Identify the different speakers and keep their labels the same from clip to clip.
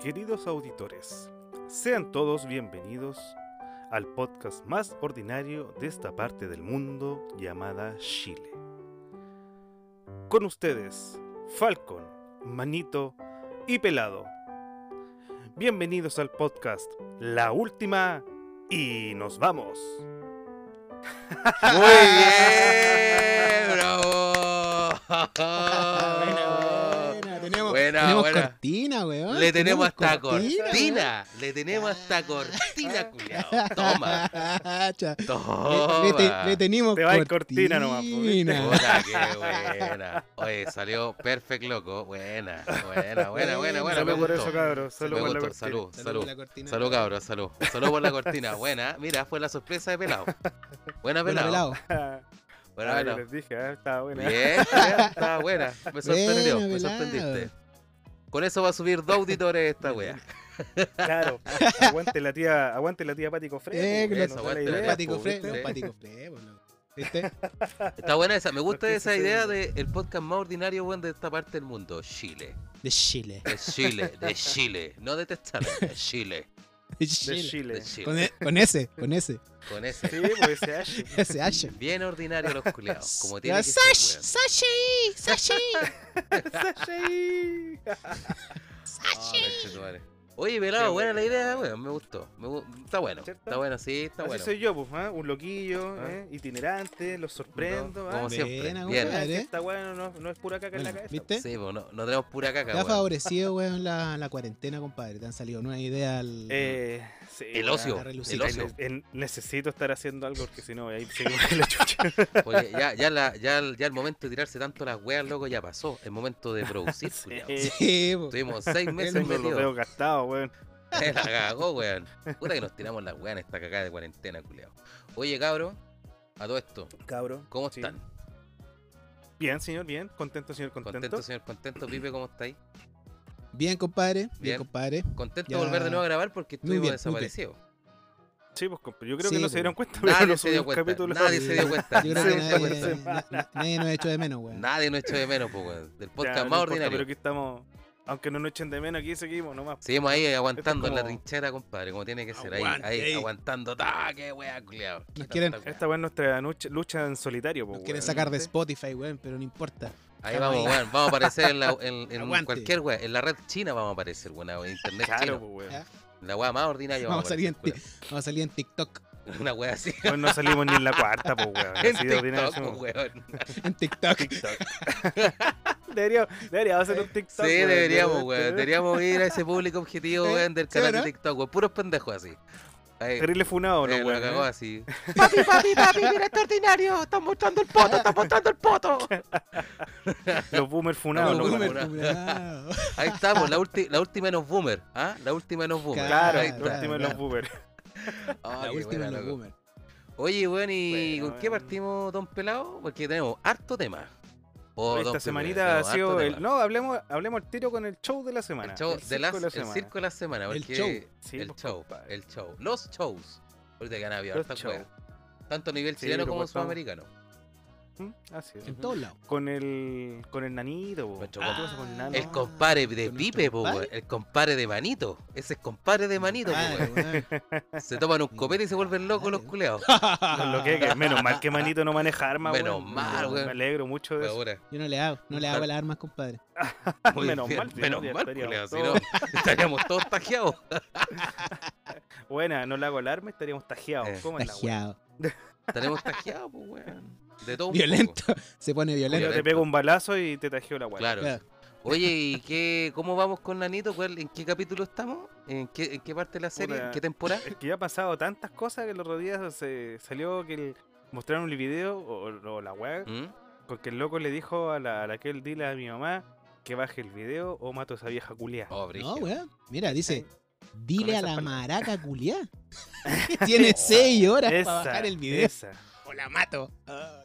Speaker 1: Queridos auditores, sean todos bienvenidos al podcast más ordinario de esta parte del mundo llamada Chile. Con ustedes, Falcon, Manito y Pelado. Bienvenidos al podcast La Última y nos vamos.
Speaker 2: Muy bien, bravo.
Speaker 3: Buena, buena. Tenemos,
Speaker 2: Buena,
Speaker 3: tenemos
Speaker 2: buena.
Speaker 3: cortina, weón.
Speaker 2: Le tenemos hasta
Speaker 3: cortina,
Speaker 2: cortina. Ah. Le tenemos hasta cortina, culiao. Toma.
Speaker 3: Cacha.
Speaker 2: Toma.
Speaker 3: Le, le te- le tenemos
Speaker 1: Te va en cortina nomás, po, ¿viste?
Speaker 3: cortina.
Speaker 2: Puta, qué buena. Oye, salió perfect loco. Buena, buena, buena, buena, buena.
Speaker 1: Salud
Speaker 2: me
Speaker 1: por
Speaker 2: gustó.
Speaker 1: eso, cabros. Salud
Speaker 2: Me
Speaker 1: por la
Speaker 2: gustó.
Speaker 1: cortina.
Speaker 2: Salud,
Speaker 3: por
Speaker 2: salud.
Speaker 3: la cortina.
Speaker 2: Salud, cabros, salud. Salud por la cortina. Buena. Mira, fue la sorpresa de Pelado. Buena,
Speaker 3: Buena,
Speaker 2: Pelado.
Speaker 3: pelado.
Speaker 2: Buena,
Speaker 1: Ah, yo
Speaker 2: Pelado.
Speaker 1: les dije, ah, estaba buena.
Speaker 2: Bien, bien, estaba buena. Me sorprendió,
Speaker 3: Buena,
Speaker 2: me
Speaker 3: pelado.
Speaker 2: sorprendiste. Con eso va a subir dos auditores esta wea.
Speaker 1: Claro, aguante la tía, aguante la tía Pati Cofre.
Speaker 3: Eh,
Speaker 1: po, bueno, da
Speaker 3: que los-
Speaker 1: la
Speaker 2: aguante la
Speaker 3: Los
Speaker 1: idea.
Speaker 2: tía.
Speaker 3: paticos fre-
Speaker 2: po,
Speaker 3: los
Speaker 2: sí.
Speaker 3: paticos fre, boludo. ¿Viste?
Speaker 2: Está buena esa. Me gusta
Speaker 1: Porque
Speaker 2: esa
Speaker 1: se
Speaker 2: idea
Speaker 1: ve.
Speaker 2: del podcast más ordinario weón, de esta parte del mundo. Chile.
Speaker 3: De Chile.
Speaker 2: De Chile. De Chile. No de Testano. De Chile.
Speaker 3: De
Speaker 1: De
Speaker 3: Chile.
Speaker 1: Chile.
Speaker 2: De
Speaker 3: Con,
Speaker 2: Chile.
Speaker 3: e- con ese, con ese.
Speaker 2: Con ese.
Speaker 1: Sí, pues ese Ash.
Speaker 3: Ese H.
Speaker 2: Bien ordinario los culeados. Como tiene
Speaker 3: Ya,
Speaker 2: que ser,
Speaker 3: Sash,
Speaker 2: weón.
Speaker 3: Sashi, Sashi.
Speaker 1: Sashi.
Speaker 2: Ah, conchetumare. Oye, pelado,
Speaker 1: Qué
Speaker 2: buena la
Speaker 1: buena,
Speaker 2: idea,
Speaker 1: weón.
Speaker 2: weón. Me gustó. Me gu- Está bueno.
Speaker 1: ¿Cierto?
Speaker 2: Está bueno, sí, está
Speaker 1: Así
Speaker 2: bueno.
Speaker 1: soy yo, pues, ¿ah? un loquillo,
Speaker 2: Ah.
Speaker 1: ¿eh? itinerante, los sorprendo.
Speaker 2: No,
Speaker 1: ¿ah?
Speaker 2: como ¿eh?
Speaker 1: Ah,
Speaker 2: siempre.
Speaker 3: Buena, ¿eh?
Speaker 2: Bien.
Speaker 3: compadre.
Speaker 1: que Esta weá no, no es pura caca en la
Speaker 3: Bueno,
Speaker 1: cabeza.
Speaker 3: ¿viste?
Speaker 2: Sí, pues no, no tenemos pura caca,
Speaker 3: Te ha
Speaker 2: weón.
Speaker 3: favorecido, weón, la, la cuarentena, compadre. Te han salido nuevas ideas al.
Speaker 1: Eh, sí,
Speaker 2: El
Speaker 1: weá.
Speaker 2: ocio.
Speaker 3: a relucir.
Speaker 2: El ocio.
Speaker 1: Ne- en- necesito estar haciendo algo porque si no, ahí sigo con la chucha.
Speaker 2: Oye, ya, ya, la- ya, el- ya el momento de tirarse tanto las weas, loco, ya pasó. El momento de producir,
Speaker 1: Sí.
Speaker 2: culiao.
Speaker 3: Sí, po.
Speaker 2: Estuvimos seis
Speaker 3: lo
Speaker 2: meses
Speaker 1: Tengo los dedos
Speaker 2: metidos.
Speaker 1: gastados, weón.
Speaker 2: Eh, la cagó, weón. Puta que nos tiramos las weas en esta cagada de cuarentena, culiao. Oye, cabro, a todo esto,
Speaker 1: Cabro.
Speaker 2: ¿cómo
Speaker 1: sí.
Speaker 2: están?
Speaker 1: Bien, señor, bien. Contento, señor, contento.
Speaker 2: ¿Contento? señor? ¿Contento, Pipe? ¿Cómo estáis?
Speaker 3: Bien, compadre. Bien,
Speaker 2: Bien.
Speaker 3: compadre.
Speaker 2: Contento
Speaker 3: Ya.
Speaker 2: de volver de nuevo a grabar porque
Speaker 3: Muy
Speaker 2: estuvimos
Speaker 3: bien, muy
Speaker 2: desaparecidos.
Speaker 1: Sí, pues, compa, yo creo que
Speaker 3: Sí,
Speaker 1: no
Speaker 3: pues.
Speaker 1: se dieron cuenta, pero
Speaker 2: Nadie
Speaker 1: no
Speaker 2: se dio
Speaker 1: subimos
Speaker 2: cuenta.
Speaker 1: capítulo.
Speaker 2: Nadie se dio cuenta.
Speaker 3: Yo creo
Speaker 2: nadie
Speaker 3: que
Speaker 2: se dio
Speaker 3: nadie,
Speaker 2: cuenta.
Speaker 3: na- nadie nos echó de menos, weón.
Speaker 2: Nadie nos echó de menos, po, weón. Del
Speaker 1: Ya,
Speaker 2: podcast
Speaker 1: no
Speaker 2: más
Speaker 1: importa,
Speaker 2: ordinario.
Speaker 1: Pero aquí estamos, aunque no nos echen de menos, aquí seguimos nomás.
Speaker 2: Seguimos ahí aguantando en la
Speaker 1: como-
Speaker 2: trinchera, compadre, como tiene que ser. Ahí,
Speaker 3: Aguante
Speaker 2: ahí,
Speaker 3: ahí.
Speaker 2: aguantando. ¡Ah, qué wea, culiao! Qué
Speaker 3: quieren-
Speaker 2: tanta wea.
Speaker 1: Esta weá es nuestra nucha- lucha en solitario, pues.
Speaker 3: Nos quieren sacar de Spotify, weón, pero no importa.
Speaker 2: Ahí
Speaker 3: Estamos
Speaker 2: vamos,
Speaker 3: ahí.
Speaker 2: weón. Vamos a aparecer en, la, en, en
Speaker 3: Aguante.
Speaker 2: cualquier wea. En la red china vamos a aparecer, weón. En internet
Speaker 1: Claro,
Speaker 2: chino.
Speaker 1: pues,
Speaker 3: Ya.
Speaker 1: weón.
Speaker 2: La wea más ordinaria
Speaker 3: Vamos a salir en,
Speaker 2: aparecer,
Speaker 3: ti- vamos a salir en TikTok.
Speaker 2: culiao. Una wea así.
Speaker 1: Weón, No salimos ni en la cuarta, pues, weón.
Speaker 2: En
Speaker 1: Así de ordinario
Speaker 2: TikTok,
Speaker 1: somos.
Speaker 2: weón.
Speaker 3: En TikTok.
Speaker 1: Deberíamos, deberíamos hacer un
Speaker 2: Sí,
Speaker 1: TikTok. weón.
Speaker 2: deberíamos,
Speaker 1: Deberíamos
Speaker 2: weón.
Speaker 1: tener-
Speaker 2: Deberíamos ir a ese público objetivo,
Speaker 3: ¿Eh?
Speaker 2: weón, del
Speaker 3: ¿Sí,
Speaker 2: canal de
Speaker 3: verdad?
Speaker 2: TikTok, weón. Puros pendejos así. Ahí,
Speaker 1: Terrible funado,
Speaker 2: eh,
Speaker 1: no,
Speaker 2: la cagó
Speaker 1: weón. ¿eh?
Speaker 2: así.
Speaker 4: Papi, papi, papi, mira este ordinario. Está mostrando el poto, está mostrando el poto.
Speaker 1: Los boomers funados,
Speaker 2: Los
Speaker 1: no,
Speaker 2: boomers
Speaker 1: weón.
Speaker 2: funados.
Speaker 3: Ah,
Speaker 2: Ahí estamos, la, ulti- la última de los boomers. ¿ah? La última de los boomers.
Speaker 1: Claro,
Speaker 2: ahí
Speaker 1: los
Speaker 2: está. Oh,
Speaker 3: claro,
Speaker 1: últimos de los boomers.
Speaker 2: Ah,
Speaker 3: La
Speaker 2: qué
Speaker 3: última
Speaker 2: buena,
Speaker 3: en los
Speaker 2: loco.
Speaker 3: boomers.
Speaker 2: Oye, weón, ¿y
Speaker 1: Bueno,
Speaker 2: con qué
Speaker 1: weón.
Speaker 2: partimos, don Pelado? Porque tenemos harto tema. Oh, don
Speaker 1: Esta
Speaker 2: Pepe,
Speaker 1: semanita ha
Speaker 2: tenemos harto
Speaker 1: sido el.
Speaker 2: tema.
Speaker 1: No, hablemos, hablemos el tiro con el show de la semana.
Speaker 2: el show de las-
Speaker 1: circo
Speaker 2: el circo de la semana.
Speaker 3: El
Speaker 2: Porque el
Speaker 3: show.
Speaker 2: show.
Speaker 1: Sí,
Speaker 2: el
Speaker 1: pues,
Speaker 2: show.
Speaker 1: compadre.
Speaker 2: Los shows. Ahorita que han habido
Speaker 1: Los
Speaker 2: hartas
Speaker 1: shows.
Speaker 2: weas. Tanto a nivel
Speaker 1: Sí,
Speaker 2: chileno
Speaker 1: pero
Speaker 2: como
Speaker 1: pues, estamos-
Speaker 2: sudamericano.
Speaker 1: ¿Mm? Así es.
Speaker 3: En todos lados.
Speaker 1: Con el. Con el nanito, weón.
Speaker 2: Nuestro
Speaker 1: ¿Qué
Speaker 2: compa-
Speaker 1: pasa con Nano?
Speaker 2: El compadre de
Speaker 3: ¿Con nuestro
Speaker 2: Pipe, po,
Speaker 3: compadre?
Speaker 2: weón. El compadre de Manito. Ese es compadre de Manito, po,
Speaker 3: Madre,
Speaker 1: pues,
Speaker 2: weón.
Speaker 3: weón.
Speaker 2: Se toman un copete y se vuelven locos los
Speaker 3: Compadre.
Speaker 2: culeados.
Speaker 1: Con lo que- que- menos mal que Manito no maneja armas,
Speaker 2: Menos
Speaker 1: weón.
Speaker 2: mal,
Speaker 1: Yo
Speaker 2: weón.
Speaker 1: Me alegro mucho de eso.
Speaker 2: Ahora.
Speaker 3: Yo no le hago, no le hago a las armas, compadre.
Speaker 2: Muy
Speaker 1: Menos
Speaker 2: bien,
Speaker 1: mal, si no,
Speaker 2: menos
Speaker 1: ya
Speaker 2: mal,
Speaker 1: estaríamos
Speaker 2: culiao, si no,
Speaker 1: todos-
Speaker 2: estaríamos todos tajeados.
Speaker 1: Buena, no le hago alarma, estaríamos tajeados.
Speaker 2: Eh,
Speaker 1: ¿Cómo es la weá?
Speaker 3: Tajeado.
Speaker 2: Estaríamos tajeados, pues, weón. De todo un
Speaker 3: Violento.
Speaker 2: poco.
Speaker 3: Se pone violento.
Speaker 1: Yo te pego un balazo y te tajeo la weá.
Speaker 2: Claro.
Speaker 3: Claro.
Speaker 2: Oye, ¿y qué, cómo vamos con Nanito? ¿Cuál- ¿En qué capítulo estamos? ¿En qué, en qué parte de la serie?
Speaker 1: Puta.
Speaker 2: ¿En qué temporada?
Speaker 1: Es que ya ha pasado tantas cosas que el otro día se salió que el- mostraron el video o, o la weá,
Speaker 2: ¿Mm?
Speaker 1: porque el loco le dijo a la, a la que él dile a mi mamá que baje el video o mato a esa vieja culia.
Speaker 2: Oh,
Speaker 3: No,
Speaker 2: brígido.
Speaker 3: weón. Mira, dice,
Speaker 1: Con
Speaker 3: dile a
Speaker 1: esas
Speaker 3: la
Speaker 1: pal-
Speaker 3: maraca culiá. Tiene 6 horas para
Speaker 1: Esa,
Speaker 3: bajar el video.
Speaker 1: esa.
Speaker 3: O la mato. Ah.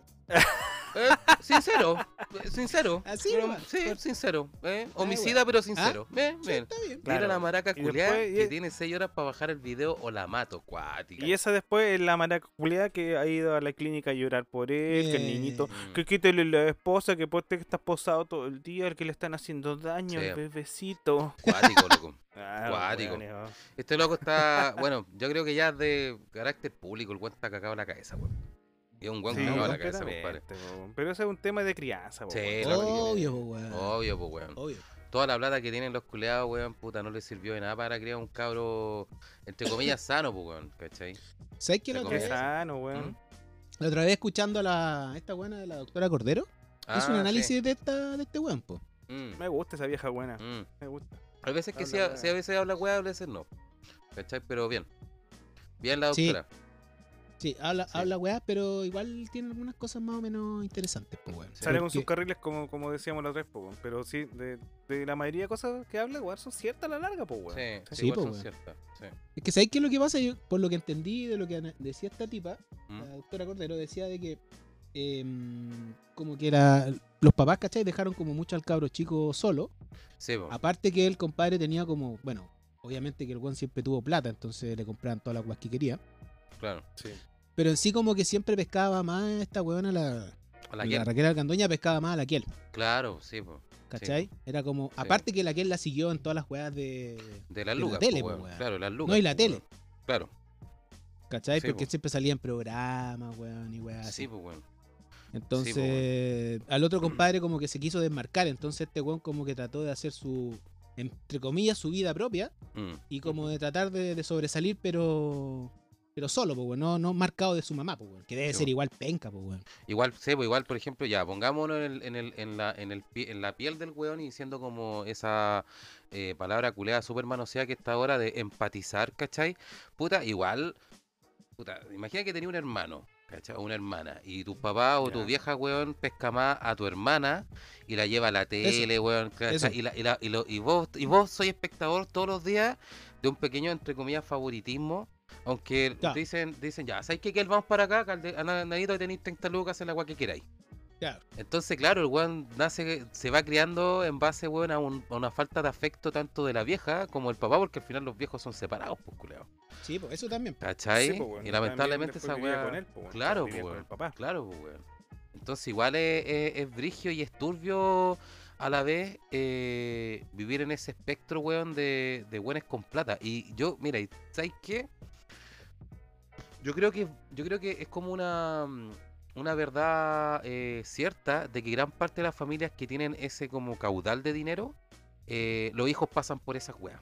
Speaker 2: Eh, sincero, eh, sincero.
Speaker 3: Así
Speaker 2: Pero,
Speaker 3: nomás.
Speaker 2: sí, sincero. eh,
Speaker 3: Ah,
Speaker 2: homicida, pero sincero. Bien,
Speaker 3: Sí,
Speaker 2: bien.
Speaker 3: está bien.
Speaker 1: Claro.
Speaker 2: Mira la maraca
Speaker 1: Y después-
Speaker 2: culiada que
Speaker 1: y-
Speaker 2: tiene 6 horas para bajar el video o la mato, cuática.
Speaker 1: Y esa después es la maraculeada que ha ido a la clínica a llorar por él, que el niñito.
Speaker 2: Mm.
Speaker 1: Que quítele la esposa, que porte que está posado todo el día, el que le están haciendo daño,
Speaker 2: Sí.
Speaker 1: el bebecito.
Speaker 2: Cuático, loco.
Speaker 1: Ah,
Speaker 2: Cuático.
Speaker 1: weón, weón.
Speaker 2: Este loco está, bueno, yo creo que ya es de carácter público, el weón está cagado en la cabeza, weón. Es un weón
Speaker 1: Sí,
Speaker 2: cagado en la cabeza, compadre.
Speaker 1: completamente, weón. Pero ese es un tema de crianza,
Speaker 2: Sí,
Speaker 1: weón.
Speaker 2: la
Speaker 3: Obvio, pues, weón.
Speaker 1: Oh.
Speaker 2: Obvio, pues, weón.
Speaker 3: Obvio.
Speaker 2: Toda la plata que tienen los culeados, weón, puta, no les sirvió de nada para criar un cabro, entre comillas, sano, pues, weón, ¿cachai?
Speaker 3: ¿Sabes
Speaker 2: Se
Speaker 3: qué la otra,
Speaker 1: Qué
Speaker 2: comienza.
Speaker 3: vez,
Speaker 1: sano, weón.
Speaker 2: ¿Mm?
Speaker 3: la otra vez escuchando a la, esta buena de la doctora Cordero?
Speaker 2: Ah,
Speaker 3: hizo un
Speaker 2: sí.
Speaker 3: análisis de, esta, de este weón, po.
Speaker 2: Mm,
Speaker 1: Me gusta esa vieja buena.
Speaker 2: mm.
Speaker 1: Me gusta.
Speaker 2: Hay veces que
Speaker 1: Habla
Speaker 2: sí, a,
Speaker 1: weá.
Speaker 2: sí, a veces habla weá, a veces no. ¿Cachai? Pero bien. Bien la
Speaker 3: Sí.
Speaker 2: doctora.
Speaker 3: Sí, habla,
Speaker 2: Sí.
Speaker 3: habla weá, pero igual tiene algunas cosas más o menos interesantes, pues weón.
Speaker 2: Sí.
Speaker 1: Sale con
Speaker 3: Porque-
Speaker 1: sus carriles como, como decíamos la otra vez, po, weón. pero sí, de, de la mayoría de cosas que habla, weón, son ciertas a la larga, po, weón.
Speaker 2: Sí,
Speaker 3: Sí,
Speaker 2: igual
Speaker 3: pues,
Speaker 2: son
Speaker 3: weón.
Speaker 2: ciertas, sí.
Speaker 3: Es que ¿sabes qué es lo que pasa? Yo, por lo que entendí de lo que ana- decía esta tipa,
Speaker 2: ¿Mm?
Speaker 3: la doctora Cordero decía de que em, como que era. Los papás, ¿cachai? Dejaron como mucho al cabro chico solo.
Speaker 2: Sí, pues.
Speaker 3: Aparte que el compadre tenía como, bueno, obviamente que el weón siempre tuvo plata, entonces le compraban todas las weas que quería.
Speaker 2: claro.
Speaker 3: Pero en sí como que siempre pescaba más esta weona, la,
Speaker 2: A la
Speaker 3: la,
Speaker 2: Ken,
Speaker 3: Raquel Alcandoña pescaba más a la Kiel,
Speaker 2: Claro, sí, pues.
Speaker 3: ¿cachai? Era como, aparte que la Kiel la siguió en todas las weas de...
Speaker 2: De las
Speaker 3: De la
Speaker 2: lucas,
Speaker 3: tele,
Speaker 2: po,
Speaker 3: po,
Speaker 2: weón.
Speaker 3: weón.
Speaker 2: Claro, las lucas.
Speaker 3: No, y la
Speaker 2: po, weón.
Speaker 3: tele.
Speaker 2: Claro,
Speaker 3: ¿Cachai?
Speaker 2: Sí,
Speaker 3: Porque
Speaker 2: po.
Speaker 3: siempre salía en programas, weón, y weas así.
Speaker 2: sí, pues, weón.
Speaker 3: Entonces,
Speaker 2: po, Mm.
Speaker 3: al otro compadre como que se quiso desmarcar, entonces este weón como que trató de hacer su, entre comillas, su vida propia
Speaker 2: Mm.
Speaker 3: y como de tratar de, de sobresalir, pero pero solo, pues, weón, no, no marcado de su mamá, pues, weón, que debe
Speaker 2: Sí,
Speaker 3: ser
Speaker 2: po.
Speaker 3: igual penca, pues, weón.
Speaker 2: Igual, sí, pues, igual, por ejemplo, ya, pongámonos en, el, en, el, en, la, en, el, pie- en la piel del weón y diciendo como esa eh, palabra culeada súper manoseada que está ahora de empatizar, ¿cachai? Puta, igual, puta, imagina que tenía un hermano, ¿cachai? O una hermana, y tu papá o tu
Speaker 1: Ya.
Speaker 2: vieja, weón, pesca más a tu hermana y la lleva a la tele, weón, ¿cachai?
Speaker 3: eso.
Speaker 2: Y, la, y, la- y, lo- y vos, y vos soy espectador todos los días de un pequeño, entre comillas, favoritismo. Aunque
Speaker 3: Ya.
Speaker 2: dicen, dicen, ya, ¿sabes qué? Que vamos para acá, calde- a na- nadito, tenéis 30 lucas, en la agua que queráis.
Speaker 3: Claro.
Speaker 2: Entonces, claro, el weón nace, se va criando en base, weón, a, un- a una falta de afecto tanto de la vieja como el papá, porque al final los viejos son separados, pues, culeo.
Speaker 3: Sí, pues, eso también.
Speaker 1: po,
Speaker 2: ¿Cachai?
Speaker 1: pues, weón.
Speaker 2: y
Speaker 1: También
Speaker 2: lamentablemente
Speaker 1: después
Speaker 2: esa
Speaker 1: vivía
Speaker 2: weá...
Speaker 1: con él, po, weón.
Speaker 2: Claro,
Speaker 1: Vivía
Speaker 2: po,
Speaker 1: con el
Speaker 2: weón.
Speaker 1: papá.
Speaker 2: Claro, pues, weón. Entonces, igual es, es, es brigio y es turbio a la vez eh, vivir en ese espectro, weón, de, de buenas con plata. Y yo, mira, ¿y ¿sabes qué? Yo creo que, yo creo que es como una, mm, una verdad eh, cierta de que gran parte de las familias que tienen ese como caudal de dinero, eh, los hijos pasan por esas weas.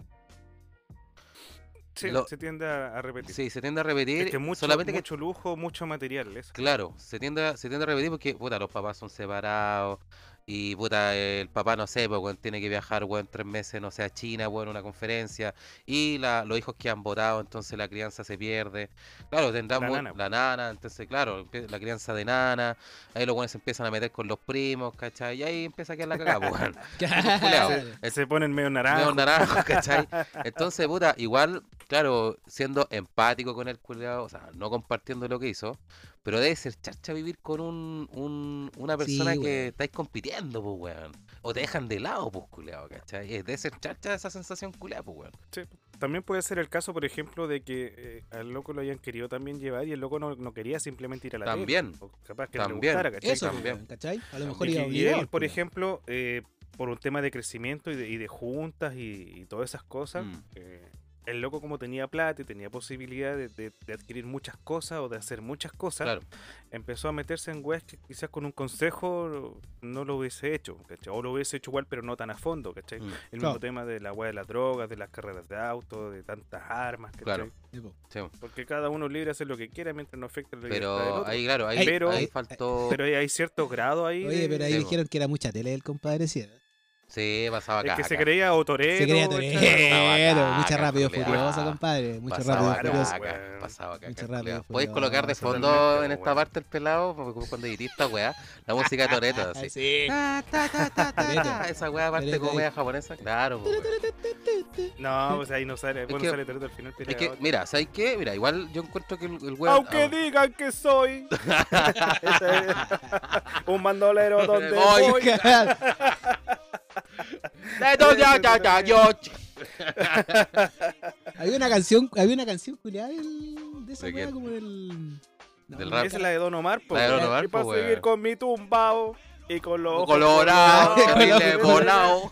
Speaker 1: Sí,
Speaker 2: Lo-
Speaker 1: se tiende a, a repetir.
Speaker 2: Sí, se tiende a repetir.
Speaker 1: Es que mucho,
Speaker 2: solamente que
Speaker 1: mucho lujo, mucho material, eso.
Speaker 2: Claro, se tiende, a, se tiende a repetir porque, puta, los papás son separados y, puta, el papá, no sé, pues, weón, tiene que viajar, weón, tres meses, no sé, a China, weón, una conferencia y la, los hijos que han votado, entonces la crianza se pierde. Claro, tendrán
Speaker 1: La
Speaker 2: mu-
Speaker 1: nana, pues.
Speaker 2: la nana, entonces, claro, empie- la crianza de nana, ahí los weones se empiezan a meter con los primos, ¿cachai? Y ahí empieza a quedar la cagada, pues, weón.
Speaker 3: Claro.
Speaker 1: Se ponen medio naranja.
Speaker 2: Medio naranjo, ¿cachai? Entonces, puta, igual, claro, siendo empático con el culiado, o sea, no compartiendo lo que hizo, pero debe ser charcha vivir con un, un- una
Speaker 3: Sí,
Speaker 2: persona que
Speaker 3: weón.
Speaker 2: estáis compitiendo, pues, weón. O te dejan de lado, pues, culiado, ¿cachai? Eh, Debe ser charcha esa sensación culiada, pues, weón.
Speaker 1: También puede ser el caso, por ejemplo, de que eh, al loco lo hayan querido también llevar y el loco no, no quería simplemente ir a la tele,
Speaker 2: También.
Speaker 1: o capaz que no le
Speaker 2: También.
Speaker 1: gustara, ¿cachai?
Speaker 3: Eso, pues,
Speaker 2: también.
Speaker 3: weón, ¿cachai? A lo mejor
Speaker 1: Y,
Speaker 3: iba
Speaker 1: que- y
Speaker 3: obligado.
Speaker 1: él, por
Speaker 3: pues, weón.
Speaker 1: ejemplo, eh, por un tema de crecimiento y de, y de juntas y, y todas esas cosas,
Speaker 2: Mm.
Speaker 1: eh, el loco como tenía plata y tenía posibilidad de, de- de adquirir muchas cosas o de hacer muchas cosas,
Speaker 2: Claro,
Speaker 1: empezó a meterse en weas que quizás con un consejo no lo hubiese hecho, ¿cachai? O lo hubiese hecho igual, pero no tan a fondo, ¿cachai?
Speaker 2: mm,
Speaker 1: El
Speaker 3: Claro.
Speaker 1: mismo tema de la wea de las drogas, de las carreras de auto, de tantas armas, ¿cachai?
Speaker 2: Claro.
Speaker 3: Sí, po.
Speaker 2: sí, weón.
Speaker 1: Porque cada uno es libre de hacer lo que quiera mientras no afecte la libertad del
Speaker 2: Pero
Speaker 1: otro.
Speaker 2: ahí, claro, ahí,
Speaker 1: Pero- eh,
Speaker 2: ahí faltó.
Speaker 1: Pero hay- hay cierto grado ahí.
Speaker 3: Oye,
Speaker 1: de-
Speaker 3: pero ahí
Speaker 2: Sí, po.
Speaker 3: dijeron que era mucha tele el compadre, sí. ¿eh?
Speaker 2: Sí, pasaba
Speaker 1: Es
Speaker 2: acá.
Speaker 1: que se creía o torero.
Speaker 3: Se creía
Speaker 1: ¿cachai?
Speaker 3: torero. Mucha
Speaker 2: Pasaba
Speaker 3: rápido
Speaker 2: caca,
Speaker 3: furiosa,
Speaker 2: culiao.
Speaker 3: compadre. Mucho
Speaker 2: Pasaba
Speaker 3: rápido
Speaker 1: Claro,
Speaker 3: furioso.
Speaker 2: acá,
Speaker 1: weón.
Speaker 2: pasaba acá,
Speaker 3: Mucho
Speaker 2: culiao.
Speaker 3: rápido,
Speaker 2: Podéis
Speaker 3: furioso,
Speaker 2: colocar de fondo
Speaker 1: totalmente,
Speaker 2: en
Speaker 1: po,
Speaker 2: esta
Speaker 1: weón.
Speaker 2: parte el pelado, porque cuando editís esta weá, la música de Toreto, así.
Speaker 3: Sí.
Speaker 2: Ta, ta, ta, ta, ta,
Speaker 3: Torero.
Speaker 2: ta. Esa weá aparte
Speaker 3: Torero
Speaker 2: como
Speaker 3: ahí.
Speaker 2: weá japonesa. Claro, po, weón.
Speaker 1: No, pues ahí no sale. Bueno,
Speaker 2: que-
Speaker 1: sale torero al final.
Speaker 2: Es
Speaker 1: pelea
Speaker 2: que,
Speaker 1: otro.
Speaker 2: mira, ¿sabes qué? Mira, ah, igual yo encuentro que el, el weón.
Speaker 1: Aunque
Speaker 2: ah,
Speaker 1: digan que soy. Esa es- Un bandolero donde
Speaker 2: Voy.
Speaker 1: voy.
Speaker 2: Ya, ya, ya, ya, yo.
Speaker 3: había una canción, había una canción culiada del- de esa
Speaker 2: ¿De
Speaker 3: weá,
Speaker 2: quién?
Speaker 3: como del. no,
Speaker 2: Del
Speaker 3: no,
Speaker 2: rap.
Speaker 1: Esa es la de Don Omar, po,
Speaker 2: La de Don
Speaker 1: weón.
Speaker 2: Omar,
Speaker 1: Y
Speaker 2: po,
Speaker 1: para
Speaker 2: weón.
Speaker 1: seguir con mi tumbao y con los ojos
Speaker 2: Colorado,
Speaker 1: colorados.
Speaker 2: terrible volado.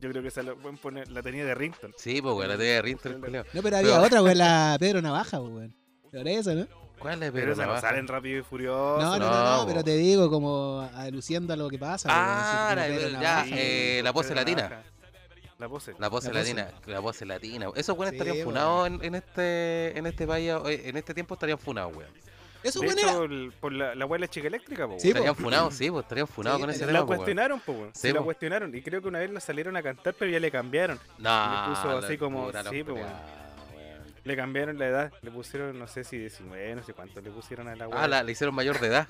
Speaker 1: Yo creo que esa la, pueden poner- la tenía de Rington.
Speaker 2: Sí, pues, weón, la tía de Rinto, el culiao.
Speaker 3: No, pero había
Speaker 2: Pero-
Speaker 3: otra, weón, la Pedro Navaja, pues, weón. Pero eso, ¿no?
Speaker 2: ¿Cuál es,
Speaker 1: Pero,
Speaker 2: pero
Speaker 1: esa
Speaker 2: la
Speaker 1: no
Speaker 2: baja?
Speaker 1: sale en Rápido y Furioso.
Speaker 3: No, no, no,
Speaker 2: no,
Speaker 3: no, pero
Speaker 2: po.
Speaker 3: te digo, como aluciendo a lo que pasa. pues,
Speaker 2: Ah,
Speaker 3: weón, así como
Speaker 2: la-
Speaker 3: Pedro
Speaker 2: ya,
Speaker 3: Navaja,
Speaker 1: Sí,
Speaker 2: eh,
Speaker 1: con
Speaker 2: la pose
Speaker 1: Pedro
Speaker 2: latina.
Speaker 1: Navaja. La pose.
Speaker 2: La pose
Speaker 3: La pose.
Speaker 2: latina, la pose latina. Esos weones
Speaker 3: Sí,
Speaker 2: estarían
Speaker 3: weón.
Speaker 2: funados en, en este en este país, en este tiempo estarían funados, weón.
Speaker 3: Eso,
Speaker 1: de
Speaker 3: weón,
Speaker 1: hecho,
Speaker 3: era.
Speaker 1: el- por la, la abuela chica eléctrica, po,
Speaker 3: Sí,
Speaker 1: weón.
Speaker 2: Estarían funados, sí, pues estarían funados
Speaker 3: Sí,
Speaker 2: con ese
Speaker 3: pero
Speaker 2: tema,
Speaker 1: la
Speaker 2: pues, weón.
Speaker 1: cuestionaron, po, weón.
Speaker 2: Sí,
Speaker 1: Sí, la
Speaker 2: po.
Speaker 1: cuestionaron. Y creo que una vez la salieron a cantar, pero ya le cambiaron.
Speaker 2: Nah,
Speaker 1: Le puso
Speaker 2: la
Speaker 1: así como,
Speaker 2: dura, los
Speaker 1: sí, pues,
Speaker 2: culiados, weón.
Speaker 1: Le cambiaron la edad. Le pusieron, no sé si 19, no sé cuánto le pusieron a la abuela.
Speaker 2: Ah, la, le hicieron mayor de edad.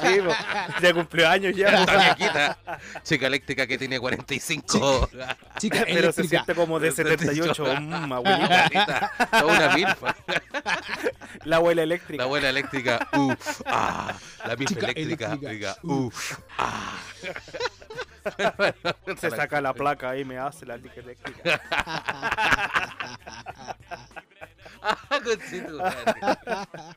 Speaker 1: Sí, po. Ya cumplió años ya. po.
Speaker 2: Esta viejita, chica eléctrica que tiene 45.
Speaker 3: Chica,
Speaker 1: Pero se
Speaker 3: eléctrica.
Speaker 1: siente como de 78. Mm, abuelita.
Speaker 2: Abuelita, toda una milfa.
Speaker 1: La abuela eléctrica.
Speaker 2: La abuela eléctrica, uff, ah. La milfa
Speaker 3: Chica
Speaker 2: eléctrica,
Speaker 3: eléctrica,
Speaker 2: diga, uff, ah. Bueno,
Speaker 1: Se saca la placa y me hace la liga eléctrica.
Speaker 2: Ah, conchito, tu madre.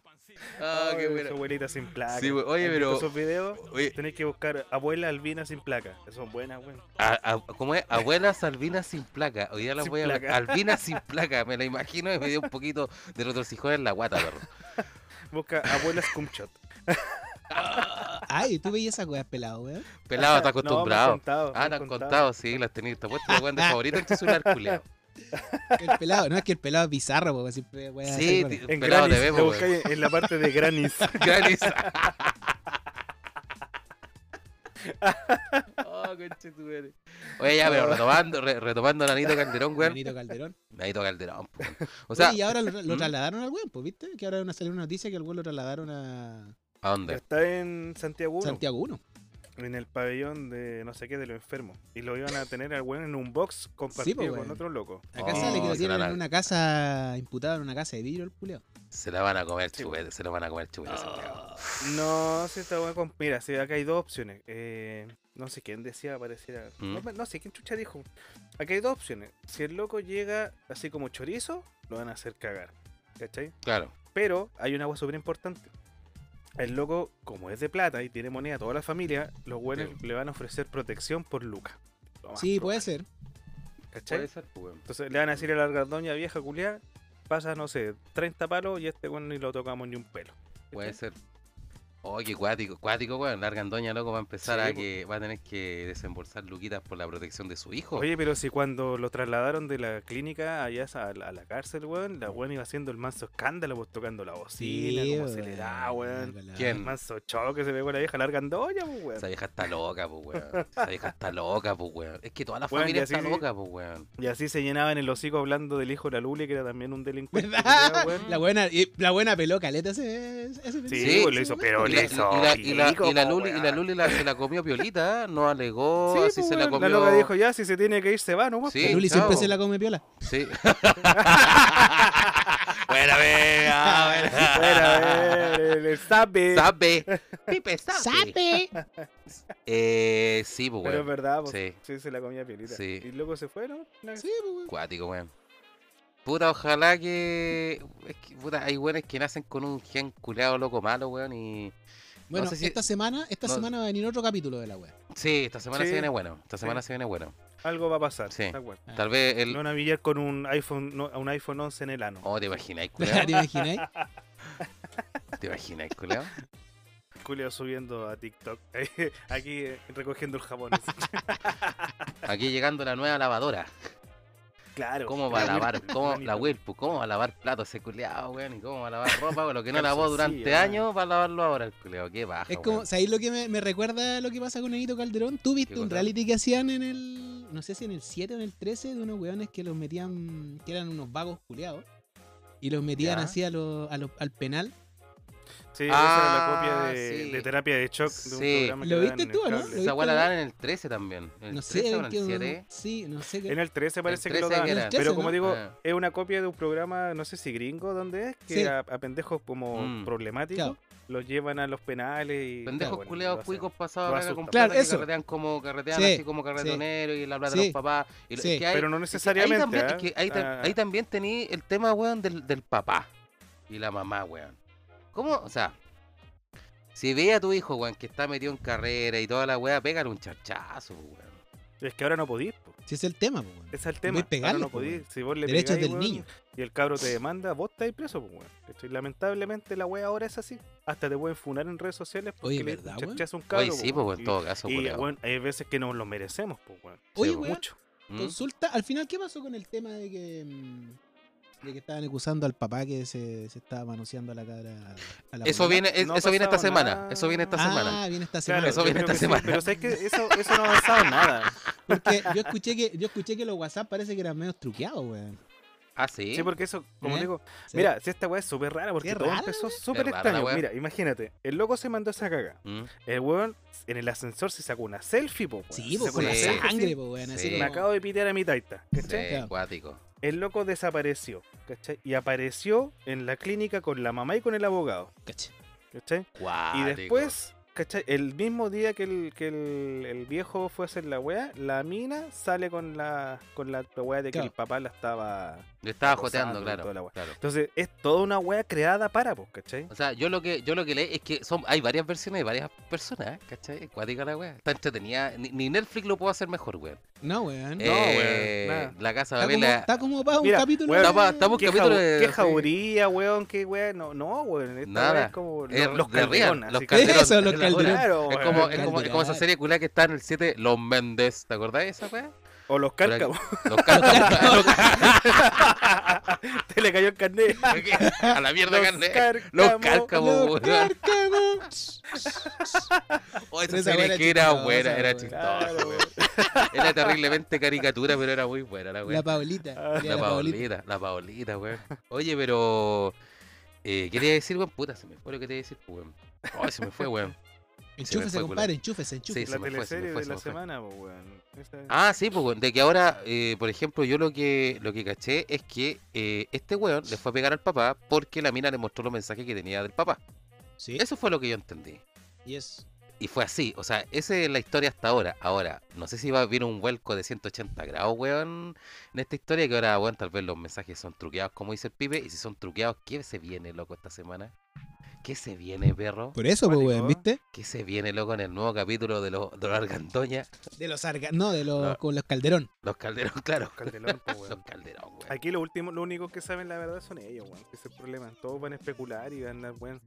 Speaker 2: Ah,
Speaker 1: Ay,
Speaker 2: qué
Speaker 1: Su
Speaker 2: bueno.
Speaker 1: abuelita sin placa.
Speaker 2: Sí, we- oye,
Speaker 1: ¿Han visto
Speaker 2: pero-
Speaker 1: Esos videos
Speaker 2: Oye,
Speaker 1: tenéis que buscar abuela albina sin placa. Son buenas, weón.
Speaker 2: a- a- ¿cómo es? Abuelas albinas sin placa. Hoy día las
Speaker 1: Sin
Speaker 2: voy a ver.
Speaker 1: placa.
Speaker 2: Albinas sin placa, me la imagino y me dio un poquito de retorcijón en la guata, perro.
Speaker 1: Busca abuelas cumchot.
Speaker 3: Ay, tú veías esas weas pelado, weón.
Speaker 2: Pelado, está
Speaker 1: No, me han
Speaker 2: acostumbrado.
Speaker 1: contado, me
Speaker 2: ah, te han contado, sí, las tenías. Te he puesto la este weón de favorito en tu celular, culiao.
Speaker 3: El pelado, no es que el pelado es bizarro, porque siempre, weón. así,
Speaker 2: Sí,
Speaker 3: weón.
Speaker 2: ti-
Speaker 1: En
Speaker 2: pelado
Speaker 1: Granis,
Speaker 2: te
Speaker 1: lo
Speaker 2: vemos, weón.
Speaker 1: buscáis
Speaker 3: pues,
Speaker 1: en la parte de Granis.
Speaker 2: Granis. Oh, conchetumare. Oye, ya,
Speaker 1: Oh.
Speaker 2: pero retomando, re- retomando a Nanito Calderón, weón.
Speaker 3: Benito Calderón.
Speaker 2: Nanito Calderón, po, weón. O
Speaker 3: Oye,
Speaker 2: sea,
Speaker 3: y ahora lo, lo
Speaker 2: ¿Mm?
Speaker 3: trasladaron al weón, pues, ¿viste? Que ahora una- salió una noticia que el weón lo trasladaron a
Speaker 2: ¿a dónde?
Speaker 1: Está en Santiago, uno,
Speaker 3: Santiago 1.
Speaker 1: en el pabellón de no sé qué de los enfermos. Y lo iban a tener al weón en un box compartido
Speaker 3: pues,
Speaker 1: con
Speaker 3: weón.
Speaker 1: otro loco.
Speaker 3: Acá
Speaker 2: Oh,
Speaker 3: sale que lo
Speaker 2: se
Speaker 3: tienen
Speaker 2: la-
Speaker 3: en una casa, imputado en una casa de vidrio el culeo.
Speaker 2: Se la van a comer
Speaker 1: Sí, Oh.
Speaker 2: chupete, se la van a comer chupete. ese culiao.
Speaker 1: No, si esta weá con- Mira, si acá hay dos opciones. Eh, no sé quién decía, pareciera.
Speaker 2: ¿Mm?
Speaker 1: No, me- no sé quién chucha dijo. Acá hay dos opciones. Si el loco llega así como chorizo, lo van a hacer cagar. ¿Cachai?
Speaker 2: Claro.
Speaker 1: Pero hay una agua súper importante. El loco, como es de plata y tiene moneda a toda la familia, los buenos le van a ofrecer protección por Luca. Lo más
Speaker 3: Sí, pues.
Speaker 1: probable,
Speaker 3: puede ser.
Speaker 1: ¿Cachai?
Speaker 2: ser, pues, weón.
Speaker 1: Entonces le van a decir a la doña vieja culiá, pasa, no sé, 30 palos y a este weón ni lo tocamos ni un pelo.
Speaker 2: Puede
Speaker 1: ¿Cachai?
Speaker 2: ser. Oye, qué cuático, cuático, weón. La argandoña, loco, va a empezar
Speaker 1: Sí,
Speaker 2: a
Speaker 1: po.
Speaker 2: que va a tener que desembolsar luquitas por la protección de su hijo.
Speaker 1: Oye, pero si cuando lo trasladaron de la clínica allá a la, a la cárcel, weón, la weón iba haciendo el manso escándalo, pues tocando la bocina, como se le da, weón.
Speaker 2: ¿Quién?
Speaker 1: El manso choque que se pegó la vieja largandoña, pues, weón.
Speaker 2: Esa vieja está loca, pues, weón. Esa vieja está loca, pues, weón. Es que toda la
Speaker 1: Weón, y
Speaker 2: familia
Speaker 1: así-
Speaker 2: está loca, pues, weón.
Speaker 1: Y así se llenaban el hocico hablando del hijo de la Luli, que era también un delincuente.
Speaker 3: ¿Verdad?
Speaker 1: culiao, weón.
Speaker 3: La buena, y la buena peló caleta ese, ese
Speaker 1: Sí,
Speaker 2: Sí,
Speaker 1: pues, lo hizo, pero
Speaker 2: Y
Speaker 1: le
Speaker 2: la,
Speaker 1: hizo.
Speaker 2: y la- y la- y la
Speaker 1: pico,
Speaker 2: Luli, y la
Speaker 1: weón.
Speaker 2: Luli la- se la comió piolita, ¿eh? no alegó,
Speaker 1: Sí,
Speaker 2: así
Speaker 1: pues,
Speaker 2: se la
Speaker 1: weón,
Speaker 2: comió.
Speaker 1: loca dijo, ya, si se tiene que ir, se va, pues". ¿no? weón?
Speaker 2: Sí,
Speaker 3: La Luli
Speaker 2: chao.
Speaker 3: siempre se la come piola.
Speaker 2: Sí. buena, vea, buena.
Speaker 1: Fuera, el, el sabe.
Speaker 2: Sabe. Pipe, sabe.
Speaker 3: ¡Sape!
Speaker 2: Eh, sí, pues,
Speaker 1: Pero es
Speaker 2: weón.
Speaker 1: verdad, pues,
Speaker 2: Sí.
Speaker 1: sí. se la comía pielita.
Speaker 2: Sí.
Speaker 1: Y luego se fue, ¿no? Una-
Speaker 3: Sí, pues, weón.
Speaker 2: Cuático, weón. Puta, ojalá que. Es que puta, hay weones que nacen con un gen culeado loco malo, weón. Y.
Speaker 3: Bueno,
Speaker 2: sé si-
Speaker 3: esta semana, esta
Speaker 2: no-
Speaker 3: semana va a venir otro capítulo de la wea.
Speaker 2: Sí, esta semana
Speaker 1: Sí.
Speaker 2: se viene bueno. Esta semana
Speaker 1: Sí.
Speaker 2: se viene bueno.
Speaker 1: Algo va a pasar.
Speaker 2: Sí.
Speaker 1: está bueno.
Speaker 2: Tal vez el.
Speaker 1: Lo van a pillar con un iPhone, no, un iPhone 11 en el ano.
Speaker 2: Oh, te imagináis,
Speaker 3: ¿Te
Speaker 2: culeado.
Speaker 3: imagináis?
Speaker 2: Te imagináis, culeado.
Speaker 1: Julio subiendo a TikTok. Aquí eh, recogiendo el jabón. así.
Speaker 2: Aquí llegando la nueva lavadora.
Speaker 1: claro.
Speaker 2: ¿Cómo va a lavar?
Speaker 1: Whirlpool,
Speaker 2: ¿Cómo
Speaker 1: manito.
Speaker 2: la Whirlpool? ¿Cómo va a lavar platos ese culeado, weón? ¿Y cómo va a lavar ropa? Pues Lo que no lavó durante
Speaker 1: Calzoncillo, ah.
Speaker 2: años, va a lavarlo ahora el culeado. Qué baja,
Speaker 3: Es como,
Speaker 2: weón.
Speaker 3: ¿sabéis lo que me, me recuerda a lo que pasa con Anito Calderón? ¿Tú viste
Speaker 2: ¿Qué
Speaker 3: un
Speaker 2: cosa?
Speaker 3: reality que hacían en el, no sé si en el 7 o en el 13, de unos weones que los metían, que eran unos vagos culeados, y los metían
Speaker 2: Ya.
Speaker 3: así a los- a los- al penal,
Speaker 1: Sí,
Speaker 2: Ah,
Speaker 1: esa era la copia de,
Speaker 2: sí.
Speaker 1: de terapia de shock de un
Speaker 2: Sí.
Speaker 1: programa que
Speaker 3: ¿Lo
Speaker 1: daban
Speaker 3: viste
Speaker 1: en el
Speaker 3: tú o no?
Speaker 1: cable.
Speaker 3: ¿Lo
Speaker 2: Esa
Speaker 3: viste
Speaker 2: weá la
Speaker 3: o no?
Speaker 2: dan en el 13 también. En el
Speaker 3: No
Speaker 2: 13
Speaker 3: sé,
Speaker 2: o en el
Speaker 3: qué-
Speaker 2: 7.
Speaker 3: sí, no sé qué.
Speaker 1: En el 13 parece que lo
Speaker 2: 13
Speaker 1: daban.
Speaker 2: era.
Speaker 1: Pero
Speaker 3: El
Speaker 1: como
Speaker 3: 13,
Speaker 1: digo,
Speaker 2: Ah.
Speaker 1: es una copia de un programa, no sé si gringo, ¿dónde es? Que
Speaker 3: Sí.
Speaker 1: a, a pendejos como
Speaker 2: Mm.
Speaker 1: problemáticos
Speaker 3: Claro,
Speaker 1: los llevan a los penales y.
Speaker 2: Pendejos
Speaker 1: bueno, lo
Speaker 2: culeados
Speaker 1: hacen.
Speaker 2: cuicos
Speaker 1: lo
Speaker 2: pasados acá
Speaker 1: asustan.
Speaker 2: con
Speaker 3: Claro,
Speaker 2: plata que
Speaker 3: eso.
Speaker 2: carretean como carretean
Speaker 3: Sí,
Speaker 2: así como carretonero y la plata de
Speaker 3: sí,
Speaker 2: los papás. Y lo-
Speaker 3: sí.
Speaker 2: es que hay-
Speaker 1: Pero no
Speaker 2: eh, es que ahí
Speaker 1: necesariamente.
Speaker 2: también-
Speaker 1: ¿ah?
Speaker 2: es que ahí ta-
Speaker 1: Ah,
Speaker 2: ahí también tení el tema, weón, del, del papá y la mamá, weón. ¿Cómo? O sea, si ve a tu hijo, weón, que está metido en carrera y toda la weá, pégale un charchazo, weón.
Speaker 1: Es que ahora no podís. po.
Speaker 3: si es el tema, po, weón.
Speaker 1: Ese es el tema.
Speaker 3: Podéis pegarle,
Speaker 1: ahora no
Speaker 3: po,
Speaker 1: podís.
Speaker 3: weón.
Speaker 1: Si vos le
Speaker 3: Derechos
Speaker 1: pegáis,
Speaker 3: del
Speaker 1: weón,
Speaker 3: niño.
Speaker 1: y el cabro te demanda, vos estáis preso, pues, weón. ¿Cachai? Lamentablemente la wea ahora es así. Hasta te pueden funar en redes sociales porque
Speaker 3: Oye,
Speaker 1: le
Speaker 3: ¿verdad, weón?
Speaker 1: chachazo a un cabro.
Speaker 2: Oye, sí,
Speaker 1: po,
Speaker 2: pues, en
Speaker 1: Y-
Speaker 2: todo caso,
Speaker 1: Y,
Speaker 2: culeado.
Speaker 1: weón, hay veces que nos lo merecemos, pues, weón.
Speaker 3: Oye,
Speaker 1: Sí,
Speaker 3: weón.
Speaker 1: Mucho.
Speaker 2: ¿Mm?
Speaker 3: Consulta, al final, ¿qué pasó con el tema de que, mm, de que estaban acusando al papá que se, se estaba manoseando a la cara? A la
Speaker 2: Eso
Speaker 3: polola?
Speaker 2: viene, es-
Speaker 1: no ha
Speaker 2: eso viene esta
Speaker 1: pasado
Speaker 2: semana.
Speaker 1: nada.
Speaker 2: Eso viene esta
Speaker 3: ah,
Speaker 2: semana.
Speaker 3: viene esta semana.
Speaker 1: Claro,
Speaker 2: eso
Speaker 1: yo
Speaker 2: viene
Speaker 1: creo
Speaker 2: esta
Speaker 1: que sí,
Speaker 2: semana.
Speaker 1: pero sabes que eso, eso no ha avanzado nada.
Speaker 3: Porque yo escuché que, yo escuché que los WhatsApp parece que eran medio truqueados, weón.
Speaker 2: Ah, sí.
Speaker 1: Sí, porque eso, como
Speaker 3: ¿Eh?
Speaker 1: digo,
Speaker 3: Sí.
Speaker 1: mira, si esta weá es súper rara porque
Speaker 3: Qué
Speaker 1: todo
Speaker 3: rara,
Speaker 1: empezó súper
Speaker 2: Es rara la
Speaker 1: extraño.
Speaker 2: weá.
Speaker 1: Mira, imagínate, el loco se mandó esa caga.
Speaker 2: ¿Mm?
Speaker 1: El weón en el ascensor se sacó una selfie, po. weón.
Speaker 3: Sí,
Speaker 1: Se
Speaker 3: pues
Speaker 1: sacó
Speaker 3: con la
Speaker 1: una
Speaker 2: sí.
Speaker 1: selfie,
Speaker 3: sangre,
Speaker 1: sí.
Speaker 3: pues, weón.
Speaker 2: Sí.
Speaker 3: Así
Speaker 1: Me
Speaker 3: como-
Speaker 1: acabo de pitear a mi taita,
Speaker 2: Sí,
Speaker 1: ¿cachai?
Speaker 3: Claro.
Speaker 2: acuático.
Speaker 1: El loco desapareció, ¿cachai? Y apareció en la clínica con la mamá y con el abogado,
Speaker 3: Cacha.
Speaker 1: ¿cachai? Y
Speaker 2: Cuático.
Speaker 1: después, ¿cachai? El mismo día que el, que el, el viejo fue a hacer la weá, la mina sale con la, con la weá de que
Speaker 3: Claro.
Speaker 1: el papá la estaba...
Speaker 2: Lo estaba
Speaker 1: acosando
Speaker 2: joteando,
Speaker 1: y
Speaker 2: claro,
Speaker 1: toda la weá.
Speaker 2: claro.
Speaker 1: Entonces, es toda una weá creada para, pues, ¿cachai?
Speaker 2: O sea, yo lo que yo lo que leí es que son hay varias versiones de varias personas, ¿eh? ¿cachai? Cuática la wea. Está entretenida. Ni, ni Netflix lo puede hacer mejor, weón.
Speaker 3: No, weón.
Speaker 1: Eh, weón, nada.
Speaker 2: la casa de Papel.
Speaker 3: está, como,
Speaker 2: la-
Speaker 3: está como para un
Speaker 1: Mira,
Speaker 3: capítulo.
Speaker 1: weón,
Speaker 3: de-
Speaker 2: está pa- estamos- Un
Speaker 1: ¿Qué,
Speaker 2: capítulo
Speaker 1: jau-
Speaker 2: de-
Speaker 1: qué
Speaker 2: sí.
Speaker 1: jauría, weón? ¿Qué weón? No, no weón. Esta
Speaker 2: Nada.
Speaker 1: weá es como
Speaker 2: Es
Speaker 1: los, los
Speaker 2: de real,
Speaker 1: calderones.
Speaker 2: los
Speaker 1: así que-
Speaker 2: calderones.
Speaker 3: Eso, los
Speaker 2: Es la
Speaker 3: calderones.
Speaker 1: Claro,
Speaker 2: Es
Speaker 1: weón.
Speaker 2: como, es, como, es como esa
Speaker 3: Calderón.
Speaker 2: serie culada que está en el 7, Los Méndez. ¿Te acordás de esa wea?
Speaker 1: O los cárcamos.
Speaker 2: Los cárcamos.
Speaker 1: Te le cayó el carnet.
Speaker 2: a la mierda,
Speaker 1: Los
Speaker 2: carne.
Speaker 1: cárcamos.
Speaker 2: Los cárcamos, weón.
Speaker 3: Los cárcamos.
Speaker 2: Oh, esa
Speaker 3: Esa
Speaker 2: serie
Speaker 3: wea
Speaker 2: que era
Speaker 3: era chistosa,
Speaker 2: buena, era
Speaker 3: weón.
Speaker 2: chistosa,
Speaker 1: Claro,
Speaker 2: weón. Era terriblemente caricatura, pero era muy buena la wea.
Speaker 3: La Paolita.
Speaker 1: Ah.
Speaker 3: Mira,
Speaker 2: La Paolita, la Paolita, weón. Oye, pero. Eh, ¿Qué te iba a decir, weón? Puta, se me fue lo que te iba a decir, pues, weón. Ay, se me fue, weón.
Speaker 3: Enchúfese,
Speaker 2: fue,
Speaker 3: compadre, enchúfese, enchúfese.
Speaker 2: se
Speaker 1: la
Speaker 2: me fue, se me
Speaker 1: teleserie
Speaker 2: fue,
Speaker 1: de
Speaker 2: se
Speaker 1: la
Speaker 2: me fue.
Speaker 1: semana, po, weón. Esa es-
Speaker 2: Ah, sí, pues, weón. De que ahora, eh, por ejemplo, yo lo que, lo que caché es que eh, este weón le fue a pegar al papá porque la mina le mostró los mensajes que tenía del papá.
Speaker 3: Sí,
Speaker 2: Eso fue lo que yo entendí.
Speaker 3: yes.
Speaker 2: Y fue así, o sea, esa es la historia hasta ahora. Ahora, no sé si va a haber un vuelco de 180 grados, weón, en esta historia, que ahora, weón, tal vez los mensajes son truqueados, como dice el pibe, y si son truqueados, ¿qué se viene, loco, esta semana? ¿Qué se viene, perro?
Speaker 3: Por eso, pues,
Speaker 1: Cuático,
Speaker 3: weón,
Speaker 1: ¿eh?
Speaker 3: ¿viste?
Speaker 2: ¿Qué se viene, loco, en el nuevo capítulo de los de los Argandoña?
Speaker 3: De los arga... No, de los,
Speaker 2: No.
Speaker 3: con los Calderón.
Speaker 2: Los Calderón, claro.
Speaker 1: Calderón, po,
Speaker 2: Los
Speaker 1: pues, weón.
Speaker 2: Calderón, weón.
Speaker 1: Aquí lo último, lo único que saben la verdad son ellos, weón. Ese es el problema. Todos van a especular y van a, weón.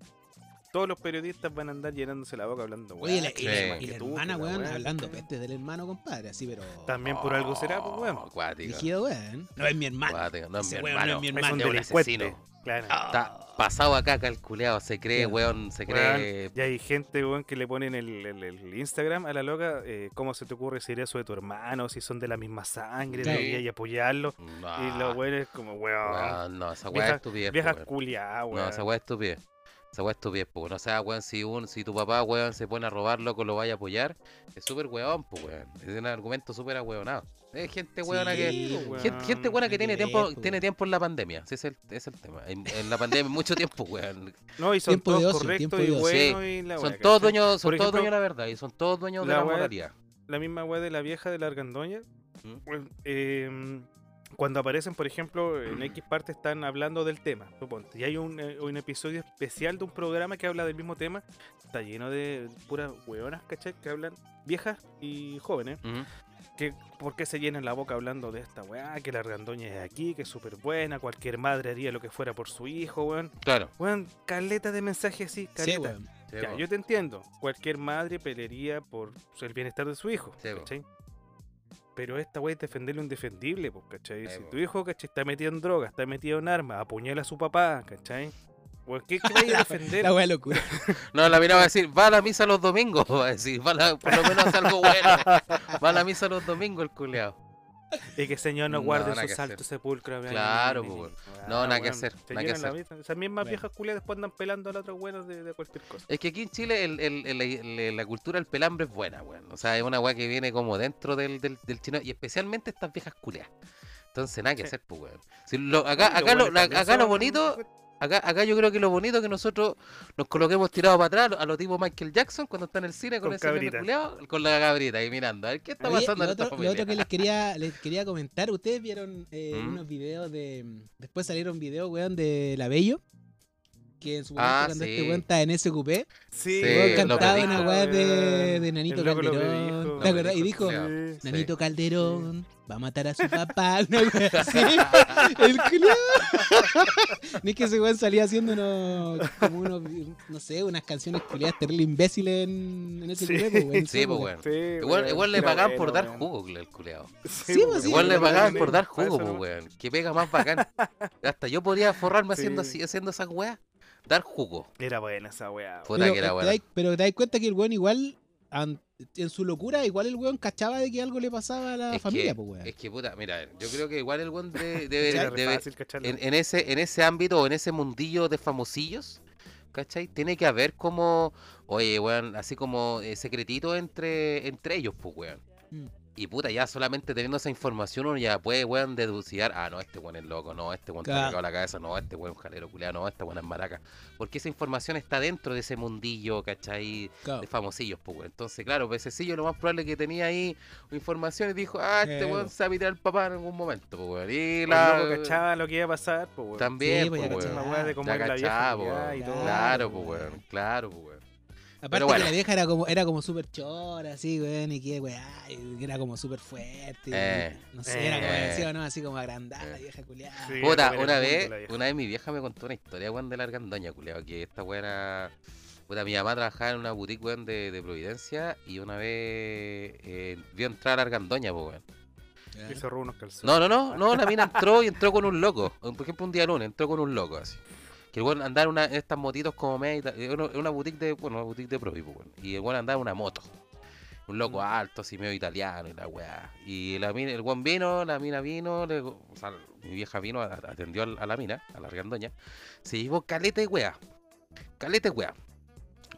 Speaker 1: Todos los periodistas van a andar llenándose la boca hablando, weón.
Speaker 3: Oye, la, y, la-
Speaker 2: sí.
Speaker 3: y la
Speaker 1: que tú,
Speaker 3: hermana,
Speaker 1: que pues, la
Speaker 3: weón,
Speaker 1: weá,
Speaker 3: hablando
Speaker 1: ¿cachai?
Speaker 3: peste del hermano, compadre, así, pero.
Speaker 1: También por algo será, pues,
Speaker 2: Oh,
Speaker 1: weón.
Speaker 2: cuático,
Speaker 3: Dirigido, weón. No es mi hermano.
Speaker 2: cuático, No es mi
Speaker 3: Ese weón no
Speaker 2: hermano.
Speaker 3: es mi
Speaker 1: Es un
Speaker 3: hermano.
Speaker 2: de- un
Speaker 1: delincuente.
Speaker 2: asesino.
Speaker 1: Claro.
Speaker 3: Ah,
Speaker 2: Está pasado acá, calculado. Se cree,
Speaker 3: Claro.
Speaker 2: weón, se cree.
Speaker 1: Weón, y hay gente, weón, que le ponen el, el- el Instagram a la loca, eh, ¿cómo se te ocurre si eres eso de tu hermano? Si son de la misma sangre,
Speaker 3: Claro. Ah.
Speaker 1: debería y apoyarlo.
Speaker 2: No,
Speaker 1: Y los weones como, weón,
Speaker 2: weón, Ah, no, esa weá es
Speaker 1: Vieja-
Speaker 2: estupidez. po,
Speaker 1: viejas
Speaker 2: weón.
Speaker 1: culiadas, weón.
Speaker 2: No, esa weá es estupidez. Esa weá es estupidez, po. No sea, weón, si, un, si tu papá, weón, se pone a robar, loco, lo vaya a apoyar. Es súper weón, po, weón. Es un argumento súper ahueonado. Es gente weona
Speaker 3: Sí,
Speaker 2: que.
Speaker 3: po,
Speaker 1: weón.
Speaker 2: Gente, gente buena que
Speaker 3: Hay que
Speaker 2: tiene
Speaker 3: ver,
Speaker 2: tiempo,
Speaker 3: po,
Speaker 2: tiene
Speaker 3: weón.
Speaker 2: tiempo en la pandemia. Ese es el, ese es el tema. En, en la pandemia, mucho tiempo, weón.
Speaker 1: No, y son
Speaker 3: Tiempo de
Speaker 1: todos
Speaker 3: ocio, tiempo
Speaker 1: correctos
Speaker 3: de
Speaker 1: y
Speaker 3: ocio.
Speaker 1: buenos y la
Speaker 2: Son
Speaker 1: weá,
Speaker 2: todos
Speaker 1: ¿cachai?
Speaker 2: dueños, son
Speaker 1: Por
Speaker 2: todos
Speaker 1: ejemplo,
Speaker 2: dueños de la verdad y son todos dueños de
Speaker 1: la
Speaker 2: la
Speaker 1: weá-
Speaker 2: moralidad.
Speaker 1: La misma weá de la vieja de la argandoña.
Speaker 2: ¿Mm?
Speaker 1: weón, eh, cuando aparecen, por ejemplo, en X parte están hablando del tema, suponte. Y hay un, eh, un episodio especial de un programa que habla del mismo tema. Está lleno de puras weonas, ¿cachai? Que hablan viejas y jóvenes.
Speaker 2: Ujú.
Speaker 1: que ¿Por qué se llenan la boca hablando de esta weá? Que la argandoña es aquí, que es súper buena. Cualquier madre haría lo que fuera por su hijo, weón.
Speaker 2: Claro.
Speaker 1: Weón, caleta de mensajes así, caleta.
Speaker 3: Sí, weón.
Speaker 1: Ya, yo te entiendo. Cualquier madre pelearía por el bienestar de su hijo.
Speaker 2: Sí, po.
Speaker 1: ¿cachai? Pero esta wey es defenderle un defendible, pues, ¿cachai?
Speaker 2: Sí,
Speaker 1: si
Speaker 2: po.
Speaker 1: tu hijo, ¿cachai? Está metido en droga, está metido en armas, apuñala a su papá, ¿cachai? Weón, ¿Qué, qué vais a defender?
Speaker 3: La wea locura.
Speaker 2: No, la mina va a decir, va a la misa los domingos, va a decir, va a la- por lo menos hace algo bueno. Va a la misa los domingos el culeado.
Speaker 1: Y que señor no
Speaker 2: No,
Speaker 1: guarde
Speaker 2: nada
Speaker 1: su
Speaker 2: que
Speaker 1: salto
Speaker 2: hacer.
Speaker 1: sepulcro. bla, bla,
Speaker 2: Claro,
Speaker 1: bla,
Speaker 2: po,
Speaker 1: bla,
Speaker 2: weón.
Speaker 1: bla.
Speaker 2: No,
Speaker 1: Ah,
Speaker 2: nada que
Speaker 1: weón,
Speaker 2: hacer,
Speaker 1: se
Speaker 2: nada que
Speaker 1: llenan la
Speaker 2: hacer.
Speaker 1: vida. Esas mismas
Speaker 3: Bueno.
Speaker 1: viejas culias después andan pelando a las otras buenas de, de cualquier cosa.
Speaker 2: Es que aquí en Chile el- el- el- el- el- la cultura del pelambre es buena, weón. O sea, es una weá que viene como dentro del, del, del chino. Y especialmente estas viejas culeas. Entonces, nada que
Speaker 1: Sí.
Speaker 2: hacer, pues, weón. Si lo- acá,
Speaker 1: Y los
Speaker 2: acá, lo,
Speaker 1: buenos
Speaker 2: la-
Speaker 1: también
Speaker 2: acá lo
Speaker 1: son-
Speaker 2: bonito, acá, acá yo creo que lo bonito es que nosotros nos coloquemos tirados para atrás a lo- a los tipo Michael Jackson cuando está en el cine con,
Speaker 1: Con
Speaker 2: ese meme
Speaker 1: cabrita.
Speaker 2: culeado, con la cabrita y mirando. A ver qué está
Speaker 3: Oye,
Speaker 2: pasando
Speaker 3: lo,
Speaker 2: en esta
Speaker 3: otro, lo
Speaker 2: familia.
Speaker 3: otro que les quería, les quería comentar, ustedes vieron eh,
Speaker 2: ¿Mm?
Speaker 3: unos videos de. Después salieron videos, weón, de Labello. Que en su momento
Speaker 2: Ah,
Speaker 3: cuando
Speaker 2: sí.
Speaker 3: este weón está en SQP,
Speaker 1: Sí,
Speaker 2: Sí,
Speaker 3: weón,
Speaker 2: lo
Speaker 3: cantaba
Speaker 2: predijo.
Speaker 3: una weá de, de Nanito
Speaker 1: El loco lo
Speaker 3: Calderón.
Speaker 1: predijo.
Speaker 3: ¿Te acordás?
Speaker 2: Lo
Speaker 3: Y dijo,
Speaker 2: predijo, sí. Sí.
Speaker 3: Nanito Calderón va a matar a su papá. Una weá así. El culiao. Ni que ese weón salía haciendo unos, como unos, no sé, unas canciones culiadas terrible imbéciles en, en ese
Speaker 1: Sí.
Speaker 3: culiao, pues, weón, en su
Speaker 2: Sí, pues,
Speaker 3: época.
Speaker 2: weón.
Speaker 1: Sí,
Speaker 2: Igual,
Speaker 1: weón,
Speaker 2: igual le
Speaker 1: era
Speaker 2: pagaban por
Speaker 1: bueno,
Speaker 2: dar
Speaker 1: weón.
Speaker 2: jugo, el culeado.
Speaker 3: Sí,
Speaker 1: pues,
Speaker 3: pues, sí,
Speaker 2: Igual le
Speaker 3: pero no
Speaker 2: pagaban
Speaker 3: tiene-
Speaker 2: por dar
Speaker 1: para
Speaker 2: jugo,
Speaker 1: eso
Speaker 2: po,
Speaker 1: nomás.
Speaker 2: weón. Que pega más bacán. Hasta yo podría forrarme
Speaker 1: Sí.
Speaker 2: haciendo así, haciendo esas weas. Dar jugo.
Speaker 1: Era buena esa weá.
Speaker 2: Puta
Speaker 3: Pero,
Speaker 2: que era
Speaker 3: te
Speaker 2: buena.
Speaker 3: dais- pero te das cuenta que el weón igual, an- en su locura, igual el weón cachaba de que algo le pasaba a la
Speaker 2: Es
Speaker 3: familia,
Speaker 2: que,
Speaker 3: pues weón.
Speaker 2: es que puta, mira, yo creo que igual el weón de-
Speaker 1: Era
Speaker 2: debe,
Speaker 1: re
Speaker 2: debe-
Speaker 1: fácil cacharla.
Speaker 2: en, en ese, en ese ámbito o en ese mundillo de famosillos, ¿cachai? Tiene que haber como, oye, weón, así como eh, secretito entre, entre ellos, pues, weón.
Speaker 3: Mm.
Speaker 2: Y puta, ya solamente teniendo esa información uno ya puede, weón, deducir, ah, no, este weón es loco, no, este weón
Speaker 3: Claro.
Speaker 2: está pegado a la cabeza, no, este weón es un jalero culiao, no, este weón es maraca. Porque esa información está dentro de ese mundillo, ¿cachai?
Speaker 3: Claro.
Speaker 2: de famosillos, pues, weón. Entonces, claro, Pececillo lo más probable que tenía ahí información y dijo, ah, este
Speaker 3: Eh,
Speaker 2: weón
Speaker 3: po.
Speaker 2: se va a tirar al papá en algún momento, pues, weón. Y
Speaker 1: El
Speaker 2: la...
Speaker 1: loco cachaba lo que iba a pasar, pues, weón.
Speaker 2: También,
Speaker 3: Sí, pues,
Speaker 2: pues,
Speaker 3: ya
Speaker 1: La
Speaker 2: weón.
Speaker 1: misma
Speaker 3: cachaba.
Speaker 1: weá de cómo
Speaker 2: Ya
Speaker 1: era la
Speaker 2: cachaba,
Speaker 1: vieja culiá
Speaker 2: weón.
Speaker 1: y todo.
Speaker 2: Claro, pues,
Speaker 3: weón.
Speaker 2: weón. Claro, pues, weón.
Speaker 3: Aparte
Speaker 2: pero
Speaker 3: que
Speaker 2: bueno.
Speaker 3: la vieja era como, era como súper chora, así, weón, y que weá, y que era como súper fuerte. y
Speaker 2: Eh.
Speaker 3: no sé, era como
Speaker 2: Eh.
Speaker 3: decía, ¿no? Así como agrandada,
Speaker 2: Eh.
Speaker 3: vieja culiada.
Speaker 1: Sí.
Speaker 2: Puta,
Speaker 1: como era
Speaker 2: una
Speaker 1: el mundo,
Speaker 2: vez,
Speaker 1: la vieja.
Speaker 2: una vez mi vieja me contó una historia, weón, de la argandoña, culiao, que esta weón era... Puta, mi mamá trabajaba en una boutique, weón, de, de Providencia y una vez eh, vio entrar a la argandoña, pues, weón.
Speaker 1: Y se robó unos calzones.
Speaker 2: No, no, no, no, la mina entró y entró con un loco. Por ejemplo, un día lunes entró con un loco así. Que el weón andaba en una, en estas motitos como media. ita- Era una- una boutique de. Bueno, una boutique de propi, pues, weón. Y el weón andaba en una moto. Un loco alto, así medio italiano y la weá. Y la mina, el weón vino, la mina vino, le- o sea, mi vieja vino, a- atendió al- a la mina, a la argandoña. Se llevó caleta de weá. Caleta de weá.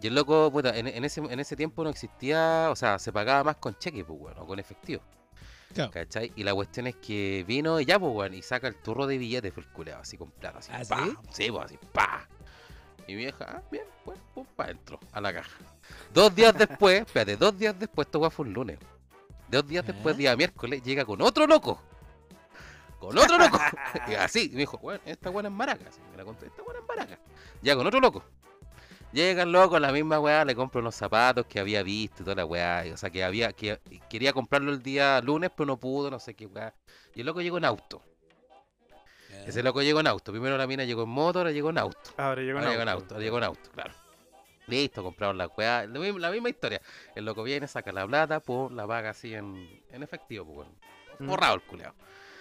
Speaker 2: Y el loco, puta, en, en ese, en ese tiempo no existía, o sea, se pagaba más con cheque, pues, weón, o con efectivo.
Speaker 3: Claro.
Speaker 2: ¿Cachai? Y la cuestión es que vino y ya, pues, weón, y saca el turro de billetes, pues, el culeado, así con plata, así,
Speaker 3: ¿Ah,
Speaker 2: pa,
Speaker 3: sí?
Speaker 2: sí, pues, así, pa. Y mi vieja, ah, bien, pues, pum, pa, entró a la caja. Dos días después, espérate, dos días después, esto weón, fue un lunes. Dos días después,
Speaker 3: ¿Ah?
Speaker 2: día miércoles, llega con otro loco. Con otro loco. Y así, y me dijo, weón, esta buena es maraca. así, me la contó, esta buena es maraca. Ya con otro loco. Llega el loco, la misma weá, le compro unos zapatos que había visto y toda la weá. y, O sea, que había, que quería comprarlo el día lunes, pero no pudo, no sé qué weá. Y el loco llegó en auto.
Speaker 3: ¿Eh?
Speaker 2: Ese loco llegó en auto. Primero la mina llegó en moto, ahora llegó en auto.
Speaker 1: Ahora llegó
Speaker 2: Ahora llegó en
Speaker 1: un
Speaker 2: auto, ahora llegó en auto, claro. Listo, compraron la weá. La misma, la misma historia. El loco viene, saca la plata, pum, la paga así en, en efectivo, pues, weón.
Speaker 1: Mm.
Speaker 2: Borrado el culeado.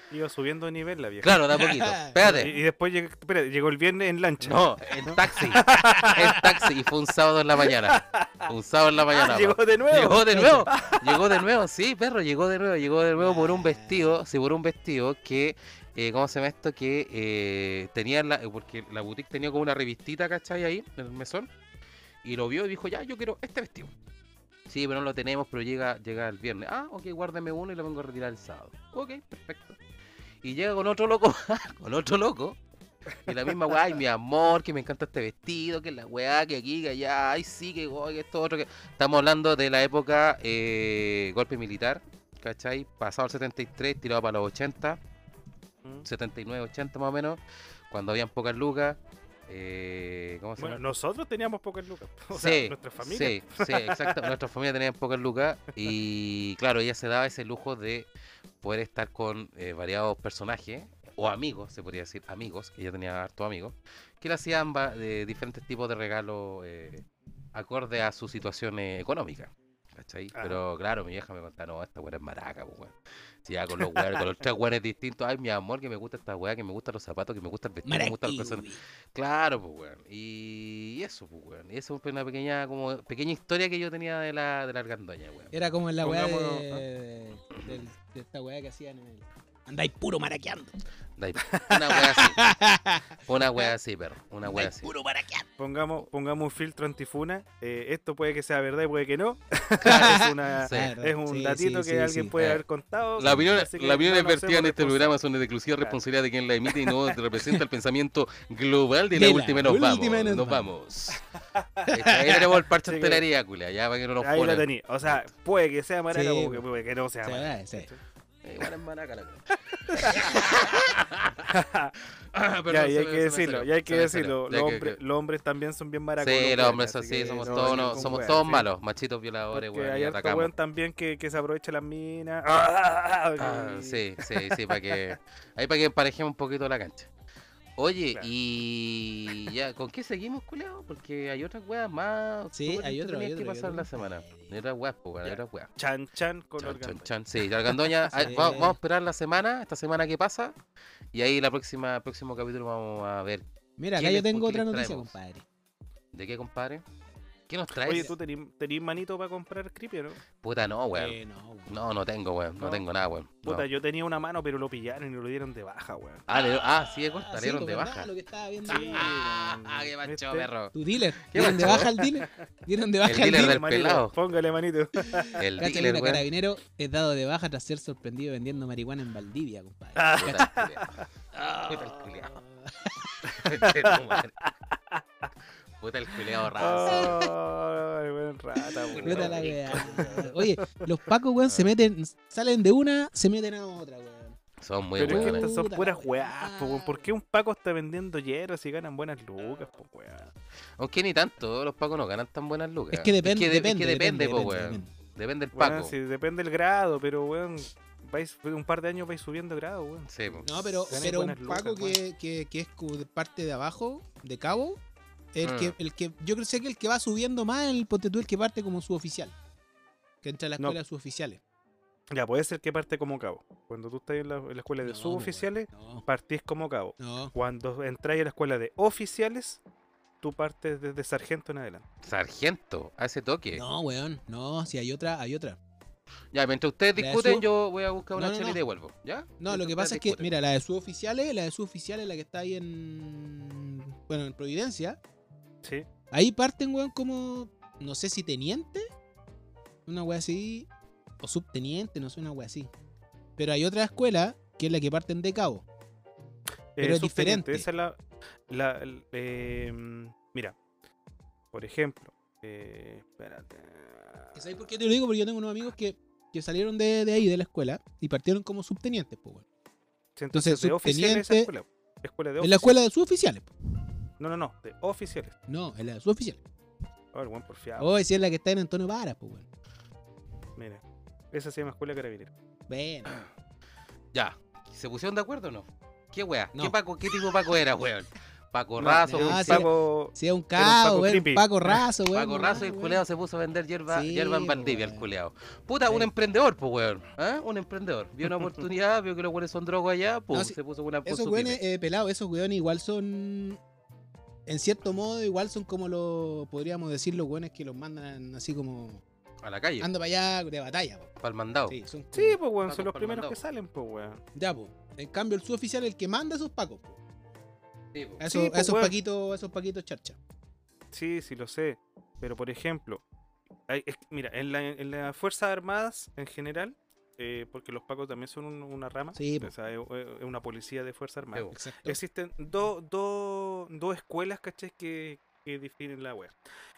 Speaker 1: Iba subiendo de nivel la vieja.
Speaker 2: Claro, da poquito. Espérate.
Speaker 1: Y, y después llegó, espera, llegó el viernes en lancha.
Speaker 2: No, en taxi. En taxi. Y fue un sábado en la mañana. Un sábado en la mañana.
Speaker 1: Ah,
Speaker 2: pa.
Speaker 1: llegó de nuevo.
Speaker 2: Llegó de nuevo. Llegó de nuevo, sí, perro. Llegó de nuevo. Llegó de nuevo por un vestido. Sí, por un vestido que. eh, ¿Cómo se llama esto? Que eh, tenía. La, eh, porque la boutique tenía como una revistita, ¿cachai? Ahí, en el mesón. Y lo vio y dijo, ya, yo quiero este vestido. Sí, pero no lo tenemos, pero llega, llega el viernes. Ah, ok, guárdame uno y lo vengo a retirar el sábado. Ok, perfecto. Y llega con otro loco, con otro loco. Y la misma weá, ay, mi amor, que me encanta este vestido, que la weá, que aquí, que allá, ay, sí, que guay, que esto, otro, que... Estamos hablando de la época eh, golpe militar, ¿cachai? Pasado el 73, tirado para los 80,
Speaker 1: Mm.
Speaker 2: 79, 80 más o menos, cuando habían pocas lucas. Eh, ¿Cómo se
Speaker 1: Bueno,
Speaker 2: llama?
Speaker 1: nosotros teníamos pocas lucas. O sea,
Speaker 2: Sí,
Speaker 1: nuestra familia.
Speaker 2: Sí, sí, exacto. Nuestra familia tenía pocas lucas y claro, ella se daba ese lujo de poder estar con eh, variados personajes o amigos, se podría decir, amigos, que ella tenía harto amigos, que le hacían va- de diferentes tipos de regalos eh, acorde a su situación eh, económica. ¿Cachai?
Speaker 1: Ajá.
Speaker 2: Pero claro, mi vieja me contaba, no, esta weá es maraca, pues weón. Si ya con los weones, con los tres weones distintos, ay mi amor, que me gusta esta weá, que me gustan los zapatos, que me gusta el vestido, que me gustan los calzones. Claro, pues, weón. Y y eso, pues, weón. Y eso fue una pequeña, como, pequeña historia que yo tenía de la, de la argandoña, weón.
Speaker 3: Era como en la weá de,
Speaker 1: Pongámonos,
Speaker 3: del, de esta weá que hacían en el. Andáis puro maraqueando.
Speaker 2: Da- Una wea así. Una wea así, perro. Una wea
Speaker 3: Andáis
Speaker 2: así.
Speaker 3: puro maraqueando.
Speaker 1: Pongamos, pongamos un filtro antifuna. eh, esto puede que sea verdad y puede que no. es, una-
Speaker 2: Sí.
Speaker 3: Ah,
Speaker 1: es un datito que alguien puede
Speaker 2: Eh,
Speaker 1: haber contado.
Speaker 2: La opinión,
Speaker 1: así que
Speaker 2: la opinión
Speaker 1: no nos
Speaker 2: vertida en
Speaker 1: hacemos
Speaker 2: este programa son de exclusiva
Speaker 1: Claro.
Speaker 2: responsabilidad de quien la emite y no representa el pensamiento global de la,
Speaker 3: De la
Speaker 2: última. y Nos
Speaker 3: última y
Speaker 2: vamos. Nos,
Speaker 3: nos
Speaker 2: vamos. Este, Ahí tenemos el parche
Speaker 1: Así que-
Speaker 2: de la heríacula, ya para que no nos
Speaker 1: Ahí la
Speaker 2: ponen.
Speaker 1: tenía. O sea, puede que sea maraca
Speaker 3: Sí,
Speaker 1: o que, puede que no sea
Speaker 3: Sí,
Speaker 1: maraca.
Speaker 3: ah, sí.
Speaker 2: Eh, igual es maraca la wea. Ah,
Speaker 1: ya,
Speaker 2: perdón,
Speaker 1: y
Speaker 2: se
Speaker 1: hay que
Speaker 2: me- se me
Speaker 1: decirlo,
Speaker 2: salió,
Speaker 1: ya hay
Speaker 2: se
Speaker 1: que
Speaker 2: me
Speaker 1: decirlo.
Speaker 2: salió. Ya
Speaker 1: Los
Speaker 2: que-
Speaker 1: hombres- los hombres también son bien maracos.
Speaker 2: Sí, los hombres son
Speaker 1: weones,
Speaker 2: así,
Speaker 1: que
Speaker 2: somos
Speaker 1: no
Speaker 2: todos,
Speaker 1: vengan
Speaker 2: unos-
Speaker 1: con
Speaker 2: somos
Speaker 1: weas,
Speaker 2: todos
Speaker 1: sí.
Speaker 2: malos, machitos violadores,
Speaker 1: Porque
Speaker 2: weón,
Speaker 1: hay
Speaker 2: y
Speaker 1: harto
Speaker 2: atacamos.
Speaker 1: weón también que, que se aprovechan las minas. Ah,
Speaker 2: Ah,
Speaker 1: y-
Speaker 2: sí, sí, sí, para que. Ahí para que emparejemos un poquito la cancha. Oye,
Speaker 1: Claro.
Speaker 2: y ya, ¿con qué seguimos, culiao? Porque hay otras weas más.
Speaker 3: Sí,
Speaker 2: súper
Speaker 3: hay otro, hay
Speaker 2: entretenidas que
Speaker 3: otro, hay
Speaker 2: pasar
Speaker 3: otro.
Speaker 2: la semana. Hay otras weas, pues, weón, hay
Speaker 1: Ya.
Speaker 2: otras weas.
Speaker 1: Chan chan con
Speaker 2: Chan, chan,
Speaker 1: orgasmo.
Speaker 2: chan. Sí, la Argandoña, ah,
Speaker 3: Sí.
Speaker 2: va- vamos a esperar la semana, esta semana que pasa. Y ahí la próxima, próximo capítulo vamos a ver.
Speaker 3: Mira, acá
Speaker 2: ¿Quiénes
Speaker 3: yo tengo
Speaker 2: putas
Speaker 3: otra
Speaker 2: les traemos?
Speaker 3: noticia, compadre.
Speaker 2: ¿De qué, compadre? ¿Qué nos traes?
Speaker 1: Oye, tú tenís tenís manito para comprar creepy, o ¿no?
Speaker 2: Puta, no, weón.
Speaker 3: Eh, no, weón.
Speaker 2: No, no tengo, weón. No,
Speaker 1: No.
Speaker 2: tengo nada, weón. No.
Speaker 1: Puta, yo tenía una mano, pero lo pillaron y lo dieron de baja, weón.
Speaker 2: Ah, le- ah, sí, de corta,
Speaker 3: Ah,
Speaker 2: le
Speaker 3: sí,
Speaker 2: dieron
Speaker 3: pues,
Speaker 2: de
Speaker 3: verdad,
Speaker 2: baja.
Speaker 3: Lo Este, que estaba viendo yo.
Speaker 2: Ah, qué macho,
Speaker 1: ¿Viste?
Speaker 2: perro.
Speaker 3: Tu dealer.
Speaker 2: ¿Qué
Speaker 3: ¿Dieron de
Speaker 2: macho?
Speaker 3: baja el dealer? ¿Dieron de baja el
Speaker 2: dealer
Speaker 3: dealer?
Speaker 2: del pelado.
Speaker 1: Póngale manito.
Speaker 2: El
Speaker 3: Cacha,
Speaker 2: dealer,
Speaker 3: ah, mira,
Speaker 2: weón.
Speaker 3: carabinero es dado de baja tras ser sorprendido vendiendo marihuana en Valdivia, compadre.
Speaker 2: Puta el culiao. Ah. Puta el culiao. Conche tu madre. Puta el
Speaker 3: Ah.
Speaker 2: culiao raso.
Speaker 1: Ay, buen rata, weón.
Speaker 3: Oh, Puta la
Speaker 2: Qué
Speaker 3: weá. Oye, los pacos, weón,
Speaker 2: Ah.
Speaker 3: se meten, salen de una, se meten a otra, weón.
Speaker 2: Son muy
Speaker 1: Pero es que
Speaker 3: buena.
Speaker 2: buenos.
Speaker 1: estas son
Speaker 3: Puta la
Speaker 1: puras
Speaker 3: weá.
Speaker 1: weás, po, weón. ¿Por qué un Paco está vendiendo hierbas y ganan buenas lucas, po, weón?
Speaker 2: Aunque ni tanto, los pacos no ganan tan buenas lucas.
Speaker 3: Es que depende,
Speaker 2: de-
Speaker 3: depende,
Speaker 2: es que depende, po,
Speaker 3: depende,
Speaker 2: weón.
Speaker 3: depende.
Speaker 2: Depende el
Speaker 1: Weón,
Speaker 2: paco.
Speaker 1: sí, depende del grado, pero weón, vais, un par de años vais subiendo grado, weón.
Speaker 2: Sí, po.
Speaker 3: No, pero,
Speaker 1: Ganan
Speaker 3: pero un
Speaker 1: Pues, buenas lucas,
Speaker 3: paco que, que, que es cu- de parte de abajo, de cabo, el
Speaker 2: Mm.
Speaker 3: que, el que, yo creo sé que el que va subiendo más, el ponte tú, el que parte como suboficial. Que entra a la
Speaker 1: No.
Speaker 3: escuela de suboficiales.
Speaker 1: Ya, puede ser que parte como cabo. Cuando tú estás en la, en la escuela de
Speaker 3: No, po,
Speaker 1: suboficiales,
Speaker 3: weón,
Speaker 1: partís como cabo.
Speaker 3: No, no.
Speaker 1: Cuando entráis a la escuela de oficiales, tú partes desde sargento en adelante.
Speaker 2: Sargento, a ese toque.
Speaker 3: No, weón, no, si hay otra, hay otra.
Speaker 2: Ya, mientras ustedes
Speaker 3: La de
Speaker 2: discuten,
Speaker 3: sur-
Speaker 2: yo voy a buscar una
Speaker 3: No, no,
Speaker 2: chela y
Speaker 3: no.
Speaker 2: te vuelvo. ¿Ya?
Speaker 3: No, lo
Speaker 2: Mientras
Speaker 3: que pasa
Speaker 2: ustedes
Speaker 3: es que,
Speaker 2: discuten.
Speaker 3: mira, la de suboficiales, la de suboficiales, la que está ahí en. Bueno, en Providencia.
Speaker 1: Sí.
Speaker 3: Ahí parten, weón, como. No sé si teniente. Una wea así. O subteniente, no sé, una wea así. Pero hay otra escuela que es la que parten de cabo. Pero es
Speaker 1: subteniente,
Speaker 3: diferente.
Speaker 1: Esa es la. la- l- eh, mira, por ejemplo. eh, espérate.
Speaker 3: ¿Sabes por qué te lo digo? Porque yo tengo unos amigos que, que salieron de, de ahí, de la escuela, y partieron como subtenientes, pues, weón.
Speaker 1: Sí,
Speaker 3: Entonces,
Speaker 1: de oficiales esa
Speaker 3: subteniente-
Speaker 1: escuela. escuela de
Speaker 3: En
Speaker 1: oficiales.
Speaker 3: la escuela de suboficiales, po.
Speaker 1: No, no, no, de oficiales.
Speaker 3: No, en la de suboficiales.
Speaker 1: A ver, buen porfiado.
Speaker 3: Oh, esa es la que está en Antonio Varas, pues, weón. Oh.
Speaker 1: Mira, esa se llama escuela carabinera.
Speaker 3: Bueno.
Speaker 2: Ya. ¿Se pusieron de acuerdo o no? ¿Qué wea? ¿Qué,
Speaker 3: No.
Speaker 2: Paco, ¿Qué tipo de Paco era, weón? Paco
Speaker 1: No,
Speaker 2: raso,
Speaker 3: no,
Speaker 2: un
Speaker 3: Ah, sí.
Speaker 1: Paco-
Speaker 3: Si es un
Speaker 1: Era un Paco
Speaker 3: cabo, weón,
Speaker 1: creepy.
Speaker 3: un Paco Razo, weón.
Speaker 2: Paco Razo y el
Speaker 3: weón.
Speaker 2: culeado se puso a vender hierba,
Speaker 3: Sí,
Speaker 2: hierba en
Speaker 3: pues,
Speaker 2: Valdivia, el
Speaker 3: weón.
Speaker 2: culeado. Puta, un
Speaker 3: Sí.
Speaker 2: emprendedor, pues, weón. ¿Ah? Un emprendedor. Vio una oportunidad, vio que los güeyes son drogos allá, pum,
Speaker 3: No, sí.
Speaker 2: se puso una con
Speaker 3: Esos
Speaker 2: su
Speaker 3: weones
Speaker 2: pyme.
Speaker 3: eh, pelados, esos weones igual son. En cierto modo, igual son como los. Podríamos decir los weones que los mandan así como.
Speaker 2: A la calle,
Speaker 3: Anda para allá de batalla, po.
Speaker 2: para el mandado.
Speaker 3: Sí, son.
Speaker 1: Sí,
Speaker 3: como-
Speaker 1: pues, weón,
Speaker 2: Paco
Speaker 1: son los
Speaker 2: pa'l
Speaker 1: primeros
Speaker 2: mandado.
Speaker 1: que salen, pues, weón.
Speaker 3: Ya, po. En cambio, el suboficial es el que manda a esos pacos, po.
Speaker 2: Sí, po.
Speaker 3: A
Speaker 1: Sí,
Speaker 3: esos, a
Speaker 1: po,
Speaker 3: esos
Speaker 1: weón.
Speaker 3: paquitos, a esos paquitos charcha.
Speaker 1: Sí, sí, lo sé. Pero, por ejemplo, hay- es que, mira, en, la- en las Fuerzas Armadas en general, eh, porque los pacos también son un- una rama,
Speaker 3: Sí,
Speaker 1: o
Speaker 3: po.
Speaker 1: sea, es es una policía de Fuerza Armada.
Speaker 2: po.
Speaker 3: Exacto.
Speaker 1: Existen do- do- dos escuelas, ¿cachai? Que, que definen la web.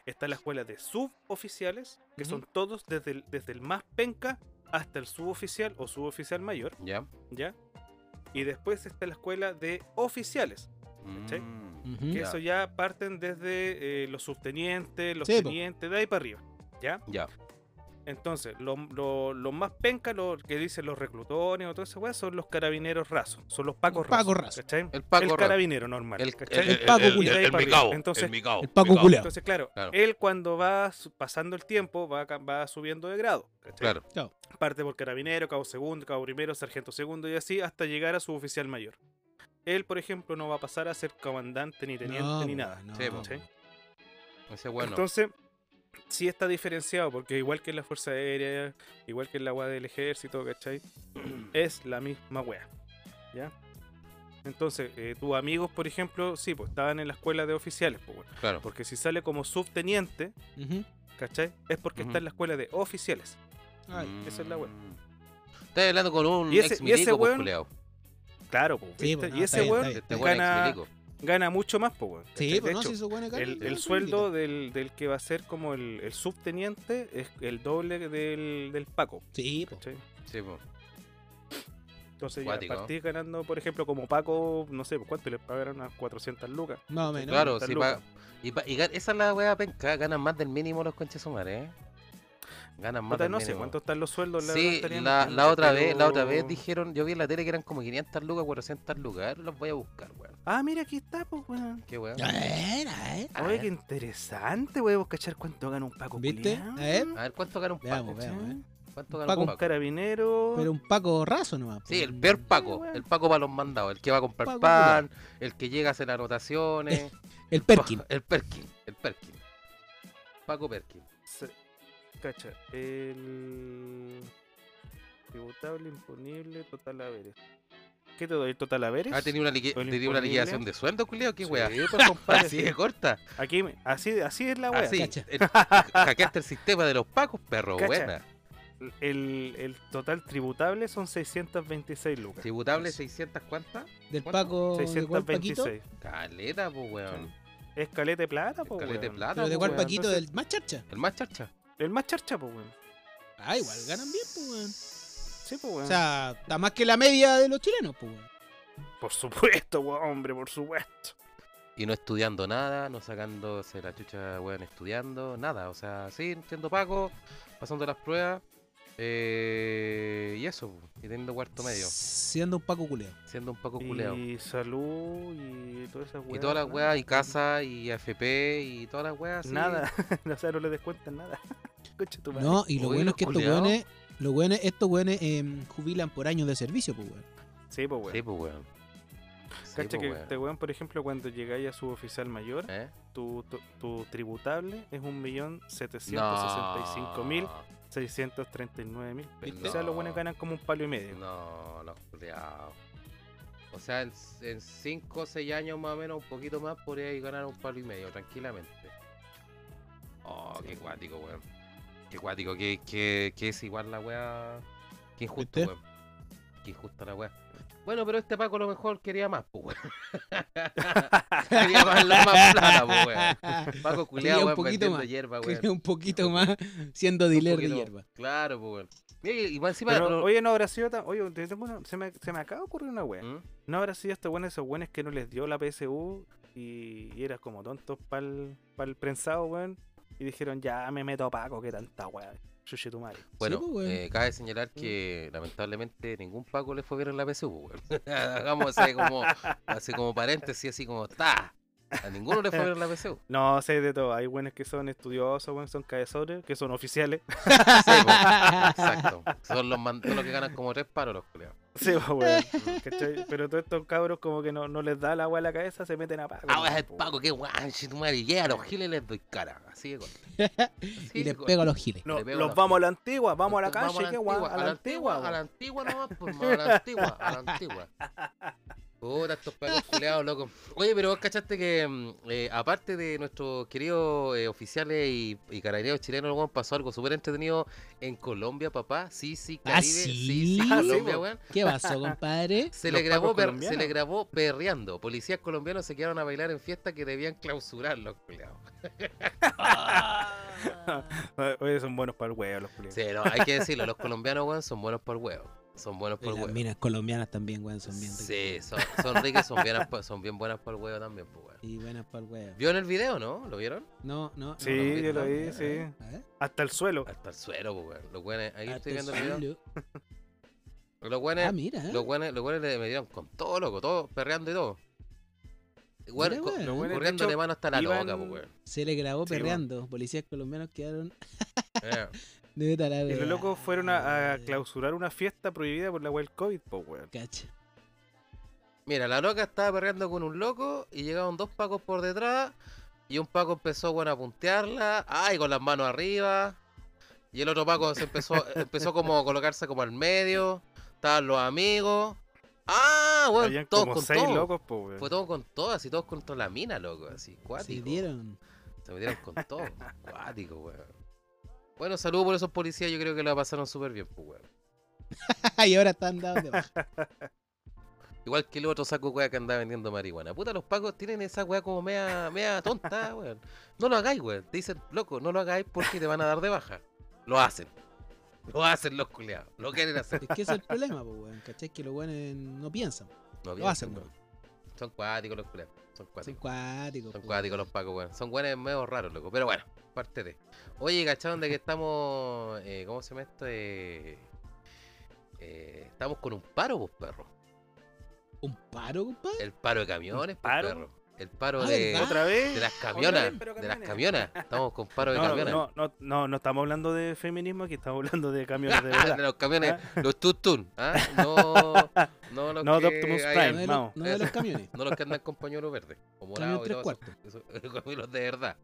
Speaker 1: Está la escuela de suboficiales, que son todos desde el, desde el más penca hasta el suboficial o suboficial mayor,
Speaker 2: ¿Ya?
Speaker 1: ¿ya? Y después está la escuela de oficiales, ¿Cachai?
Speaker 2: Mm.
Speaker 3: Ujú.
Speaker 1: que
Speaker 2: Ya.
Speaker 1: eso ya parten desde eh, los subtenientes, los
Speaker 3: Sí, po.
Speaker 1: tenientes, de ahí para arriba, ¿ya?
Speaker 2: Ya.
Speaker 1: Entonces, los lo, los más penca, los que dicen los reclutones o todo ese weá, son los carabineros rasos, son los pacos
Speaker 3: Los pacos
Speaker 1: rasos,
Speaker 3: rasos.
Speaker 1: ¿cachai?
Speaker 2: El Paco
Speaker 1: el
Speaker 2: Razo.
Speaker 1: carabinero normal.
Speaker 2: El,
Speaker 1: ¿cachai?
Speaker 3: el- Paco
Speaker 1: culiao.
Speaker 2: El,
Speaker 1: Ahí para arriba.
Speaker 2: micao.
Speaker 1: Entonces-
Speaker 2: el micao.
Speaker 3: El Paco
Speaker 2: micao.
Speaker 3: culeado.
Speaker 1: Entonces, claro,
Speaker 2: Claro.
Speaker 1: él cuando va su- pasando el tiempo va, ca- va subiendo de grado. ¿cachai?
Speaker 2: Claro.
Speaker 1: Parte por carabinero, cabo segundo, cabo primero, sargento segundo y así hasta llegar a su oficial mayor. Él, por ejemplo, no va a pasar a ser comandante ni teniente ni nada.
Speaker 2: Sí, po.
Speaker 1: ¿cachai?
Speaker 2: Ese bueno.
Speaker 1: Entonces, sí está diferenciado, porque igual que en la Fuerza Aérea, igual que en la weá del ejército, ¿cachai? es la misma weá. ¿Ya? Entonces, eh, tus amigos, por ejemplo, sí, pues estaban en la escuela de oficiales, pues, weón.
Speaker 2: Claro.
Speaker 1: porque si sale como subteniente,
Speaker 3: Ujú.
Speaker 1: ¿cachai? Es porque
Speaker 2: Ujú.
Speaker 1: está en la escuela de oficiales.
Speaker 2: Mm.
Speaker 1: esa es la wea.
Speaker 2: Estás hablando con un
Speaker 1: Y ese-
Speaker 2: ex
Speaker 1: y ese
Speaker 2: milico,
Speaker 1: weón-
Speaker 2: culeado.
Speaker 1: Claro, pues,
Speaker 3: Sí,
Speaker 1: ¿viste?
Speaker 3: pues, no,
Speaker 1: y
Speaker 3: está
Speaker 1: ese
Speaker 3: bien,
Speaker 1: weón
Speaker 3: está bien.
Speaker 2: Este weón ex
Speaker 1: gana,
Speaker 2: milico.
Speaker 1: gana mucho más, pues, weón, ¿cachai?
Speaker 3: Sí,
Speaker 1: De
Speaker 3: pues no,
Speaker 1: hecho,
Speaker 3: si se supone acá.
Speaker 1: el, el sueldo del, del que va a ser como el, el subteniente es el doble del, del Paco,
Speaker 3: Sí, pues.
Speaker 1: ¿cachai?
Speaker 2: Sí, po.
Speaker 1: Entonces ya
Speaker 2: Cuático.
Speaker 1: partís ganando, por ejemplo, como Paco, no sé, pues, ¿cuánto le pagaron? Unas 400 lucas.
Speaker 3: Más o menos.
Speaker 2: Claro,
Speaker 1: está
Speaker 2: sí,
Speaker 1: pues, loco.
Speaker 2: pa- y, pa- y gan- esa es la weá penca, ganan más del mínimo los conches sumares, ¿eh? Ganan más
Speaker 1: Puta,
Speaker 2: del
Speaker 1: no sé
Speaker 2: mínimo.
Speaker 1: cuánto están los sueldos. la verdad,
Speaker 2: sí,
Speaker 1: estaría
Speaker 2: la,
Speaker 1: buscando,
Speaker 2: la otra vez, la otra
Speaker 1: pero-
Speaker 2: vez dijeron, yo vi en la tele que eran como 500 lucas, 400 lucas, ahora los voy a buscar, weón.
Speaker 1: Ah, mira, aquí está, pues, weón.
Speaker 2: Qué weón.
Speaker 3: A ver, a ver.
Speaker 2: A
Speaker 1: Oye,
Speaker 2: ver.
Speaker 1: qué interesante, weón. ¿Cachar cuánto gana un Paco
Speaker 3: ¿Viste?
Speaker 1: culiao?
Speaker 3: A ver.
Speaker 2: A ver, ¿cuánto gana un Paco?
Speaker 3: Veamos, veamos.
Speaker 1: ¿Cachai?
Speaker 3: eh.
Speaker 2: ¿Cuánto gana
Speaker 3: Paco,
Speaker 2: un
Speaker 1: Un
Speaker 2: Paco?
Speaker 1: carabinero.
Speaker 3: Pero un Paco raso nomás.
Speaker 2: Sí,
Speaker 3: po.
Speaker 2: el peor Paco,
Speaker 1: weón.
Speaker 2: el Paco para los mandados, el que va a comprar
Speaker 3: Paco
Speaker 2: pan, el que llega a hacer anotaciones,
Speaker 3: El Perkin.
Speaker 2: Pa- el Perkin, el Perkin. Paco Perkin.
Speaker 1: Se- Cacha, el. Tributable, imponible, total haberes. ¿Qué te doy? ¿Total haberes?
Speaker 2: Ah, tenía una, liqui-
Speaker 1: ¿O el
Speaker 2: tenía una
Speaker 1: imponible?
Speaker 2: liquidación de sueldo, culiao, qué
Speaker 1: Sí,
Speaker 2: weá.
Speaker 1: pues, compadre,
Speaker 2: Así de corta.
Speaker 1: Aquí, me- así, así es la weá.
Speaker 2: Así.
Speaker 3: Cacha.
Speaker 2: Ah, el- Hackeaste el sistema de los Pacos, perro,
Speaker 1: Cacha.
Speaker 2: buena.
Speaker 1: El, el total tributable son 626 lucas.
Speaker 2: Tributable
Speaker 1: Eso.
Speaker 2: 600 cuántas?
Speaker 3: Del
Speaker 2: ¿Cuánto?
Speaker 3: Paco. ¿De cuál Paquito?
Speaker 1: 626.
Speaker 2: Caleta, pues weón.
Speaker 1: Escalete plata, po,
Speaker 2: Caleta de
Speaker 1: weón.
Speaker 2: plata.
Speaker 3: ¿Pero de
Speaker 2: po,
Speaker 3: cuál
Speaker 2: weón.
Speaker 3: Paquito?
Speaker 1: entonces-
Speaker 3: Del más charcha.
Speaker 2: El más charcha.
Speaker 1: El más charcha, po, weón.
Speaker 3: Ah, igual, ganan bien, pues, weón.
Speaker 1: Sí, po, weón.
Speaker 3: O sea, está más que la media de los chilenos, pues, weón.
Speaker 1: por supuesto, weón, hombre, por supuesto.
Speaker 2: Y no estudiando nada, no sacándose la chucha, weón, estudiando, nada. O sea, sí, siendo Paco, pasando las pruebas. eh, y eso, po, y teniendo cuarto medio,
Speaker 3: Siendo un Paco culeo.
Speaker 2: siendo un Paco culeo.
Speaker 1: Y salud y todas esas weas.
Speaker 2: Pues Y todas las
Speaker 1: nada.
Speaker 2: weas, y casa, y AFP, y todas las weas. sí.
Speaker 1: Nada, o sea, no le descuentan nada. Concha tu madre.
Speaker 3: No, y lo
Speaker 2: Oye,
Speaker 3: bueno
Speaker 2: los
Speaker 3: es que estos
Speaker 2: culeados.
Speaker 3: weones, los weones, estos weones em, jubilan por años de servicio, pues, weón.
Speaker 1: Sí, po, weón.
Speaker 2: Sí, pues weón. Sí,
Speaker 1: Cacha
Speaker 2: po,
Speaker 1: que
Speaker 2: weón.
Speaker 1: este weón, por ejemplo, cuando llegáis a suboficial mayor,
Speaker 2: ¿Eh?
Speaker 1: tu, tu, tu tributable es 1.765.639.000
Speaker 2: No.
Speaker 1: pesos. O sea, los buenos
Speaker 2: No.
Speaker 1: ganan como un palo y medio.
Speaker 2: No, los culiados. O sea, en 5 o 6 años más o menos, un poquito más, podría ir ganar un palo y medio, tranquilamente. Oh, qué cuático, weón. Qué cuático, que, que, que es igual la weá. Qué injusto,
Speaker 3: ¿Viste?
Speaker 2: weón. Qué injusta la weá. Bueno, pero este Paco a lo mejor quería más, pues, weón. quería más, la más plata, pues, weón. Paco
Speaker 3: Quería
Speaker 2: culiado,
Speaker 3: un
Speaker 2: weón,
Speaker 3: poquito
Speaker 2: vendiendo
Speaker 3: más.
Speaker 2: hierba,
Speaker 3: Que
Speaker 2: weón.
Speaker 3: un poquito más siendo dealer de
Speaker 2: poquito-
Speaker 3: hierba.
Speaker 2: Claro, pues, weón. Mira, Y, y más encima.
Speaker 1: Pero,
Speaker 2: lo-
Speaker 1: oye, no habrá sido tan. Oye, te tengo una- se, me, se me acaba de ocurrir una wea.
Speaker 2: ¿Mm?
Speaker 1: No habrá sido estos buenos, esos buenos que no les dio la PSU y, y eras como tontos pa'l, pa'l prensado, weón. Y dijeron, ya me meto a Paco, que tanta wea. Chuche tu madre.
Speaker 2: Bueno,
Speaker 3: pues, weón.
Speaker 2: eh, cabe señalar
Speaker 1: Mm.
Speaker 2: que lamentablemente ningún Paco le fue bien en la PSU, weón. Hagamos así como, así como paréntesis, así como está. A ninguno le fue bien en la PSU.
Speaker 1: No, sé de todo. Hay buenos que son estudiosos, weón, son cabezones, que son oficiales.
Speaker 2: Sí, po, exacto. Son los, man- son los que ganan como tres paros los culiados.
Speaker 1: Sí, pues, weón. ¿cachai? Pero todos estos cabros como que no, no les da la agua a la cabeza, se meten a Paco.
Speaker 2: Ah, es el
Speaker 1: po,
Speaker 2: Paco, qué guay, si tu madre llega a los giles les doy cara. Así que
Speaker 3: y les pego a los giles.
Speaker 1: No,
Speaker 2: Le pego
Speaker 1: los
Speaker 2: la-
Speaker 1: vamos a la antigua, vamos a la
Speaker 2: Entonces,
Speaker 1: calle, qué guay, a la antigua.
Speaker 2: A la
Speaker 1: weón.
Speaker 2: antigua nomás, pues, a la antigua, a la antigua. Puta, estos pacos culeados, loco. Oye, pero vos cachaste que, mm, eh, aparte de nuestros queridos eh, oficiales y, y carabineros chilenos, weón, pasó algo súper entretenido en Colombia, papá. Sí, sí, Caribe.
Speaker 3: ¿Ah,
Speaker 2: sí,
Speaker 3: sí?
Speaker 1: Ah, sí,
Speaker 2: Colombia,
Speaker 1: po.
Speaker 2: weón.
Speaker 3: ¿Qué pasó, compadre?
Speaker 2: Se
Speaker 1: Los
Speaker 2: le, grabó
Speaker 1: pacos
Speaker 2: per- se
Speaker 1: colombianos.
Speaker 2: le grabó perreando. Policías colombianos se quedaron a bailar en fiestas que debían clausurar los culeados.
Speaker 1: Oye, son buenos para el huevo los culiados.
Speaker 2: Sí, no, hay que decirlo, los colombianos, weón, son buenos por huevo. Son buenos
Speaker 3: Y
Speaker 2: por
Speaker 3: las
Speaker 2: huevo.
Speaker 3: minas colombianas también, weón, son bien
Speaker 2: Sí,
Speaker 3: ricas.
Speaker 2: son, son ricas, son bien, son bien buenas para el huevo también, pues, weón.
Speaker 3: Y buenas para el weón.
Speaker 2: ¿Vieron el video, no? ¿Lo vieron?
Speaker 3: No, no.
Speaker 1: Sí,
Speaker 3: no,
Speaker 2: yo lo
Speaker 3: no,
Speaker 1: vi,
Speaker 3: no,
Speaker 1: sí.
Speaker 3: a ver, a ver.
Speaker 1: Hasta el suelo.
Speaker 2: Hasta el suero, pues, weón. Los weones, ahí
Speaker 3: Hasta
Speaker 2: estoy viendo el
Speaker 3: el
Speaker 2: video.
Speaker 3: suelo.
Speaker 2: Los weones,
Speaker 3: Ah, mira.
Speaker 2: los weones, los weones le me dieron con todo, loco, todo, perreando y todo. Weón,
Speaker 3: Mira,
Speaker 2: co-
Speaker 3: weón.
Speaker 1: Los buenos, de
Speaker 2: corriéndole
Speaker 1: hecho,
Speaker 2: mano hasta la
Speaker 1: iban-
Speaker 2: loca, pues, weón.
Speaker 3: Se le grabó
Speaker 1: Sí, weón.
Speaker 3: perreando. Policías colombianos quedaron
Speaker 2: Eh,
Speaker 3: de la
Speaker 1: Y los locos fueron a, a
Speaker 3: weá.
Speaker 1: clausurar una fiesta prohibida por la web COVID, po, weón.
Speaker 3: Cacha.
Speaker 2: Mira, la loca estaba perreando con un loco y llegaron dos pacos por detrás. Y un Paco empezó, bueno, a puntearla, ay, con las manos arriba. Y el otro Paco se empezó, empezó como a colocarse como al medio. Estaban los amigos. Ah, bueno,
Speaker 1: Habían
Speaker 2: todos
Speaker 1: como
Speaker 2: con
Speaker 1: seis
Speaker 2: todo.
Speaker 1: locos, po, weón.
Speaker 2: Fue todo con todo, así todos contra la mina, loco, así, cuático.
Speaker 3: Se dieron.
Speaker 2: Se metieron con todo, cuático, weón. Bueno, saludo por esos policías, yo creo que la pasaron súper bien, pues, weón.
Speaker 3: y ahora están dados de baja.
Speaker 2: Igual que el otro saco weá que andaba vendiendo marihuana. Puta, los pacos tienen esa weá como media, media tonta, weón. No lo hagáis, weón. Te dicen, loco, no lo hagáis porque te van a dar de baja. Lo hacen. Lo hacen los culiados. Lo quieren hacer.
Speaker 3: Es que ese es el problema, pues, weón. ¿Cachai? Que los weones no piensan.
Speaker 2: No
Speaker 3: Lo hacen,
Speaker 2: piensen,
Speaker 3: weón.
Speaker 2: weón. Son cuáticos los culiados. Son
Speaker 3: Son
Speaker 2: cuáticos.
Speaker 3: cuáticos.
Speaker 2: Son
Speaker 3: pues,
Speaker 2: cuáticos los pacos, weón. Son weones medio raros, loco. Pero bueno, parte de. Oye, ¿cacharon de que estamos. eh, ¿Cómo se llama esto? Eh, eh, estamos con un paro, vos, perro.
Speaker 3: ¿Un paro, compadre?
Speaker 2: El paro de camiones, pues,
Speaker 1: paro?
Speaker 2: perro. El paro
Speaker 3: Ah,
Speaker 2: de.
Speaker 3: ¿verdad?
Speaker 1: ¿Otra vez?
Speaker 2: De las
Speaker 1: Otra
Speaker 2: camionas,
Speaker 1: vez, pero
Speaker 2: de las
Speaker 1: camiones.
Speaker 2: camionas. Estamos con paro de
Speaker 1: No,
Speaker 2: camiones.
Speaker 1: no, no, no, no estamos hablando de feminismo, aquí estamos hablando de camiones de
Speaker 2: de
Speaker 1: verdad.
Speaker 2: los camiones, los tutun, ¿ah? No, no los
Speaker 1: No
Speaker 2: que
Speaker 1: de Optimus
Speaker 2: hay-
Speaker 3: No
Speaker 1: Prime.
Speaker 3: de,
Speaker 1: Vamos.
Speaker 3: los, no de los camiones.
Speaker 2: no los que andan con pañuelo verde o morado
Speaker 3: Camión
Speaker 2: y
Speaker 3: tres
Speaker 2: todo
Speaker 3: cuartos.
Speaker 2: eso. Eso- Los camiones de verdad.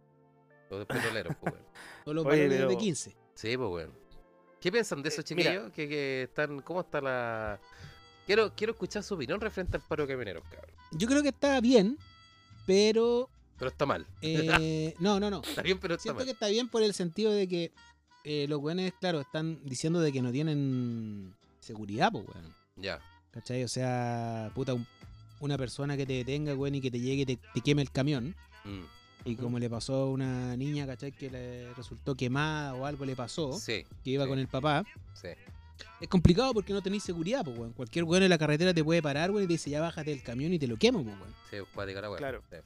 Speaker 2: Los de petroleros, pues, weón.
Speaker 3: O los
Speaker 1: Oye,
Speaker 3: varones de
Speaker 1: pero-
Speaker 3: 15.
Speaker 2: Sí, pues, weón. ¿Qué piensan de esos
Speaker 1: Eh, mira.
Speaker 2: chiquillos? que, que están, ¿Cómo está la...? Quiero, quiero escuchar su opinión referente al paro de camioneros, cabrón.
Speaker 3: Yo creo que está bien, pero.
Speaker 2: Pero está mal.
Speaker 3: eh, no, no, no.
Speaker 2: Está bien, pero está
Speaker 3: Siento
Speaker 2: mal.
Speaker 3: que está bien por el sentido de que eh, los weones, claro, están diciendo de que no tienen seguridad, pues, weón.
Speaker 2: Ya.
Speaker 3: ¿Cachai? O sea, puta, un- una persona que te detenga, weón, y que te llegue y te, te queme el camión.
Speaker 2: Mm.
Speaker 3: Y como le pasó a una niña, ¿cachai? Que le resultó quemada o algo le pasó,
Speaker 2: Sí,
Speaker 3: que iba
Speaker 2: sí.
Speaker 3: con el papá.
Speaker 2: sí.
Speaker 3: Es complicado porque no tenéis seguridad, pues, weón. Cualquier weón en la carretera te puede parar, weón, y te dice, ya bájate del camión y te lo quemo, pues, weón.
Speaker 2: Sí, cuática la weá.
Speaker 1: Claro.
Speaker 2: Sí.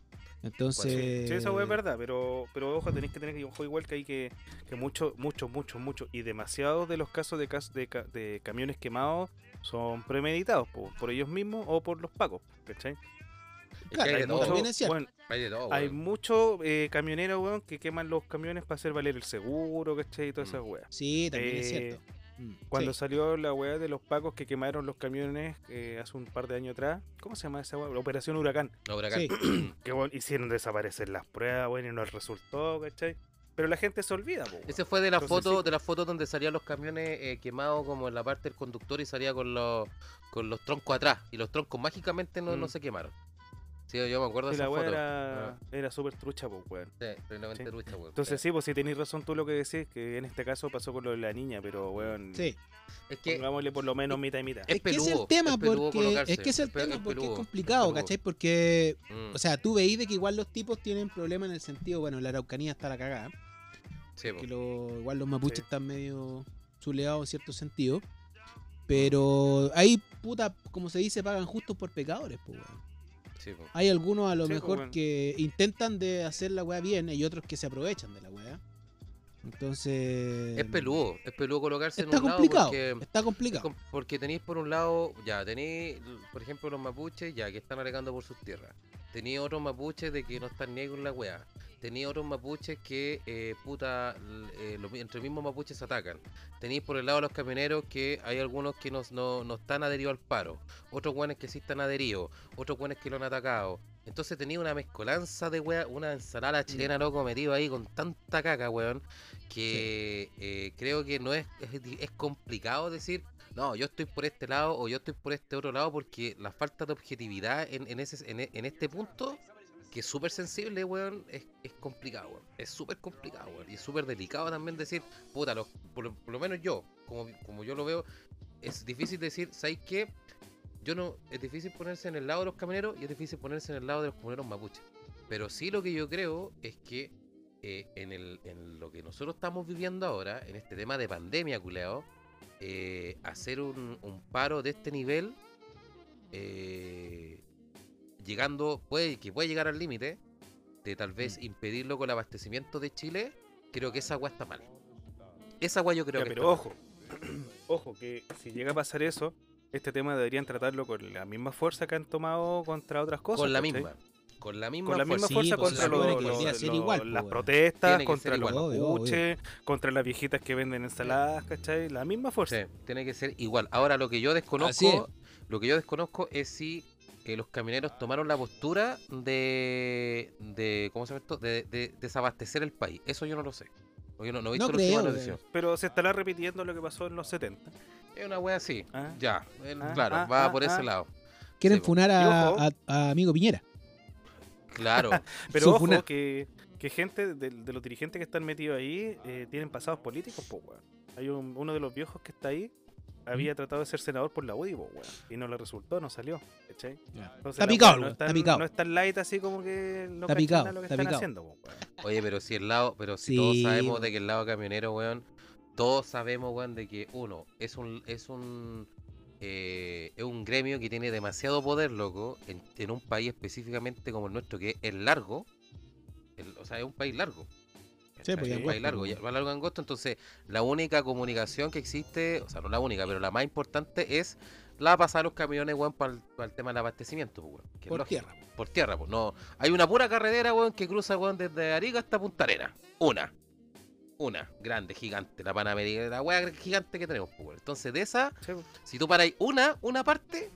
Speaker 3: Entonces.
Speaker 1: Sí, sí, esa hueá es verdad, pero, pero ojo, tenéis que tener ojo igual que hay que, que muchos, muchos, muchos, muchos y demasiados de los casos de, cas- de, ca- de camiones quemados son premeditados po, por ellos mismos o por los pacos, ¿cachai?
Speaker 2: Es que
Speaker 3: Claro,
Speaker 2: hay de
Speaker 1: Hay
Speaker 2: todo,
Speaker 1: mucho,
Speaker 3: también es cierto.
Speaker 1: weón,
Speaker 2: hay de todo,
Speaker 1: hay
Speaker 2: Oh, weón.
Speaker 1: mucho, eh, camionero, weón, que queman los camiones para hacer valer el seguro, ¿cachai? Y todas
Speaker 2: Mm.
Speaker 1: esas weas.
Speaker 3: Sí, también es
Speaker 1: Eh,
Speaker 3: cierto. Mm,
Speaker 1: Cuando
Speaker 3: sí.
Speaker 1: salió la weá de los pacos que quemaron los camiones eh, hace un par de años atrás, ¿cómo se llama esa weá? La Operación Huracán.
Speaker 2: No, huracán.
Speaker 3: Sí.
Speaker 1: Que weón, hicieron desaparecer las pruebas, weón, y no resultó, ¿cachai? Pero la gente se olvida, po, weón.
Speaker 2: Ese fue de la
Speaker 1: Entonces,
Speaker 2: foto,
Speaker 1: sí.
Speaker 2: de la foto donde salían los camiones eh, quemados como en la parte del conductor y salía con los con los troncos atrás. Y los troncos mágicamente no, no
Speaker 1: Mm.
Speaker 2: se quemaron. Sí, yo me acuerdo de
Speaker 1: Sí,
Speaker 2: esa
Speaker 1: la weá
Speaker 2: foto.
Speaker 1: era,
Speaker 2: Ah. Eh.
Speaker 1: era súper trucha, po, weón.
Speaker 2: Sí, plenamente
Speaker 1: Sí.
Speaker 2: trucha, weón.
Speaker 1: Entonces
Speaker 2: Sí.
Speaker 1: sí, pues si tenéis razón tú lo que decís, que en este caso pasó con lo de la niña, pero weón,
Speaker 3: Sí.
Speaker 2: es que
Speaker 1: pongámosle por lo menos mitad y mitad.
Speaker 2: Es
Speaker 3: Es, que ese es
Speaker 2: peludo,
Speaker 3: el tema,
Speaker 2: es peludo
Speaker 3: porque.
Speaker 2: colocarse,
Speaker 3: Es que ese
Speaker 2: es
Speaker 3: es el
Speaker 2: pe-
Speaker 3: tema,
Speaker 2: es
Speaker 3: porque
Speaker 2: peludo,
Speaker 3: es
Speaker 2: es
Speaker 3: complicado,
Speaker 2: peludo.
Speaker 3: ¿cachai? Porque.
Speaker 2: mm,
Speaker 3: O sea, tú veis de que igual los tipos tienen problemas en el sentido, bueno, la Araucanía está la cagada,
Speaker 2: sí, po.
Speaker 3: que lo- igual los mapuches
Speaker 1: Sí.
Speaker 3: están medio chuleados en cierto sentido, pero hay puta, como se dice, pagan justos por pecadores, pues, weón.
Speaker 2: Sí, po.
Speaker 3: Hay algunos a lo
Speaker 1: Sí, pues,
Speaker 3: mejor
Speaker 1: weón.
Speaker 3: que intentan de hacer la weá bien y otros que se aprovechan de la weá. Entonces...
Speaker 2: Es peludo, es peludo colocarse
Speaker 3: Está
Speaker 2: en un
Speaker 3: complicado,
Speaker 2: lado porque
Speaker 3: está complicado.
Speaker 2: Com- Porque tenéis por un lado, ya, tenéis, l- por ejemplo, los mapuches, ya, que están alegando por sus tierras. Tenéis otros mapuches de que no están negros en la weá. Tenéis otros mapuches que, eh, puta, l- eh, los mi- entre mismos mapuches se atacan. Tenéis por el lado de los camioneros que hay algunos que nos, no, no están adheridos al paro. Otros guanes que sí están adheridos. Otros guanes que lo han atacado. Entonces tenía una mezcolanza de weá, una ensalada chilena, loco, metido ahí con tanta caca, weón, que eh, creo que no es, es, di- es complicado decir, no, yo estoy por este lado o yo estoy por este otro lado, porque la falta de objetividad en, en, ese, en, e- en este punto, que es súper sensible, weón, es, es complicado, weón. Es súper complicado, weón. Y es súper delicado también decir, puta, los- por, lo- por lo menos yo, como, como yo lo veo, es difícil decir, ¿sabes qué? yo no, es difícil ponerse en el lado de los camioneros y es difícil ponerse en el lado de los camioneros mapuches. Pero sí lo que yo creo es que eh, en, el, en lo que nosotros estamos viviendo ahora, en este tema de pandemia, culeado, eh, hacer un, un paro de este nivel, eh, llegando, puede, que puede llegar al límite, de tal vez
Speaker 1: Mm.
Speaker 2: impedirlo con el abastecimiento de Chile, creo que esa agua está mal. Esa agua yo creo
Speaker 1: Ya,
Speaker 2: que
Speaker 1: pero
Speaker 2: está mal.
Speaker 1: ojo, ojo, que si llega a pasar eso, este tema deberían tratarlo con la misma fuerza que han tomado contra otras cosas.
Speaker 2: con la
Speaker 1: ¿cachai?
Speaker 2: misma. Con la misma
Speaker 1: Con la misma
Speaker 3: Sí,
Speaker 1: fuerza
Speaker 3: pues,
Speaker 1: contra
Speaker 3: se supone
Speaker 1: los,
Speaker 3: que debería
Speaker 1: los-
Speaker 3: ser
Speaker 1: los-
Speaker 3: igual, pues,
Speaker 1: las
Speaker 3: weón.
Speaker 1: protestas,
Speaker 2: Tiene que
Speaker 1: contra
Speaker 2: ser
Speaker 1: los
Speaker 2: igual.
Speaker 3: Obvio, obvio.
Speaker 1: mapuches, contra las viejitas que venden ensaladas, ¿cachai? La misma fuerza.
Speaker 2: Sí, tiene que ser igual. Ahora lo que yo
Speaker 3: Así es.
Speaker 2: desconozco, lo que yo desconozco es si eh, los camioneros tomaron la postura de, de ¿cómo se llama esto? De, de desabastecer el país. Eso yo no lo sé. Porque no, no he
Speaker 3: No
Speaker 2: visto la última
Speaker 3: creo,
Speaker 2: noticia.
Speaker 1: Pero se estará repitiendo lo que pasó en los 70.
Speaker 2: Es una wea así.
Speaker 1: Ah.
Speaker 2: Ya, el-
Speaker 1: Ah,
Speaker 2: claro,
Speaker 1: ah,
Speaker 2: va
Speaker 1: ah,
Speaker 2: por ese
Speaker 1: ah.
Speaker 2: lado.
Speaker 3: Quieren
Speaker 2: Sí, po.
Speaker 3: funar
Speaker 1: Y ojo.
Speaker 3: a, a- a amigo Piñera.
Speaker 2: Claro,
Speaker 1: Pero
Speaker 3: Su
Speaker 1: ojo
Speaker 3: funa.
Speaker 1: que, que gente de, de los dirigentes que están metidos ahí eh, tienen pasados políticos, po, weón. Hay un- uno de los viejos que está ahí,
Speaker 3: ¿Mm?
Speaker 1: había tratado de ser senador por la UDI, po, weón. Y no le resultó, no salió. ¿cachai? Entonces,
Speaker 3: Está
Speaker 1: la
Speaker 3: picado,
Speaker 1: weá no
Speaker 3: weón,
Speaker 1: es
Speaker 3: está
Speaker 1: tan-
Speaker 3: picado.
Speaker 1: No es tan light así como que no
Speaker 3: Está
Speaker 1: cachan
Speaker 3: picado,
Speaker 1: nada lo que
Speaker 3: está
Speaker 1: están
Speaker 3: picado.
Speaker 1: haciendo, po, weón.
Speaker 2: Oye, pero si el lado, pero si
Speaker 3: Sí,
Speaker 2: todos sabemos
Speaker 3: weón.
Speaker 2: de que el lado camionero, weón, todos sabemos, weón, de que uno es un es un eh, es un gremio que tiene demasiado poder, loco, en, en un país específicamente como el nuestro que es largo, el- o sea, es un país largo. ¿cachai?
Speaker 3: pues,
Speaker 2: Es
Speaker 1: y
Speaker 2: un país
Speaker 3: angosto,
Speaker 2: largo,
Speaker 3: pues,
Speaker 2: ya-
Speaker 3: weón.
Speaker 2: más largo que angosto, entonces la única comunicación que existe, o sea, no la única, pero la más importante es la pasar los camiones, weón, para el, tema del abastecimiento, pues, weón, que es
Speaker 3: Por
Speaker 2: lógico.
Speaker 3: tierra.
Speaker 2: Por tierra, pues no. Hay una pura carretera, weón, que cruza, weón, desde Arica hasta Punta Arena. Una. Una. Grande, gigante. La Panamericana, la weá gigante que tenemos, pues, weón. Entonces, de esa,
Speaker 1: Sí, pues, po.
Speaker 2: si tú paráis una, una parte,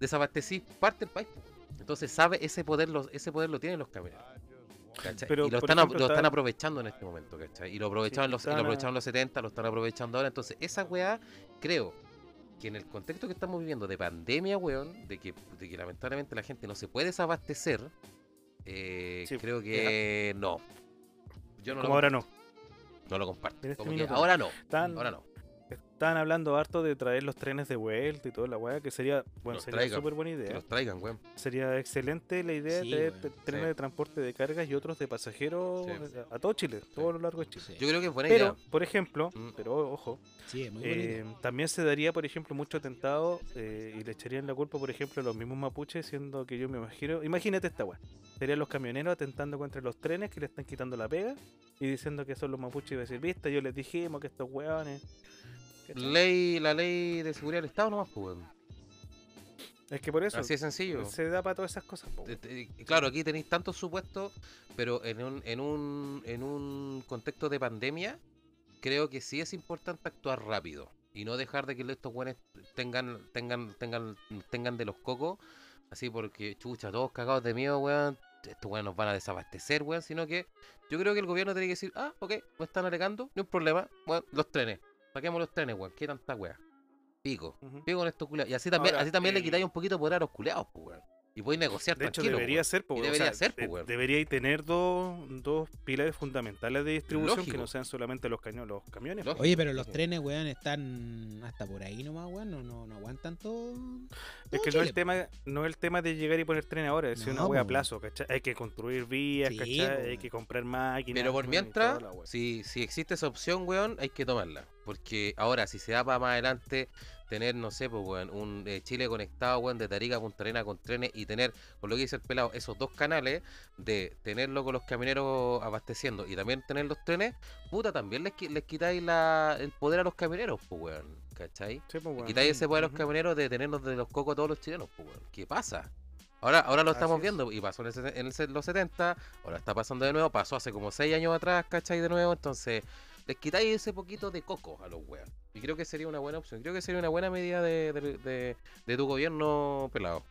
Speaker 2: desabastecís parte del país, pues, weón. Entonces, sabe, ese poder lo, ese poder lo tienen los camioneros. ¿cachai?
Speaker 1: Pero,
Speaker 2: y lo
Speaker 1: por
Speaker 2: están, a-
Speaker 1: ejemplo,
Speaker 2: lo están
Speaker 1: estaban-
Speaker 2: aprovechando en este momento, ¿cachai? Y lo aprovechaban,
Speaker 1: Sí,
Speaker 2: los, y
Speaker 1: estaban
Speaker 2: lo
Speaker 1: a-
Speaker 2: aprovechaban en los 70, lo están aprovechando ahora. Entonces, esa weá, creo que en el contexto que estamos viviendo de pandemia, weón, de que, de que lamentablemente la gente no se puede desabastecer, eh,
Speaker 1: Sí,
Speaker 2: creo que no. Yo no lo,
Speaker 1: Como ahora no.
Speaker 2: comp- no lo comparto.
Speaker 1: en este
Speaker 2: Como que
Speaker 1: minuto no.
Speaker 2: ahora no,
Speaker 1: Están,
Speaker 2: ahora no.
Speaker 1: están hablando harto de traer los trenes de vuelta y toda la weá, que sería, bueno,
Speaker 2: Los
Speaker 1: sería
Speaker 2: traigan,
Speaker 1: súper buena
Speaker 2: Que
Speaker 1: idea.
Speaker 2: los traigan, weón.
Speaker 1: Sería excelente la idea
Speaker 3: Sí,
Speaker 1: de traer
Speaker 3: weón,
Speaker 1: t- trenes
Speaker 2: sí.
Speaker 1: de transporte de cargas y otros de pasajeros
Speaker 2: Sí.
Speaker 1: a- a todo Chile, todo lo largo de Chile.
Speaker 3: Sí,
Speaker 2: Yo creo que es buena
Speaker 1: Pero,
Speaker 2: idea.
Speaker 1: por ejemplo,
Speaker 2: Mm.
Speaker 1: pero o- ojo,
Speaker 3: sí, es muy buena
Speaker 1: eh,
Speaker 3: idea.
Speaker 1: también se daría, por ejemplo, mucho atentado eh, y le echarían la culpa, por ejemplo, a los mismos mapuches, siendo que yo me imagino, imagínate esta weá, serían los camioneros atentando contra los trenes que le están quitando la pega y diciendo que son los mapuches y va a decir, viste, yo les dijimos que estos weones... ¿cachai?
Speaker 2: Ley, la ley de seguridad del Estado nomás, pues, weón.
Speaker 1: Es que por eso
Speaker 2: Así de sencillo.
Speaker 1: se da para todas esas cosas. po,
Speaker 2: Te- te- Claro, aquí tenéis tantos supuestos, pero en un, en un, en un contexto de pandemia, creo que sí es importante actuar rápido y no dejar de que estos buenos tengan, tengan, tengan, tengan de los cocos, así porque chucha, todos cagados de miedo, weón, estos weones nos van a desabastecer, weón, sino que yo creo que el gobierno tiene que decir, ah, ok, me están alegando, no hay problema, weón, los trenes, saquemos los trenes, weón, qué tanta weá, pico.
Speaker 1: weón. Ujú.
Speaker 2: Pico con estos culiados. Y así también,
Speaker 1: Ahora,
Speaker 2: así también
Speaker 1: el-
Speaker 2: le quitáis un poquito de poder a los culiados, pues, weón. Y podéis negociar
Speaker 1: De hecho,
Speaker 2: tranquilo,
Speaker 1: debería
Speaker 2: weón.
Speaker 1: ser, po,
Speaker 2: Y
Speaker 1: weón.
Speaker 2: debería ser, po,
Speaker 1: de-
Speaker 2: weón.
Speaker 1: debería y tener dos, dos pilares fundamentales de distribución que
Speaker 2: Lógico.
Speaker 1: no sean solamente los, caño- los camiones.
Speaker 2: Lógico.
Speaker 3: Oye, pero los
Speaker 2: Sí.
Speaker 3: trenes, weón, están hasta por ahí nomás, weón. No, no, no aguantan
Speaker 1: Es
Speaker 3: todo. todo
Speaker 1: que no es,
Speaker 3: Chile,
Speaker 1: el tema, no es el tema de llegar y poner tren ahora, es
Speaker 3: No,
Speaker 1: una wea a
Speaker 3: po.
Speaker 1: plazo, ¿cachai? Hay que construir vías,
Speaker 3: Sí,
Speaker 1: ¿cachai?
Speaker 3: po,
Speaker 1: Hay
Speaker 3: weón.
Speaker 1: que comprar máquinas.
Speaker 2: Pero
Speaker 1: weón,
Speaker 2: por
Speaker 1: y
Speaker 2: mientras,
Speaker 1: toda la wea.
Speaker 2: si, si existe esa opción, weón, hay que tomarla. Porque ahora, si se da para más adelante, tener, no sé, pues, weón, un eh, Chile conectado, weón, de Tarica a Punta Arenas con trenes y tener, por lo que dice el pelado, esos dos canales, de tenerlo con los camioneros abasteciendo y también tener los trenes, puta, también les, qui- les quitáis la, el poder a los camioneros, pues, weón, ¿cachai?
Speaker 1: Sí, po, pues, weón.
Speaker 2: quitáis ese poder a los
Speaker 1: Ujú.
Speaker 2: camioneros de tenernos de los cocos a todos los chilenos, pues, weón. ¿Qué pasa? Ahora, ahora lo estamos
Speaker 1: Así es.
Speaker 2: viendo, y pasó en, el seten- en el se- los 70, ahora está pasando de nuevo, pasó hace como 6 años atrás, ¿cachai? De nuevo, entonces les quitáis ese poquito de coco a los weón. Y creo que sería una buena opción, creo que sería una buena medida de, de- de- de tu gobierno pelado.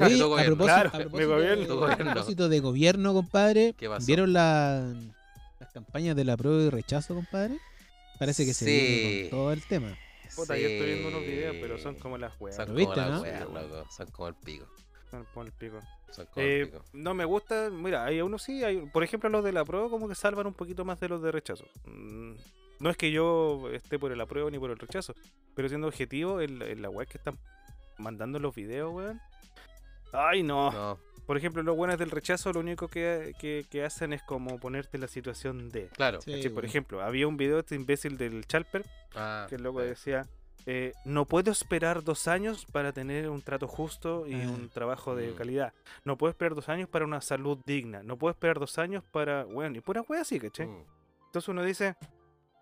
Speaker 3: Oye,
Speaker 2: Tu
Speaker 3: a
Speaker 2: gobierno.
Speaker 3: propósito,
Speaker 1: Claro,
Speaker 3: a
Speaker 1: mi
Speaker 3: propósito
Speaker 1: gobierno.
Speaker 3: de-
Speaker 2: Tu gobierno.
Speaker 3: a propósito de gobierno, compadre.
Speaker 2: ¿Qué pasó?
Speaker 3: ¿Vieron la- las campañas de la prueba y rechazo, compadre? Parece que se viene
Speaker 2: Sí.
Speaker 3: con todo el tema.
Speaker 1: Puta, yo estoy viendo unos videos,
Speaker 2: Sí.
Speaker 1: pero son como las weas.
Speaker 2: Son
Speaker 3: ¿Lo
Speaker 2: como
Speaker 3: viste,
Speaker 2: las
Speaker 3: no?
Speaker 2: weas,
Speaker 1: Sí, weón.
Speaker 2: loco, son como el pico.
Speaker 1: Son como el pico.
Speaker 2: Son como
Speaker 1: Eh,
Speaker 2: el pico.
Speaker 1: no me gusta, mira, hay unos sí, hay, por ejemplo los de la prueba como que salvan un poquito más de los de rechazo. Mm, No es que yo esté por el apruebo ni por el rechazo, pero siendo objetivo, en, en la web que están mandando los videos, weón. Ay, no.
Speaker 2: No,
Speaker 1: Por ejemplo, los buenos del rechazo lo único que, que- que hacen es como ponerte la situación de...
Speaker 2: claro.
Speaker 3: Sí,
Speaker 1: ¿Cachai? Por
Speaker 3: weón.
Speaker 1: ejemplo, había un video de este imbécil del Chalper
Speaker 2: Ah,
Speaker 1: que el loco
Speaker 2: sí.
Speaker 1: decía, eh, no puedo esperar dos años para tener un trato justo y
Speaker 3: Ah.
Speaker 1: un trabajo de
Speaker 2: Mm.
Speaker 1: calidad. No puedo esperar dos años para una salud digna. No puedo esperar dos años para, bueno, y pura wea así, ¿cachai?
Speaker 2: Mm.
Speaker 1: Entonces uno dice,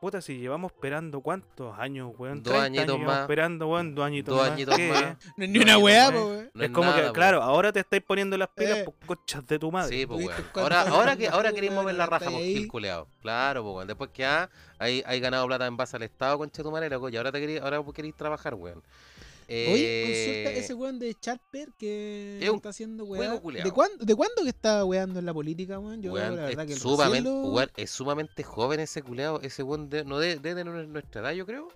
Speaker 1: puta, si llevamos esperando cuántos años, weón,
Speaker 2: Dos
Speaker 1: 30
Speaker 2: añitos
Speaker 1: años llevamos
Speaker 2: más.
Speaker 1: esperando, weón, dos añitos
Speaker 2: Dos
Speaker 1: más.
Speaker 2: añitos
Speaker 1: ¿qué?
Speaker 2: más.
Speaker 3: No es
Speaker 2: No
Speaker 3: ni una
Speaker 2: hay
Speaker 3: weá,
Speaker 1: nada,
Speaker 3: po,
Speaker 1: eh.
Speaker 3: weón.
Speaker 2: No
Speaker 1: es como
Speaker 2: nada,
Speaker 1: que,
Speaker 2: po.
Speaker 1: claro, ahora te estáis poniendo las pilas,
Speaker 3: Eh.
Speaker 1: po, conchas de tu madre.
Speaker 2: Sí, pues,
Speaker 3: ¿Tuviste
Speaker 2: weón.
Speaker 3: cuánto
Speaker 2: Ahora,
Speaker 3: ganas
Speaker 2: ahora, que, ahora
Speaker 3: tú,
Speaker 2: queréis mover
Speaker 3: weón?
Speaker 2: la raja,
Speaker 3: Estáis
Speaker 2: pues,
Speaker 3: ahí.
Speaker 2: Gil culeado. Claro, pues, weón. Después que ah, hay, hay ganado plata en base al Estado, concha de tu madre, loco. Y ahora te queréis, ahora pues, queréis trabajar, weón.
Speaker 3: Oye,
Speaker 2: Eh,
Speaker 3: consulta ese weón de Charper que
Speaker 2: es un
Speaker 3: está haciendo
Speaker 2: juego
Speaker 3: weá.
Speaker 2: culiao.
Speaker 3: ¿De cuándo, ¿De cuándo que está weando en la política, weón? Yo
Speaker 2: weón,
Speaker 3: la verdad que
Speaker 2: es,
Speaker 3: el
Speaker 2: sumamente,
Speaker 3: recién lo-
Speaker 2: weón, es sumamente joven ese culeado. Ese weón de- no debe de, tener nuestra edad, yo creo.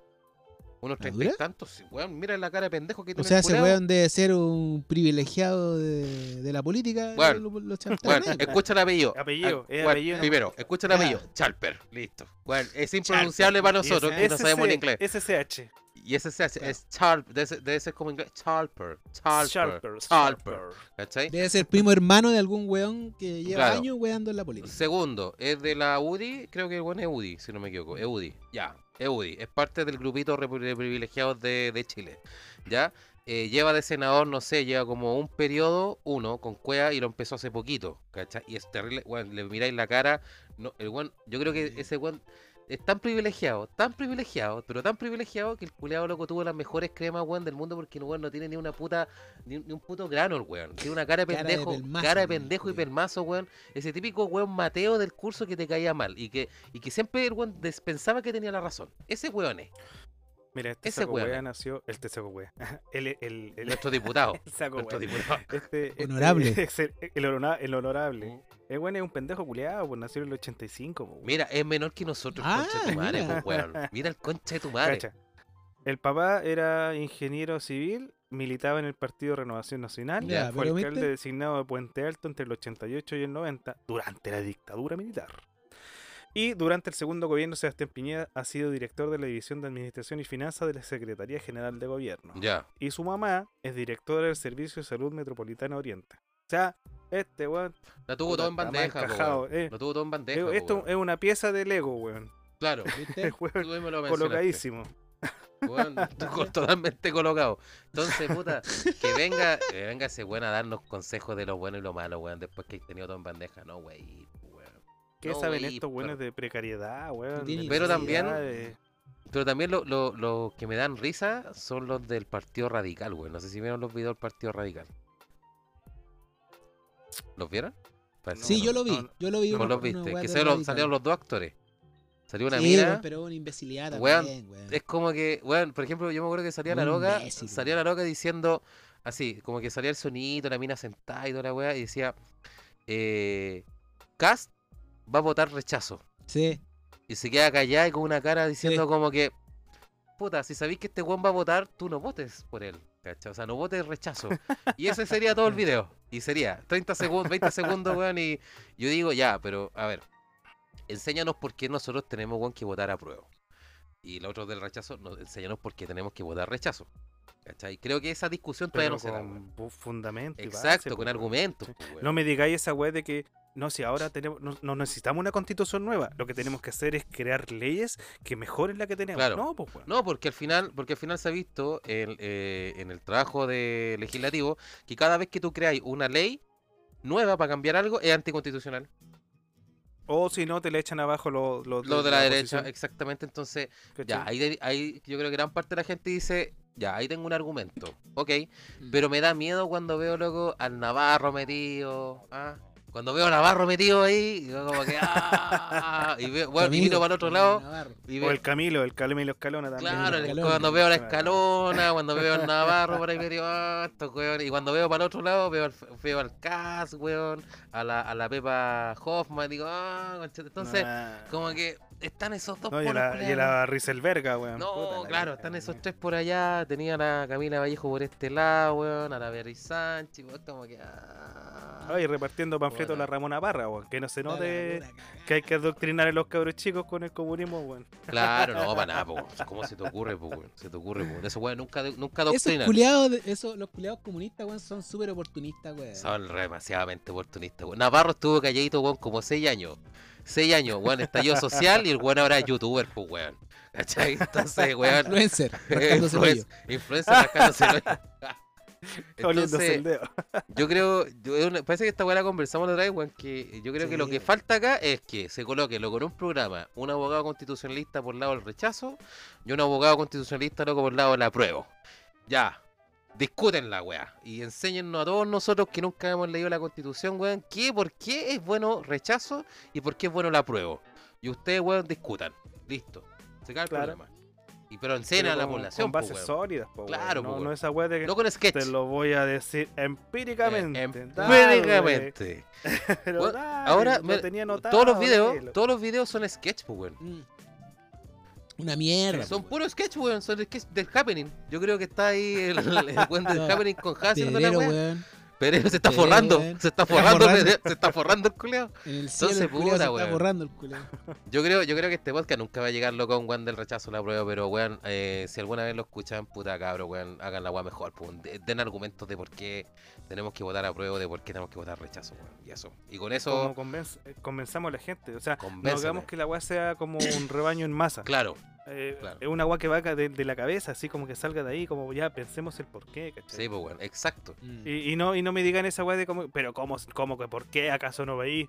Speaker 2: Unos treinta y
Speaker 3: ¿Madura?
Speaker 2: tantos. sí, Weón, mira la cara de pendejo que
Speaker 3: O
Speaker 2: tiene.
Speaker 3: sea,
Speaker 2: el
Speaker 3: ese
Speaker 2: culeado.
Speaker 3: weón debe ser un privilegiado de, de la política.
Speaker 2: Weón,
Speaker 3: lo- lo chantajean
Speaker 2: Weón,
Speaker 3: ahí, weón.
Speaker 2: escucha el apellido.
Speaker 1: Apellido,
Speaker 2: Ah,
Speaker 1: es
Speaker 2: weón,
Speaker 1: apellido.
Speaker 2: Primero, escucha el
Speaker 3: Ya.
Speaker 2: apellido. Charper, listo. Weón, es impronunciable para nosotros que no sabemos el inglés.
Speaker 1: SCH.
Speaker 2: Y ese se hace, es Charp, debe ser, debe ser como inglés. Charper, Charper, Charper.
Speaker 1: Sharper. Sharper.
Speaker 2: ¿cachai?
Speaker 3: Debe ser primo hermano de algún weón que lleva
Speaker 2: eh, Claro.
Speaker 3: años weando en la política.
Speaker 2: Segundo, es de la UDI, creo que el buen es UDI, si no me equivoco, es UDI, ya, es UDI, es parte del grupito repri- de privilegiados de, de Chile, ya, Eh, lleva de senador, no sé, lleva como un periodo, uno, con Cuea, y lo empezó hace poquito, ¿cachai? Y es terrible, weón, le miráis la cara, no, el weón, yo creo que ese weón es tan privilegiado, tan privilegiado, pero tan privilegiado que el culeado loco tuvo las mejores cremas, weón, del mundo, porque el weón no tiene ni una puta, ni, un- ni un puto grano, el weón, tiene una cara de
Speaker 3: Cara de
Speaker 2: pendejo,
Speaker 3: pelmazo,
Speaker 2: cara de
Speaker 3: weón,
Speaker 2: pendejo y
Speaker 3: culiao.
Speaker 2: pelmazo, weón, ese típico weón Mateo del curso que te caía mal y que, y que siempre el weón des- pensaba que tenía la razón. Ese weón es
Speaker 1: Mira, este
Speaker 2: Ese
Speaker 1: saco
Speaker 2: weón.
Speaker 1: wea nació. El te saco wea. El, el, el, el-
Speaker 2: nuestro diputado.
Speaker 1: el saco
Speaker 2: nuestro
Speaker 1: wea.
Speaker 2: diputado.
Speaker 1: Este, este-
Speaker 3: Honorable.
Speaker 1: es el, el honora- el honorable.
Speaker 2: Mm.
Speaker 1: El weón es un pendejo culeado, pues nació en el 85. Pues, weón.
Speaker 2: Mira, es menor que nosotros,
Speaker 3: Ah,
Speaker 2: concha de tu madre,
Speaker 3: mira.
Speaker 2: pues, weón. Mira el concha de tu madre.
Speaker 1: Cacha. El papá era ingeniero civil, militaba en el Partido Renovación Nacional,
Speaker 2: Ya,
Speaker 1: fue
Speaker 3: pero
Speaker 1: alcalde
Speaker 3: ¿viste?
Speaker 1: designado de Puente Alto entre el 88 y el 90, durante la dictadura militar. Y durante el segundo gobierno, Sebastián Piñera ha sido director de la División de Administración y Finanzas de la Secretaría General de Gobierno.
Speaker 2: Ya.
Speaker 1: Y su mamá es directora del Servicio de Salud Metropolitana Oriente. O sea, este weón.
Speaker 2: La tuvo
Speaker 1: puta,
Speaker 2: todo en
Speaker 1: está más
Speaker 2: bandeja, pues,
Speaker 1: encajado,
Speaker 2: weón.
Speaker 1: eh.
Speaker 2: Lo tuvo todo en bandeja.
Speaker 1: Eh,
Speaker 2: pues,
Speaker 1: Esto
Speaker 2: weón.
Speaker 1: es una pieza de Lego, weón.
Speaker 2: Claro,
Speaker 3: ¿Viste?
Speaker 1: Weón,
Speaker 2: tú mismo lo mencionaste.
Speaker 1: colocadísimo.
Speaker 2: Weón, tú co- totalmente colocado. Entonces, puta, que venga, que venga ese weón a darnos consejos de lo bueno y lo malo, weón, después que he tenido todo en bandeja, no, wey, weón.
Speaker 1: ¿Qué
Speaker 2: No,
Speaker 1: saben
Speaker 2: wey,
Speaker 1: estos
Speaker 2: pero-
Speaker 1: buenos de precariedad, weón?
Speaker 3: tiene
Speaker 1: de
Speaker 2: Pero también-
Speaker 1: necesidades?
Speaker 2: Pero también lo- lo- los que me dan risa son los del Partido Radical, güey. No sé si vieron los videos del Partido Radical. ¿Los vieron? Parece
Speaker 3: Sí,
Speaker 2: que
Speaker 3: yo
Speaker 2: no.
Speaker 3: lo vi.
Speaker 1: no,
Speaker 3: Yo lo vi.
Speaker 2: ¿Cómo
Speaker 3: una-
Speaker 2: los viste?
Speaker 3: una
Speaker 2: que
Speaker 3: weá
Speaker 2: se lo-
Speaker 3: radical.
Speaker 2: salieron los dos actores. Salió una
Speaker 3: Sí,
Speaker 2: mina.
Speaker 3: weón, pero una imbecilidad
Speaker 2: Weón,
Speaker 3: también, weón.
Speaker 2: Es como que, bueno, por ejemplo, yo me acuerdo que salía la
Speaker 3: Un
Speaker 2: loca,
Speaker 3: imbécil,
Speaker 2: salía la loca diciendo así, como que salía el sonito, la mina sentada y toda la weá, y decía, eh, Cast va a votar rechazo.
Speaker 3: Sí.
Speaker 2: Y se queda callada y con una cara diciendo
Speaker 3: Sí.
Speaker 2: como que, puta, si sabéis que este weón va a votar, tú no votes por él. ¿cachai? O sea, no votes rechazo. Y ese sería todo el video. Y sería 30 segundos, 20 segundos, weón. Y yo digo, ya, pero a ver, enséñanos por qué nosotros tenemos, weón, que votar a prueba. Y los otros del rechazo, nos, enséñanos por qué tenemos que votar rechazo. ¿Cachai? Creo que esa discusión todavía
Speaker 1: pero
Speaker 2: no se da, weón.
Speaker 1: con bu- fundamento. y base,
Speaker 2: Exacto,
Speaker 1: po,
Speaker 2: con
Speaker 1: weón.
Speaker 2: argumentos.
Speaker 1: Sí.
Speaker 2: po, weón.
Speaker 1: No me digáis esa weá de que. No, si ahora tenemos, no, no necesitamos una constitución nueva. Lo que tenemos que hacer es crear leyes que mejoren la que tenemos.
Speaker 2: Claro.
Speaker 1: No, pues, weón.
Speaker 2: No, porque al final, porque al final se ha visto en, eh, en el trabajo de legislativo que cada vez que tú creas una ley nueva para cambiar algo es anticonstitucional.
Speaker 1: O si no, te le echan abajo los lo,
Speaker 2: Lo de la derecha,
Speaker 1: oposición,
Speaker 2: exactamente. Entonces, ya,
Speaker 1: ¿cachai?
Speaker 2: ahí, de- ahí yo creo que gran parte de la gente dice, ya, ahí tengo un argumento. Ok, pero me da miedo cuando veo luego al Navarro metido. ¿ah? Cuando veo a Navarro metido ahí, yo como que... ah, y veo, bueno, y
Speaker 3: Camilo,
Speaker 2: miro para el otro
Speaker 3: Camilo
Speaker 2: lado.
Speaker 3: Navarro.
Speaker 2: Y
Speaker 1: O
Speaker 2: veo,
Speaker 1: el Camilo, el Camilo Escalona también.
Speaker 2: Claro,
Speaker 3: el
Speaker 2: el-
Speaker 3: escalón,
Speaker 2: cuando veo la
Speaker 1: claro.
Speaker 2: escalona, cuando veo al Navarro por ahí me digo, "Ah, estos weones", Y cuando veo para el otro lado, veo al, veo al Cas, weón, a la, a la Pepa Hoffman, digo, ah, concha-". entonces,
Speaker 1: Nah.
Speaker 2: como que están esos dos
Speaker 1: No, y
Speaker 2: polos
Speaker 1: la, y
Speaker 2: culiados.
Speaker 1: la Rieselberga, weón. Puta
Speaker 2: No,
Speaker 1: la
Speaker 2: claro,
Speaker 1: vieja,
Speaker 2: están esos
Speaker 1: weón.
Speaker 2: tres por allá, tenían a Camila Vallejo por este lado, weón, a la Berry Sánchez, weón, como que, ah.
Speaker 1: Ay, repartiendo panfletos
Speaker 2: Puta.
Speaker 1: la Ramona Parra, weón. Que no se
Speaker 3: Claro,
Speaker 1: note
Speaker 3: pura cagada.
Speaker 1: que hay que adoctrinar a los cabros chicos con el comunismo, weón.
Speaker 2: Claro, no, para nada, po, weón. ¿Cómo se te ocurre, po, weón? Se te ocurre, po. weón. Esos weón nunca, nunca
Speaker 3: Esos
Speaker 2: adoctrinan.
Speaker 3: culiados, de- esos, los culiados comunistas, weón, son súper oportunistas, weón.
Speaker 2: Son re demasiadamente oportunistas, weón. Navarro estuvo calladito, weón, como 6 años. 6 años, weón, estallido social y el weón ahora es youtuber, pues, weón. ¿Cachai? Entonces, weón.
Speaker 3: Influencer, rascándose el
Speaker 2: influen-
Speaker 3: hoyo.
Speaker 2: influencer rascándose el hoyo.
Speaker 1: Oliéndose el
Speaker 2: Entonces,
Speaker 1: dedo.
Speaker 2: yo creo, yo- es una- parece que esta weá la conversamos la otra vez, weón, que yo creo que lo
Speaker 3: Sí,
Speaker 2: que
Speaker 3: weón.
Speaker 2: falta acá es que se coloque loco en un programa, un abogado constitucionalista por lado del rechazo y un abogado constitucionalista loco por lado del apruebo. Ya, discuten la weá y enséñennos a todos nosotros que nunca hemos leído la constitución, weón, que por qué es bueno rechazo y por qué es bueno el apruebo. Y ustedes, weón, discutan. Listo. Se cae el
Speaker 1: Claro.
Speaker 2: problema. Y pero encena
Speaker 1: Pero
Speaker 2: a la
Speaker 1: con-
Speaker 2: población.
Speaker 1: Con
Speaker 2: po,
Speaker 1: bases
Speaker 2: weón.
Speaker 1: sólidas, po, weón.
Speaker 2: Claro, po,
Speaker 1: No,
Speaker 2: weón.
Speaker 1: no esa weá de que
Speaker 2: No con sketch.
Speaker 1: te lo voy a decir empíricamente.
Speaker 2: Eh,
Speaker 1: Dale,
Speaker 2: empíricamente.
Speaker 1: pero
Speaker 2: Weón,
Speaker 1: dale,
Speaker 2: Ahora,
Speaker 1: lo
Speaker 2: mira,
Speaker 1: tenía anotado,
Speaker 2: todos los videos,
Speaker 1: dilo.
Speaker 2: todos los videos son sketch, pues, weón.
Speaker 3: Mm. Una mierda.
Speaker 2: Son
Speaker 3: pues,
Speaker 2: puros sketch, weón. Son sketch del happening. Yo creo que está ahí el, el weón del
Speaker 3: No,
Speaker 2: happening con Ha
Speaker 3: weón.
Speaker 2: haciendo la
Speaker 3: Pedrero,
Speaker 2: weá.
Speaker 3: weón.
Speaker 2: Pero se está
Speaker 3: Pedrero,
Speaker 2: forrando.
Speaker 3: weón.
Speaker 2: Se está forrando,
Speaker 3: forrando.
Speaker 2: Pedrero, se está forrando el culeado.
Speaker 3: En el cielo
Speaker 2: Entonces,
Speaker 3: el culiao
Speaker 2: puta,
Speaker 3: se está
Speaker 2: weón.
Speaker 3: borrando el culiao.
Speaker 2: Yo creo, yo creo que este podcast nunca va a llegar loco a un weón del rechazo a la prueba, pero weón, eh, si alguna vez lo escuchan, puta cabro, weón, hagan la weá mejor, pues, de- den argumentos de por qué tenemos que votar a prueba, de por qué tenemos que votar rechazo, weón. Y eso. Y con
Speaker 1: Como
Speaker 2: eso,
Speaker 1: convenz- convenzamos a la gente. O sea, no
Speaker 2: Convéncete.
Speaker 1: hagamos que la weá sea como un rebaño en masa.
Speaker 2: claro,
Speaker 1: Eh,
Speaker 2: claro.
Speaker 1: Es una weá que va ca- de, de la cabeza, así como que salga de ahí, como ya pensemos el porqué, ¿cachai?
Speaker 2: sí, pues weón, exacto.
Speaker 1: Y, y no, y no me digan esa weá de como, pero cómo, cómo que por qué acaso no veí.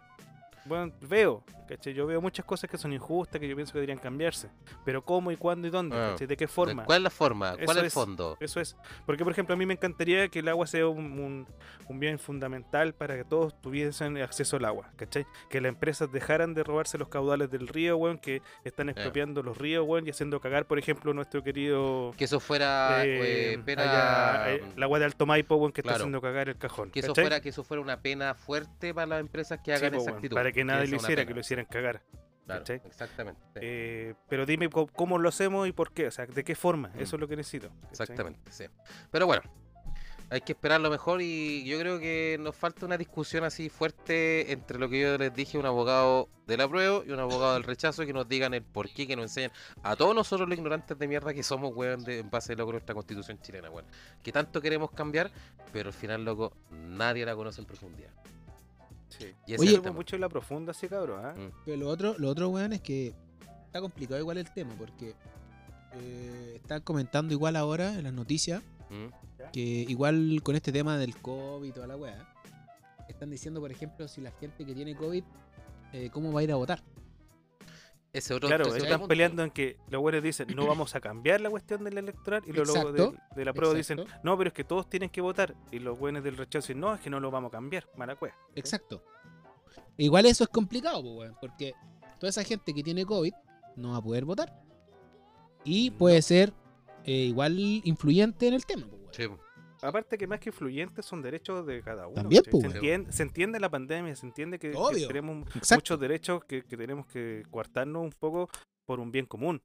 Speaker 1: Bueno, veo, ¿cachai? Yo veo muchas cosas que son injustas, que yo pienso que deberían cambiarse. Pero cómo y cuándo y dónde,
Speaker 2: Ah.
Speaker 1: ¿cachai? ¿De qué forma?
Speaker 2: ¿Cuál es la forma? ¿Cuál
Speaker 1: Eso
Speaker 2: es el
Speaker 1: es.
Speaker 2: fondo?
Speaker 1: Eso es. Porque, por ejemplo, a mí me encantaría que el agua sea un, un- un bien fundamental para que todos tuviesen acceso al agua, ¿cachai? Que las empresas dejaran de robarse los caudales del río, weón, que
Speaker 2: Eh.
Speaker 1: están expropiando los ríos, weón, y haciendo cagar, por ejemplo, nuestro querido...
Speaker 2: Que eso fuera
Speaker 1: eh,
Speaker 2: eh, pena.
Speaker 1: allá, eh, la agua de Alto Maipo, weón, que
Speaker 2: mm. Claro.
Speaker 1: está haciendo cagar el cajón.
Speaker 2: que eso
Speaker 1: ¿cachai?
Speaker 2: fuera, que eso fuera una pena fuerte para las empresas que
Speaker 1: Sí,
Speaker 2: hagan
Speaker 1: po,
Speaker 2: esa
Speaker 1: weón,
Speaker 2: actitud.
Speaker 1: para que nadie lo
Speaker 2: sea una
Speaker 1: hiciera,
Speaker 2: pena.
Speaker 1: que lo hicieran cagar.
Speaker 2: Claro,
Speaker 1: ¿cachai?
Speaker 2: exactamente. sí,
Speaker 1: Eh, pero dime co- cómo lo hacemos y por qué, o sea, de qué forma, eso es lo que necesito. ¿cachai?
Speaker 2: Mm. Exactamente, sí. Pero bueno, hay que esperar lo mejor y yo creo que nos falta una discusión así fuerte entre lo que yo les dije, un abogado del apruebo y un abogado del rechazo, que nos digan el por qué, que nos enseñen a todos nosotros los ignorantes de mierda que somos, weón, de- en base a lo que nuestra constitución chilena, weón. Que tanto queremos cambiar, pero al final, loco, nadie la conoce en profundidad.
Speaker 1: Sí.
Speaker 2: Y ese
Speaker 3: Oye,
Speaker 2: es el
Speaker 1: Oye,
Speaker 2: tema.
Speaker 1: mucho en la profunda, sí, cabrón. ¿ah?
Speaker 2: Mm.
Speaker 3: Pero lo otro, lo otro, weón, es que está complicado igual el tema, porque eh, están comentando igual ahora en las noticias
Speaker 2: Mm.
Speaker 3: que igual con este tema del COVID y toda la weá, están diciendo, por ejemplo, si la gente que tiene COVID, eh, ¿cómo va a ir a votar?
Speaker 2: Ese otro,
Speaker 1: Claro,
Speaker 2: ese otro
Speaker 1: están
Speaker 2: punto.
Speaker 1: peleando en que los buenos dicen no vamos a cambiar la cuestión del electoral y los locos de,
Speaker 3: Exacto,
Speaker 1: de la prueba dicen
Speaker 3: exacto.
Speaker 1: no, pero es que todos tienen que votar y los buenos del rechazo dicen no, es que no lo vamos a cambiar, mala cueva.
Speaker 3: Exacto. Igual eso es complicado, po, weón, porque toda esa gente que tiene COVID no va a poder votar. Y puede ser eh, igual influyente en el tema, po, weón.
Speaker 2: Sí, po.
Speaker 1: Aparte que más que influyentes son derechos de cada uno.
Speaker 3: También,
Speaker 1: ¿cachai?
Speaker 3: pues,
Speaker 1: se,
Speaker 2: weón.
Speaker 1: entiende, se entiende la pandemia, se entiende que, que
Speaker 3: Obvio.
Speaker 1: tenemos
Speaker 3: Exacto.
Speaker 1: muchos derechos que, que tenemos que coartarnos un poco por un bien común.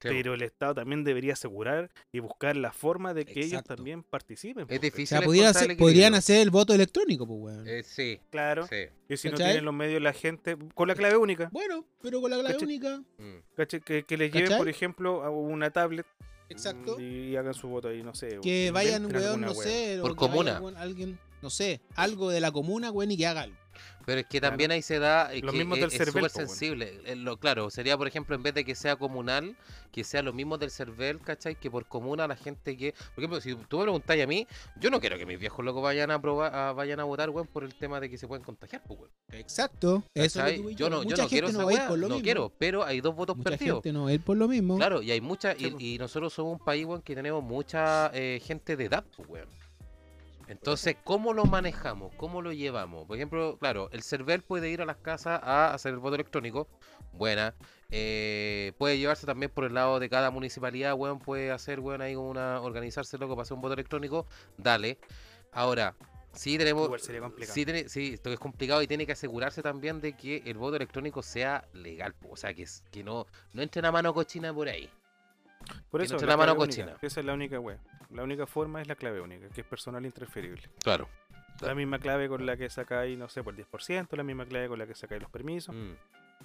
Speaker 2: Sí, po.
Speaker 1: Pero el Estado también debería asegurar y buscar la forma de que ellos
Speaker 3: Exacto.
Speaker 1: también participen.
Speaker 2: Es
Speaker 1: pues,
Speaker 3: O
Speaker 2: difícil.
Speaker 3: sea, pudiera
Speaker 2: encontrar el
Speaker 3: hacer- podrían
Speaker 2: equilibrio.
Speaker 3: hacer el voto electrónico, pues, weón.
Speaker 2: Eh, sí,
Speaker 1: ¿cachai? Claro.
Speaker 2: sí.
Speaker 1: Y si no
Speaker 3: ¿Cachai?
Speaker 1: tienen los medios la gente, con la clave única,
Speaker 3: Bueno, pero con la clave
Speaker 1: ¿Cachai?
Speaker 3: única.
Speaker 2: Mm.
Speaker 1: ¿cachai? que, que les lleven,
Speaker 3: ¿Cachai?
Speaker 1: por ejemplo, a una tablet
Speaker 3: Exacto.
Speaker 1: Mm, Y hagan su voto ahí, no sé.
Speaker 3: Que
Speaker 1: inventen
Speaker 3: vayan, weón,
Speaker 1: alguna
Speaker 3: no
Speaker 1: wea.
Speaker 3: sé. o
Speaker 2: Por
Speaker 3: que vaya
Speaker 2: comuna.
Speaker 3: algún- alguien, no sé, algo de la comuna, weón, y que haga algo.
Speaker 2: Pero es que
Speaker 1: Claro.
Speaker 2: también ahí se da. eh,
Speaker 1: Los
Speaker 2: que
Speaker 1: mismos
Speaker 2: es
Speaker 1: del
Speaker 2: es
Speaker 1: Cervel,
Speaker 2: súper
Speaker 1: po, weón.
Speaker 2: sensible. Eh, Lo, claro, sería, por ejemplo, en vez de que sea comunal, que sea lo mismo del Cervel, ¿cachai? Que por comuna la gente que. Por ejemplo, si tú me preguntáis a mí, yo no quiero que mis viejos locos vayan a, probar, a- vayan a votar, weón, por el tema de que se pueden contagiar, pues, weón.
Speaker 3: Exacto. Eso es lo
Speaker 2: ¿cachai?
Speaker 3: que voy
Speaker 2: Yo no, yo
Speaker 3: Mucha
Speaker 2: no
Speaker 3: gente
Speaker 2: quiero
Speaker 3: no
Speaker 2: esa
Speaker 3: va a ir
Speaker 2: weá,
Speaker 3: por lo
Speaker 2: no
Speaker 3: mismo.
Speaker 2: quiero, pero hay dos votos
Speaker 3: Mucha
Speaker 2: perdidos.
Speaker 3: gente no va a ir por lo mismo.
Speaker 2: Claro, y hay mucha.
Speaker 1: Sí, po.
Speaker 2: Y, y nosotros somos un país, weón, que tenemos mucha eh, gente de edad, pues, weón. Entonces, ¿cómo lo manejamos? ¿Cómo lo llevamos? Por ejemplo, claro, el server puede ir a las casas a hacer el voto electrónico. Buena. Eh, puede llevarse también por el lado de cada municipalidad, weón. Puede hacer, weón, ahí una. Organizarse loco para hacer un voto electrónico. Dale. Ahora, sí tenemos.
Speaker 1: Igual sería complicado.
Speaker 2: Sí, tiene- sí, esto es complicado y tiene que asegurarse también de que el voto electrónico sea legal. po, O sea, que, es- que no, no entre una mano cochina por ahí.
Speaker 1: Por
Speaker 2: que
Speaker 1: eso,
Speaker 2: no te la mano
Speaker 1: clave
Speaker 2: cochina.
Speaker 1: única, Esa es la única wea. La única forma es la clave única, que es personal intransferible.
Speaker 2: Claro.
Speaker 1: La misma clave con la que sacáis, no sé, por el 10%, la misma clave con la que sacáis los permisos,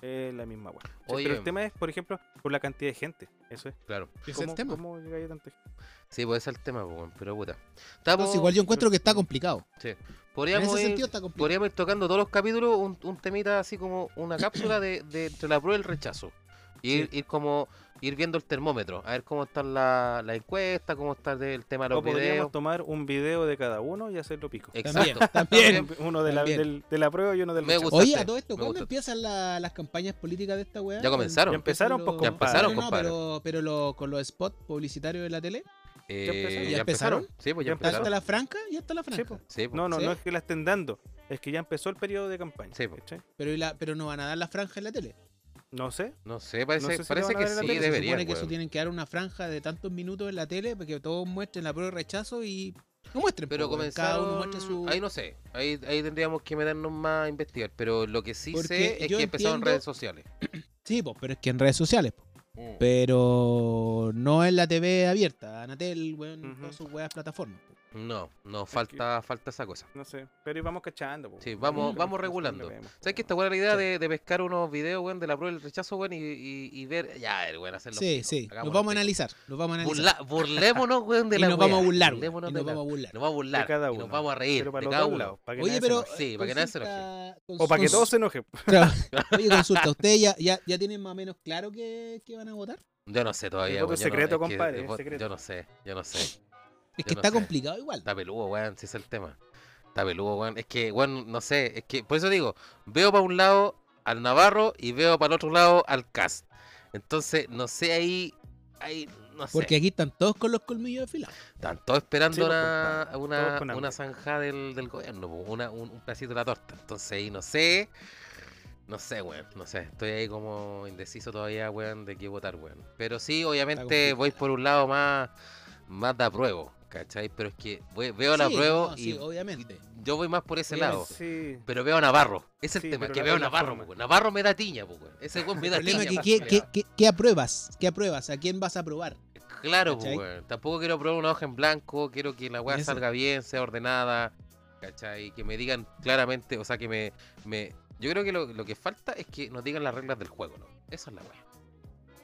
Speaker 1: eh, la misma wea. Sí,
Speaker 2: Mm. Oye.
Speaker 1: Pero el tema es, por ejemplo, por la cantidad de gente. Eso es.
Speaker 2: claro.
Speaker 3: Ese es el
Speaker 1: ¿Cómo-
Speaker 3: tema.
Speaker 1: ¿Cómo llegáis a tanta gente?
Speaker 2: Sí, pues ese es el tema, po, weón, pero puta.
Speaker 3: Entonces,
Speaker 2: Estamos-
Speaker 3: igual yo encuentro que está complicado. En
Speaker 2: podríamos,
Speaker 3: ese
Speaker 2: ir,
Speaker 3: sentido está complicado.
Speaker 2: podríamos ir tocando todos los capítulos un, un temita así como una cápsula de, de entre la prueba y el rechazo. Ir, ir como ir viendo el termómetro, a ver cómo están la, la encuesta, cómo está el, el tema de
Speaker 1: O
Speaker 2: los
Speaker 1: podríamos
Speaker 2: videos.
Speaker 1: tomar un video de cada uno y hacerlo pico.
Speaker 2: Exacto.
Speaker 3: También.
Speaker 1: Un- Uno de la,
Speaker 3: También.
Speaker 1: del- de la prueba y uno del
Speaker 2: Me
Speaker 1: rechazo.
Speaker 2: gusta.
Speaker 3: Oye, a
Speaker 2: Gustaste,
Speaker 3: todo esto,
Speaker 2: me
Speaker 3: ¿cuándo
Speaker 2: gustaste.
Speaker 3: empiezan la- las campañas políticas de esta weá?
Speaker 2: Ya comenzaron.
Speaker 1: Ya empezaron, pues,
Speaker 3: los-
Speaker 1: Ya
Speaker 2: empezaron,
Speaker 3: No, no,
Speaker 2: compadre.
Speaker 3: pero, pero lo- con los spots publicitarios de la tele.
Speaker 2: Eh,
Speaker 1: empezaron?
Speaker 2: ¿Ya
Speaker 3: ¿Ya
Speaker 2: empezaron? Sí,
Speaker 1: ¿Ya
Speaker 2: pues ya
Speaker 3: ¿Ya está
Speaker 2: empezaron.
Speaker 3: la franca? Ya está la
Speaker 1: Sí,
Speaker 3: franca.
Speaker 1: po.
Speaker 2: Sí, pues.
Speaker 1: No, no,
Speaker 3: ¿Sí?
Speaker 1: no es que la estén dando. Es que ya empezó el periodo de campaña.
Speaker 2: Sí, po.
Speaker 1: ¿cachai?
Speaker 3: pero, ¿y la- pero no van a dar la franja en la tele.
Speaker 1: No sé.
Speaker 2: No sé, parece,
Speaker 1: sé si lo
Speaker 2: parece
Speaker 1: van a
Speaker 2: que
Speaker 1: ver en la
Speaker 2: sí,
Speaker 1: tele,
Speaker 3: se
Speaker 2: debería.
Speaker 3: supone que eso tienen que dar una franja de tantos minutos en la tele para que todos muestren la prueba de rechazo y no muestren.
Speaker 2: Pero
Speaker 3: po, weón.
Speaker 2: comenzaron...
Speaker 3: Cada uno muestre su...
Speaker 2: Ahí no sé, ahí, ahí tendríamos que meternos más a investigar. Pero lo que sí
Speaker 3: Porque
Speaker 2: sé es
Speaker 3: yo
Speaker 2: que empezaron
Speaker 3: entiendo-
Speaker 2: redes sociales.
Speaker 3: Sí, po, pero es que en redes sociales. po.
Speaker 2: Mm.
Speaker 3: Pero no en la TV abierta. Anatel, weón,
Speaker 1: Ujú.
Speaker 3: todas sus weas plataformas. po.
Speaker 2: No, no,
Speaker 1: que-
Speaker 2: falta, falta esa cosa.
Speaker 1: No sé. Pero íbamos cachando. po.
Speaker 2: Sí, vamos-
Speaker 1: Mm.
Speaker 2: vamos
Speaker 1: Lo
Speaker 2: regulando.
Speaker 1: vemos,
Speaker 2: ¿Sabes
Speaker 1: po.
Speaker 2: que esta buena la idea
Speaker 3: Sí.
Speaker 2: de, de pescar unos videos, weón, de la prueba del rechazo, weón, y, y- y ver. Ya, el weón, hacerlo.
Speaker 3: Sí, sí. Los vamos a analizar. Los vamos a analizar.
Speaker 2: este. burlémonos, weón, de
Speaker 3: y
Speaker 2: la
Speaker 3: nos vamos a
Speaker 2: wea,
Speaker 3: burlar. weón,
Speaker 2: burlémonos
Speaker 3: y
Speaker 2: de
Speaker 3: nos
Speaker 2: la-
Speaker 3: vamos a burlar.
Speaker 2: nos vamos a burlar.
Speaker 1: De cada
Speaker 2: Y nos
Speaker 1: uno.
Speaker 2: vamos a reír.
Speaker 1: Pero para
Speaker 2: de
Speaker 1: los
Speaker 2: cada
Speaker 1: dos
Speaker 2: uno.
Speaker 1: lados. para que
Speaker 3: Oye,
Speaker 1: nadie se
Speaker 3: pero.
Speaker 1: enoje.
Speaker 2: Sí, para que nadie se
Speaker 3: consulta-
Speaker 1: O para que todos se enojen.
Speaker 3: Claro. Oye, consulta, ¿ustedes ya, ya, ya tienen más o menos claro que, que van a votar?
Speaker 2: Yo no sé todavía.
Speaker 1: voto
Speaker 2: weón,
Speaker 1: es
Speaker 2: yo no-
Speaker 1: secreto,
Speaker 2: que el
Speaker 1: compadre, es
Speaker 2: voto-
Speaker 1: secreto.
Speaker 2: Yo no sé, yo no sé. Yo
Speaker 3: Es que
Speaker 2: no
Speaker 3: está
Speaker 2: sé.
Speaker 3: complicado igual.
Speaker 2: Está peludo, weón, si ese es el tema. Está peludo, weón. Es que, weón, no sé. Es que, por eso digo, veo para un lado al Navarro y veo para el otro lado al Cast. Entonces, no sé ahí. Ahí, no sé.
Speaker 3: Porque aquí están todos con los colmillos afilados.
Speaker 2: Están todos esperando
Speaker 1: Sí, pues,
Speaker 2: una,
Speaker 1: compadre,
Speaker 2: una-
Speaker 1: todos con hambre.
Speaker 2: una zanjada del, del gobierno, pues, una- un, un pedacito de la torta. Entonces ahí no sé, no sé, weón, no sé. Estoy ahí como indeciso todavía, weón, de qué votar, weón. Pero sí, obviamente
Speaker 3: complicado.
Speaker 2: voy por un lado más, más de apruebo, ¿cachai? Pero es que voy- veo la
Speaker 3: Sí,
Speaker 2: apruebo
Speaker 3: no,
Speaker 2: y
Speaker 3: sí, obviamente.
Speaker 2: yo voy más por ese
Speaker 3: Obviamente,
Speaker 2: lado.
Speaker 1: Sí.
Speaker 2: Pero veo a Navarro, ese es
Speaker 1: Sí,
Speaker 2: el tema,
Speaker 1: pero
Speaker 2: que
Speaker 1: la-
Speaker 2: veo a
Speaker 1: la
Speaker 2: Navarro,
Speaker 1: forma.
Speaker 2: pues, weón. Navarro me da tiña, pues, weón. Ese weón me da
Speaker 3: El problema es
Speaker 2: tiña.
Speaker 3: que
Speaker 2: pues,
Speaker 3: ¿qué, qué,
Speaker 2: culiao.
Speaker 3: qué- qué apruebas? ¿Qué apruebas? ¿A quién vas a aprobar?
Speaker 2: Claro, pues,
Speaker 3: ¿Cachai?
Speaker 2: weón. Tampoco quiero probar una hoja en blanco, quiero que la weá
Speaker 3: Eso.
Speaker 2: salga bien, sea ordenada, ¿cachai? Que me digan claramente, o sea, que me... me... Yo creo que lo, lo que falta es que nos digan las reglas del juego, ¿no? Esa es la weá.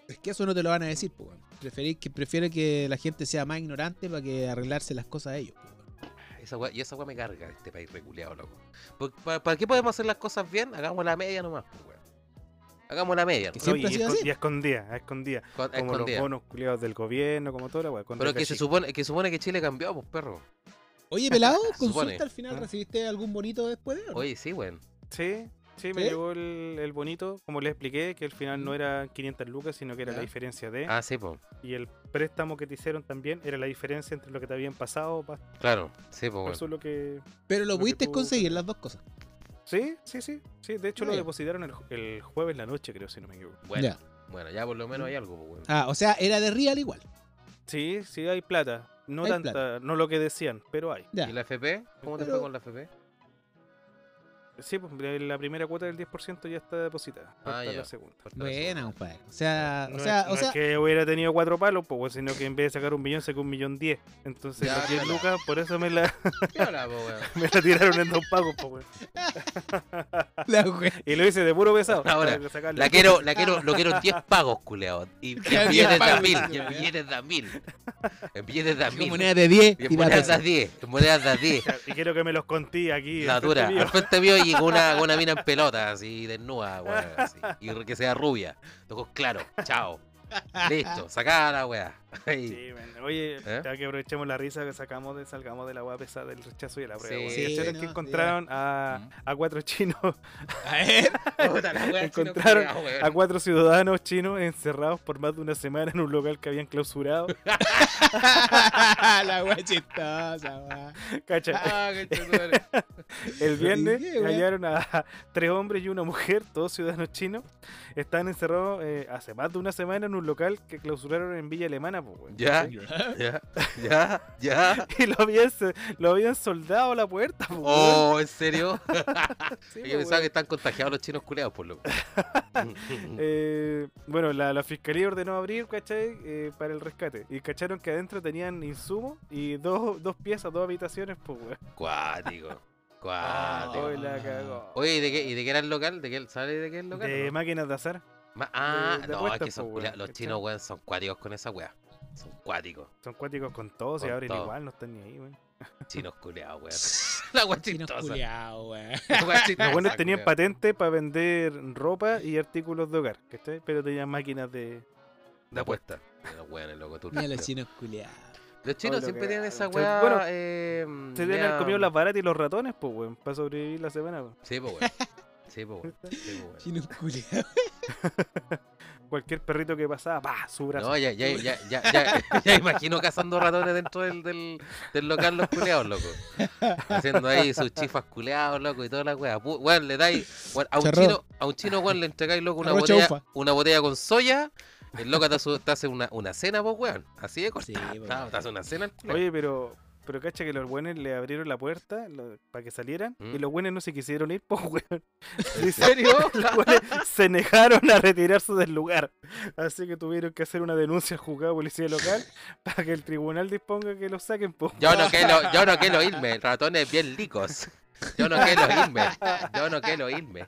Speaker 3: Es que eso no te lo van a decir, pues, weón. Preferís que Prefiero que la gente sea más ignorante para que arreglarse las cosas a ellos. po, weón.
Speaker 2: Esa weá- y esa weá me carga de este país reculeado, loco. Por- pa- ¿Para, qué podemos hacer las cosas bien? Hagamos la media nomás, pues, weón. Hagamos la media,
Speaker 3: Que
Speaker 1: No,
Speaker 2: ¿no?
Speaker 3: siempre
Speaker 1: y,
Speaker 3: ha sido
Speaker 1: esco-
Speaker 3: así.
Speaker 1: y escondida, a escondida.
Speaker 2: Con-
Speaker 1: Como
Speaker 2: escondida.
Speaker 1: los bonos culiados del gobierno, como todo la weá.
Speaker 2: Pero que se supone que supone que Chile cambió, pues, perro.
Speaker 3: Oye, pelado,
Speaker 2: Supone.
Speaker 3: consulta al final,
Speaker 1: Ah.
Speaker 3: ¿recibiste algún bonito después de? o no?
Speaker 2: Oye, sí, weón.
Speaker 1: Sí, sí, me
Speaker 3: ¿Sí? Mm.
Speaker 1: llegó el, el bonito, como les expliqué, que al final no era 500 lucas, sino que era la
Speaker 3: Ya.
Speaker 1: diferencia de...
Speaker 2: Ah, sí, pues.
Speaker 1: Y el préstamo que te hicieron también era la diferencia entre lo que te habían pasado, pa-
Speaker 2: Claro, sí, pues,
Speaker 1: eso es lo que...
Speaker 3: Pero lo
Speaker 1: lo que
Speaker 3: pudiste
Speaker 1: puedo
Speaker 3: conseguir, las dos cosas.
Speaker 1: Sí, sí, sí, sí, de hecho
Speaker 3: Ah,
Speaker 1: lo
Speaker 3: ya.
Speaker 1: depositaron el, el jueves en la noche, creo, si no me equivoco.
Speaker 2: Bueno,
Speaker 3: Ya.
Speaker 2: bueno, ya por lo menos hay algo, pues, weón.
Speaker 3: Ah, o sea, era de real igual.
Speaker 1: Sí, sí, hay plata. No
Speaker 3: Hay
Speaker 1: tanta, no lo que decían, pero hay.
Speaker 3: Ya.
Speaker 2: ¿Y la FP? ¿Cómo te
Speaker 3: Pero-
Speaker 2: fue con la FP?
Speaker 1: Sí, pues la- la primera cuota del 10% ya está depositada.
Speaker 2: Ah,
Speaker 1: falta
Speaker 2: ya.
Speaker 1: la segunda.
Speaker 2: Falta la
Speaker 3: Buena,
Speaker 2: segunda.
Speaker 3: compadre. O sea,
Speaker 1: No
Speaker 3: o
Speaker 1: es-
Speaker 3: sea,
Speaker 1: no
Speaker 3: o sea,
Speaker 1: es que hubiera tenido cuatro palos, pues, bueno, sino que en vez de sacar un millón, sacó un millón diez. Entonces,
Speaker 2: Ya,
Speaker 1: los diez
Speaker 2: claro.
Speaker 1: lucas, por eso me la,
Speaker 2: Piola, po, weón.
Speaker 1: me la tiraron en dos pagos, pues, weón.
Speaker 3: la wea-
Speaker 1: Y lo hice de puro pesado.
Speaker 2: Ahora,
Speaker 1: para sacarle-
Speaker 2: La quiero, la quiero, lo quiero en 10 pagos, culeado. Y y en
Speaker 3: Cada día
Speaker 2: billetes de a
Speaker 3: pago,
Speaker 2: mil,
Speaker 3: dice,
Speaker 2: y en
Speaker 3: weón.
Speaker 2: billetes de a mil. En billetes de a
Speaker 3: con
Speaker 2: mil.
Speaker 3: moneda de 10
Speaker 2: Y en
Speaker 3: y la
Speaker 2: monedas de a
Speaker 3: taza.
Speaker 2: 10, en monedas de a 10.
Speaker 1: Y quiero que me los conté aquí.
Speaker 2: La
Speaker 1: enfrente
Speaker 2: dura,
Speaker 1: mío.
Speaker 2: al frente mío y con una, con una mina en pelota, así desnuda, weón. así. Y que sea rubia. Los ojos claros, chao. Listo, sacada la weá. Ahí.
Speaker 1: Sí, man. Oye,
Speaker 2: ¿Eh?
Speaker 1: ya que aprovechemos la risa que sacamos de salgamos de la hueá pesada del rechazo y de la prueba.
Speaker 2: Sí,
Speaker 1: weón.
Speaker 2: sí,
Speaker 1: ¿Cacharon
Speaker 3: no,
Speaker 1: que
Speaker 3: sí,
Speaker 1: encontraron a, a cuatro chinos,
Speaker 3: A ver,
Speaker 2: Puta, la weá, chino
Speaker 1: Encontraron
Speaker 2: culiao, weón.
Speaker 1: a cuatro ciudadanos chinos encerrados por más de una semana en un local que habían clausurado?
Speaker 3: la wea chistosa, wea.
Speaker 1: Cacha,
Speaker 2: Ah, qué chulo.
Speaker 1: El viernes
Speaker 3: qué, weón?
Speaker 1: hallaron a tres hombres y una mujer, todos ciudadanos chinos. Están encerrados eh, hace más de una semana en un local que clausuraron en Villa Alemana, pues, weón.
Speaker 2: Ya, ya, ya, ya.
Speaker 1: Y lo habían, se- lo habían soldado a la puerta, pues, weón.
Speaker 2: Oh, ¿en serio?
Speaker 1: Sí,
Speaker 2: Yo
Speaker 1: pues,
Speaker 2: pensaba
Speaker 1: weón.
Speaker 2: que están contagiados los chinos culeados, por loco. Mm,
Speaker 1: Eh, bueno, la, la fiscalía ordenó abrir, ¿cachai? Eh, para el rescate. Y cacharon que adentro tenían insumos y dos, dos piezas, dos habitaciones, pues, weón.
Speaker 2: Cuático.
Speaker 3: Ah,
Speaker 2: Cuático.
Speaker 1: Hoy la cagó.
Speaker 2: Oye, ¿y de qué, y de qué era el local? ¿De qué, ¿Sabes de qué es el local?
Speaker 1: De
Speaker 2: o no?
Speaker 1: máquinas de azar.
Speaker 2: Ma- ah,
Speaker 1: de
Speaker 2: no, es
Speaker 1: apuestas,
Speaker 2: que son
Speaker 1: po, weón,
Speaker 2: culiados. Los
Speaker 1: ¿cachai?
Speaker 2: chinos, weón, son cuáticos con esa weá. Son cuáticos.
Speaker 1: Son cuáticos con todo, se
Speaker 2: Con
Speaker 1: abren
Speaker 2: todo. Ah,
Speaker 1: igual, no están ni ahí, weón.
Speaker 2: Chinos culeados, weón. La weá
Speaker 3: Chinos
Speaker 2: chistosa.
Speaker 3: culiao, wea.
Speaker 2: La weá
Speaker 1: Los
Speaker 2: chistosa,
Speaker 1: buenos tenían
Speaker 2: culiao.
Speaker 1: patente para vender ropa y artículos de hogar, ¿cachai? Pero tenían máquinas de.
Speaker 2: De apuesta. Mira Los weones, loco, tú.
Speaker 3: Mira los
Speaker 2: Los
Speaker 3: chinos culiao.
Speaker 2: chinos
Speaker 1: lo
Speaker 2: siempre
Speaker 1: que-
Speaker 2: tienen esa
Speaker 1: se- bueno,
Speaker 2: weá. eh,
Speaker 1: Se deben haber
Speaker 2: mea-
Speaker 1: comido las baratas y los ratones, pues, weón, para sobrevivir la semana, weón.
Speaker 2: Sí, pues, weón. Sí, po, weón. Sí, po, weón.
Speaker 3: Chino culiao.
Speaker 1: Cualquier perrito que pasaba, pa, su brazo.
Speaker 2: No, ya, ya, ya, ya, ya, ya imagino cazando ratones dentro del, del, del local los culeados, loco. Haciendo ahí sus chifas culeados, loco, y toda la weá. Pu- Weón, le dais, weón, a un
Speaker 3: Charrón.
Speaker 2: chino, a un chino, weón, le entregáis, loco, una
Speaker 3: Arrocha
Speaker 2: botella,
Speaker 3: ufa.
Speaker 2: una botella con soya. El loco te, hace- te hace una, una cena, pues, weón. Así de
Speaker 3: Sí,
Speaker 2: cortado.
Speaker 3: po,
Speaker 2: te hace una cena al culeado.
Speaker 1: Oye, pero, pero cacha que los buenos le abrieron la puerta para que salieran
Speaker 2: ¿Mm?
Speaker 1: y los buenos no se quisieron ir, pues, weón.
Speaker 2: ¿En serio?
Speaker 1: Los güeyes se negaron a retirarse del lugar. Así que tuvieron que hacer una denuncia al juzgado de policía local para que el tribunal disponga que los saquen, pues.
Speaker 2: Yo no quiero, yo no quiero irme, ratones bien licos. Yo no quiero irme, yo no quiero irme.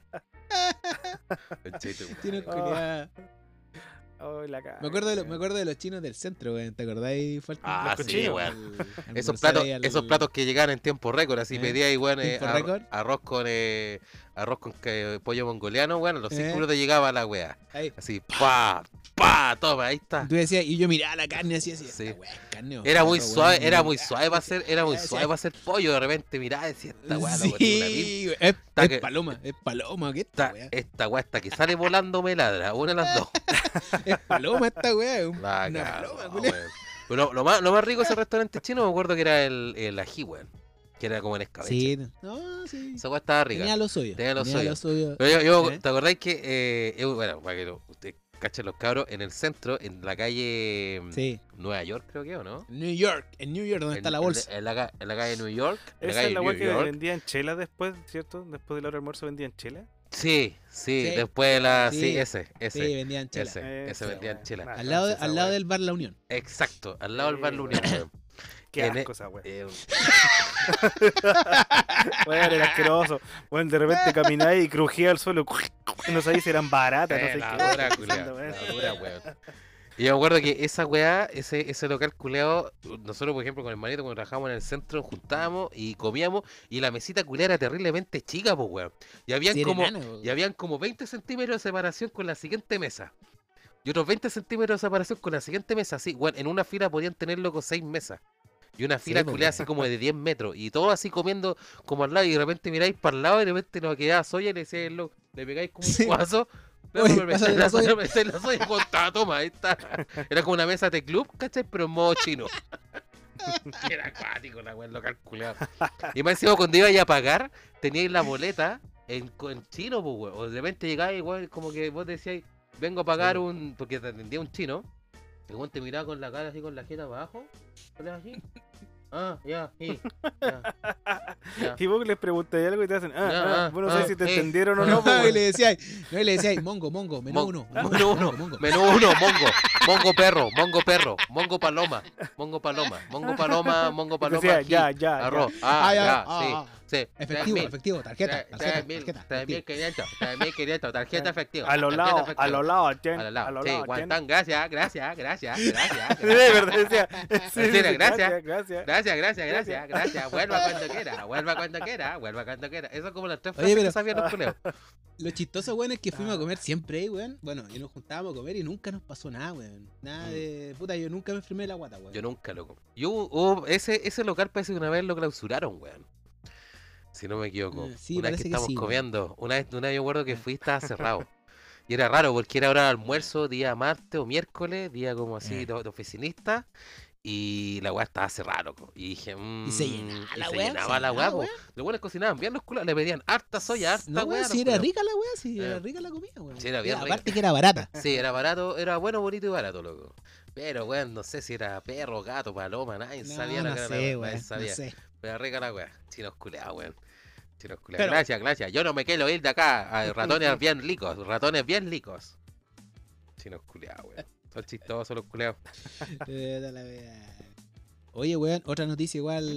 Speaker 2: Conchito,
Speaker 3: Chino
Speaker 2: madre, weón.
Speaker 3: culiao.
Speaker 1: Ay, Oh, la caga,
Speaker 3: Me acuerdo, de lo-
Speaker 1: weón.
Speaker 3: me acuerdo de los chinos del centro, weón. ¿Te acordáis, Falcon?
Speaker 2: Ah,
Speaker 1: Los sí, cuchillos.
Speaker 2: weón.
Speaker 3: Al-
Speaker 2: Esos
Speaker 3: almorzar
Speaker 2: platos,
Speaker 3: ahí al-
Speaker 2: esos platos que llegaban en tiempo récord, así
Speaker 3: ¿Eh?
Speaker 2: pedíais, weón, eh,
Speaker 3: ¿Tiempo
Speaker 2: ar-
Speaker 3: récord?
Speaker 2: arroz con eh, arroz con que- pollo mongoliano, weón, a los
Speaker 3: ¿Eh?
Speaker 2: cinco te llegaba la weá.
Speaker 3: ahí.
Speaker 2: Así, pa, pa, toma, ahí está.
Speaker 3: Tú decías, y yo miraba la carne así, así.
Speaker 2: Sí.
Speaker 3: "Esta weá es carne, weón".
Speaker 2: Era muy
Speaker 3: Esa weá
Speaker 2: suave,
Speaker 3: no-
Speaker 2: era muy suave para hacer, era muy
Speaker 3: sí.
Speaker 2: suave para hacer pollo, de repente mirá, decía esta weá, loco, tiene una pinta.
Speaker 3: Sí, es,
Speaker 2: Está
Speaker 3: es
Speaker 2: que-
Speaker 3: paloma, es paloma, ¿qué esta
Speaker 2: Esta,
Speaker 3: weá?
Speaker 2: esta weá está que sale volando me ladra, una de las dos.
Speaker 3: Es paloma esta weá, es un-
Speaker 2: La
Speaker 3: una
Speaker 2: cagó,
Speaker 3: paloma, culiao.
Speaker 2: weón. Pero lo, lo más, lo más rico de ese restaurante chino, me acuerdo que era el, el ají, weón. Que era como en escabeche.
Speaker 3: Sí, no, sí.
Speaker 2: Esa weá estaba rica.
Speaker 3: Tenía lo suyo.
Speaker 2: Tenía lo suyo.
Speaker 3: suyo.
Speaker 2: Pero yo- yo-
Speaker 3: ¿Eh?
Speaker 2: ¿Te acordáis que, eh, eh, bueno, para que lo- ustedes cachen los cabros, en el centro, en la calle mm,
Speaker 3: Sí.
Speaker 2: Nueva York, creo que, ¿o no?
Speaker 3: En New York, en New York, donde
Speaker 2: En-
Speaker 3: está la
Speaker 2: en-
Speaker 3: bolsa.
Speaker 2: En, la, ca- en la calle New York. en la
Speaker 1: Esa es
Speaker 2: calle
Speaker 1: la weá
Speaker 2: New
Speaker 1: que
Speaker 2: York.
Speaker 1: vendían chelas después, ¿cierto? Después del hora de almuerzo vendían chelas.
Speaker 2: Sí, sí,
Speaker 3: Sí.
Speaker 2: después de la. Sí,
Speaker 3: Sí.
Speaker 2: ese, ese.
Speaker 3: Sí, vendían chela.
Speaker 2: Ese, ese
Speaker 1: Eh, Esa
Speaker 2: vendían
Speaker 1: weá.
Speaker 2: chelas.
Speaker 1: Nah,
Speaker 3: Al lado, de-
Speaker 1: esa
Speaker 3: al lado
Speaker 1: weá.
Speaker 3: del bar La Unión.
Speaker 2: Exacto, al lado del
Speaker 1: Sí,
Speaker 2: bar Luna,
Speaker 1: weón.
Speaker 2: weón.
Speaker 1: Qué
Speaker 2: en e-
Speaker 1: asco esa weá.
Speaker 2: Eh,
Speaker 1: Bueno, era asqueroso. Bueno, de repente camináis y crujía al suelo. No sabéis si eran baratas, no
Speaker 2: Eh,
Speaker 1: sé
Speaker 2: la
Speaker 1: qué.
Speaker 2: dura,
Speaker 1: pensando,
Speaker 2: culiao,
Speaker 1: weón.
Speaker 2: la dura, weón. Y yo me acuerdo que esa weá, ese, ese local culeado, nosotros por ejemplo con el manito cuando trabajábamos en el centro, juntábamos y comíamos y la mesita culeada era terriblemente chica, pues weón. Y habían,
Speaker 3: Sí, era
Speaker 2: como,
Speaker 3: enana, weón.
Speaker 2: y habían como 20 centímetros de separación con la siguiente mesa. Y otros 20 centímetros de separación con la siguiente mesa, así, weón, en una fila podían tener loco seis mesas. Y una fila
Speaker 3: Sí, pues,
Speaker 2: culeada así como de 10 metros. Y todos así comiendo como al lado. Y de repente miráis para el lado y de repente nos quedaba soya y le decíais, loco, le pegáis como un
Speaker 3: Sí.
Speaker 2: guaso. No,
Speaker 3: Oye,
Speaker 2: pero me
Speaker 3: pásate
Speaker 2: estáis
Speaker 3: la
Speaker 2: la
Speaker 3: soya.
Speaker 2: soya, me estáis la soya, pues, ta, toma, ahí está. Era como una mesa de club, ¿cachai? Pero en modo chino. Era acuático la weá, lo calculado. Y más encima cuando ibais a pagar, teníais la boleta en, co- en chino, pues, weón. O de repente llegáis, weón, como que vos decíais, vengo a pagar un. Porque te atendía un chino. El weón te miraba con la cara así, con la jeta para abajo. ¿Hola, así? Ah, ya, sí. Ya, ya.
Speaker 1: Y vos les preguntáis algo y te hacen, ah,
Speaker 2: Ya,
Speaker 1: ah,
Speaker 2: ah,
Speaker 1: vos no
Speaker 2: ah,
Speaker 1: sabés si te
Speaker 2: eh,
Speaker 1: entendieron o
Speaker 2: ah,
Speaker 1: no.
Speaker 2: pues,
Speaker 3: y le decía, no, y le decía, mongo, mongo, menú
Speaker 2: Mon- Ah,
Speaker 3: uno.
Speaker 2: Menú uno,
Speaker 3: mongo.
Speaker 2: menú uno, mongo, mongo perro, mongo perro, mongo paloma, mongo paloma, mongo paloma, mongo
Speaker 1: pues.
Speaker 2: paloma,
Speaker 1: Decía,
Speaker 2: ají,
Speaker 1: ya, ya, ya.
Speaker 2: arroz, ah,
Speaker 3: Ah, ya,
Speaker 2: ya,
Speaker 3: ah, ah.
Speaker 2: sí, sí,
Speaker 3: Efectivo,
Speaker 2: 3.000,
Speaker 3: efectivo, tarjeta, tarjeta,
Speaker 2: 3.000,
Speaker 3: tarjeta.
Speaker 2: 3.500, 3.500, tarjeta efectiva.
Speaker 1: A los
Speaker 2: tarjeta
Speaker 1: lados, a
Speaker 2: efectiva.
Speaker 1: los lados, Chen,
Speaker 2: A los lados,
Speaker 1: a los
Speaker 2: sí,
Speaker 1: lados, Chen.
Speaker 2: Guantán, gracias, gracias, gracias, gracias,
Speaker 1: Sí, de
Speaker 2: gracias.
Speaker 1: verdad, decía. sí,
Speaker 2: serio,
Speaker 1: sí,
Speaker 2: gracias.
Speaker 1: gracias.
Speaker 2: Gracias, gracias, gracias, gracias. Vuelva cuando quiera, vuelva cuando quiera, vuelva cuando quiera. Eso es como las tres
Speaker 3: Oye,
Speaker 2: frases que
Speaker 3: pero-
Speaker 2: sabían los culeos.
Speaker 3: Lo chistoso, weón, es que
Speaker 2: Ah.
Speaker 3: fuimos a comer siempre ahí, weón. Bueno, y nos juntábamos a comer y nunca nos pasó nada, weón. Nada de. Puta, yo nunca me enfermé de la guata, weón.
Speaker 2: Mm. Yo nunca, loco. Yo, hubo- ese, ese local parece que una vez lo clausuraron, weón. Si no me equivoco.
Speaker 3: Eh, sí,
Speaker 2: una vez
Speaker 3: parece
Speaker 2: que
Speaker 3: que
Speaker 2: estamos
Speaker 3: sí, weón. Eh.
Speaker 2: comiendo. Una vez, una vez yo recuerdo que fui y estaba cerrado. Y era raro porque era hora de almuerzo, día martes o miércoles, día como así
Speaker 3: Eh.
Speaker 2: de, de oficinista. Y la weá estaba cerrada, loco. Y dije, mmm.
Speaker 3: Y se llenaba Ah, la
Speaker 2: se
Speaker 3: weá.
Speaker 2: llenaba la weá, po. Los buenos cocinaban bien los culos, le pedían harta soya, harta
Speaker 3: No,
Speaker 2: weá.
Speaker 3: weón,
Speaker 2: los
Speaker 3: si era
Speaker 2: culiaos.
Speaker 3: rica la weá, si
Speaker 2: Eh.
Speaker 3: era rica la comida, weón.
Speaker 2: Sí, era bien
Speaker 3: Y
Speaker 2: rica.
Speaker 3: Aparte que era barata.
Speaker 2: Sí, era barato, era bueno, bonito y barato, loco. Pero, weón, no sé si era perro, gato, paloma, nadie
Speaker 3: No,
Speaker 2: sabía lo
Speaker 3: no
Speaker 2: que era la
Speaker 3: sé,
Speaker 2: weá, nadie
Speaker 3: weón. No
Speaker 2: sabía.
Speaker 3: sé.
Speaker 2: Pero rica la weá. Chinos culeados, weón. Chinos culeados.
Speaker 3: Pero-
Speaker 2: Gracias, gracias. Yo no me quiero ir de acá. Ay, Ratones bien licos. Ratones bien licos. Chinos culeados, weón. Son chistosos los culeados.
Speaker 3: Eh, da la wea. Oye, weón, otra noticia igual.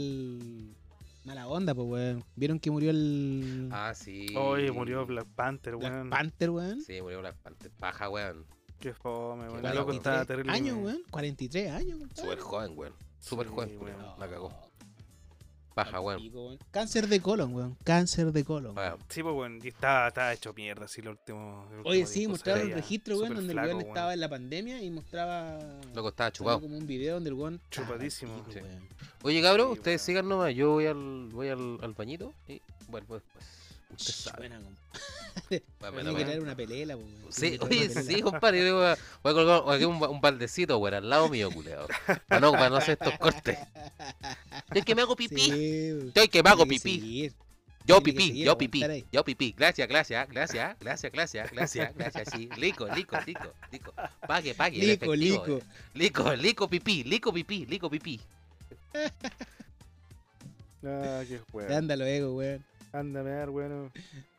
Speaker 3: Mala onda, pues, weón. ¿Vieron que murió el.
Speaker 2: Ah, sí.
Speaker 1: Oye, murió Black Panther,
Speaker 3: Black
Speaker 1: weón.
Speaker 3: Panther, weón?
Speaker 2: Sí, murió Black Panther. Paja, weón.
Speaker 1: Qué fome, weón.
Speaker 2: Qué
Speaker 1: El loco
Speaker 2: mala
Speaker 1: estaba
Speaker 2: onda.
Speaker 1: terrible.
Speaker 3: años, weón. 43 años, compadre.
Speaker 2: Súper joven, weón. Súper
Speaker 1: Sí,
Speaker 2: joven,
Speaker 1: weón.
Speaker 2: culeado. La cagó.
Speaker 3: Al
Speaker 2: Paja, weón.
Speaker 3: pico, weón. Cáncer de colon, weón. Cáncer de colon.
Speaker 2: Weón.
Speaker 1: Sí, pues, weón. Y estaba, estaba hecho mierda, sí, el último. el
Speaker 3: Oye,
Speaker 1: último
Speaker 3: sí,
Speaker 1: disco,
Speaker 3: mostraron
Speaker 1: se
Speaker 3: el
Speaker 1: veía
Speaker 3: registro, weón,
Speaker 1: súper
Speaker 3: donde
Speaker 1: flaco,
Speaker 3: el weón estaba en la pandemia y mostraba.
Speaker 2: Loco estaba
Speaker 3: salió
Speaker 2: chupado.
Speaker 3: como un video donde el weón. Ah,
Speaker 1: Chupadísimo.
Speaker 3: pico,
Speaker 2: Sí.
Speaker 3: weón.
Speaker 2: Oye, cabrón,
Speaker 1: Sí,
Speaker 2: ustedes
Speaker 1: weón.
Speaker 2: sigan nomás. Yo voy al, voy al, al bañito y vuelvo después. Usted sabe.
Speaker 3: Buena, compadre.
Speaker 2: Bueno,
Speaker 3: Tiene que
Speaker 2: bueno.
Speaker 3: crear una pelela, po, weón.
Speaker 2: Pues, Sí,
Speaker 3: Tiene que
Speaker 2: oye,
Speaker 3: crear una
Speaker 2: sí,
Speaker 3: pelela.
Speaker 2: compadre. yo Voy a, voy a colgar voy a colgar un, un baldecito, güey, al lado mío, culeado. Para no, para no hacer estos cortes. Estoy que me hago pipí.
Speaker 3: Sí, weón.
Speaker 2: Estoy que me hago
Speaker 3: Tiene que
Speaker 2: pipí.
Speaker 3: seguir.
Speaker 2: Yo
Speaker 3: tiene que
Speaker 2: pipí,
Speaker 3: seguir,
Speaker 2: yo
Speaker 3: aguantar
Speaker 2: pipí,
Speaker 3: ahí.
Speaker 2: yo pipí. Gracias, gracias, gracias, gracias, gracias, gracias, gracias. Sí, lico, lico, lico, lico. Pague, pague. en
Speaker 3: Lico,
Speaker 2: efectivo. eh.
Speaker 3: lico.
Speaker 2: Lico, lico, pipí, lico, pipí, lico, pipí.
Speaker 1: Ah, qué
Speaker 3: Te
Speaker 1: weón.
Speaker 3: anda los ego, weón.
Speaker 1: Ándame a dar, weón.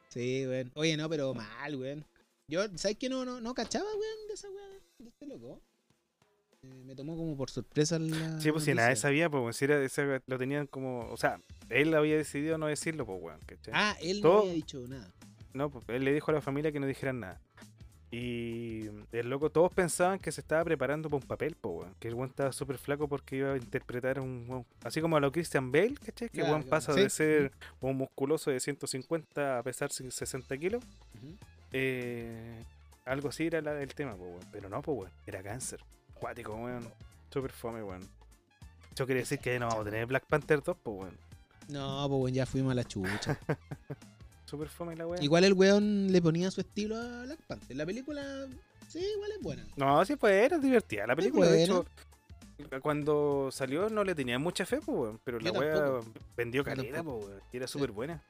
Speaker 3: Sí, weón. Oye, no, pero mal, weón. Yo, ¿sabes qué? No, no, no cachaba, weón, de esa weón. De este loco. Eh, me tomó como por sorpresa la.
Speaker 1: Sí, pues si
Speaker 3: Ah, noticia.
Speaker 1: nadie sabía, pues weón, si era esa- lo tenían como. O sea, él había decidido no decirlo, pues weón, ¿cachai?
Speaker 3: Ah, él no
Speaker 1: Todo-
Speaker 3: había dicho nada.
Speaker 1: No, pues él le dijo a la familia que no dijeran nada. Y el loco, todos pensaban que se estaba preparando para un papel, po, weón. Que el weón estaba súper flaco porque iba a interpretar a un weón. Así como a lo Christian Bale, ¿cachai? Que el
Speaker 3: Ya,
Speaker 1: weón
Speaker 3: ya,
Speaker 1: pasa
Speaker 3: sí,
Speaker 1: de ser un musculoso de 150 a pesar 60 kilos.
Speaker 3: Ujú.
Speaker 1: Eh, algo así era la- el tema, po, weón. Pero no, po, weón. Era cáncer. Cuático, weón. Súper fome, weón. Eso quiere decir que no vamos a tener Black Panther 2, po, weón.
Speaker 3: No, pues weón, ya fuimos a la chucha.
Speaker 1: Súper fome la weón.
Speaker 3: igual el weón le ponía su estilo a Black Panther. La película, sí, igual es buena.
Speaker 1: No, sí, pues era divertida la película. De
Speaker 3: buena.
Speaker 1: hecho, cuando salió no le tenía mucha fe, pues, weón, pero la
Speaker 3: Yo
Speaker 1: wea
Speaker 3: tampoco.
Speaker 1: vendió
Speaker 3: Yo
Speaker 1: caleta, pues, weón, y era
Speaker 3: Sí.
Speaker 1: súper buena.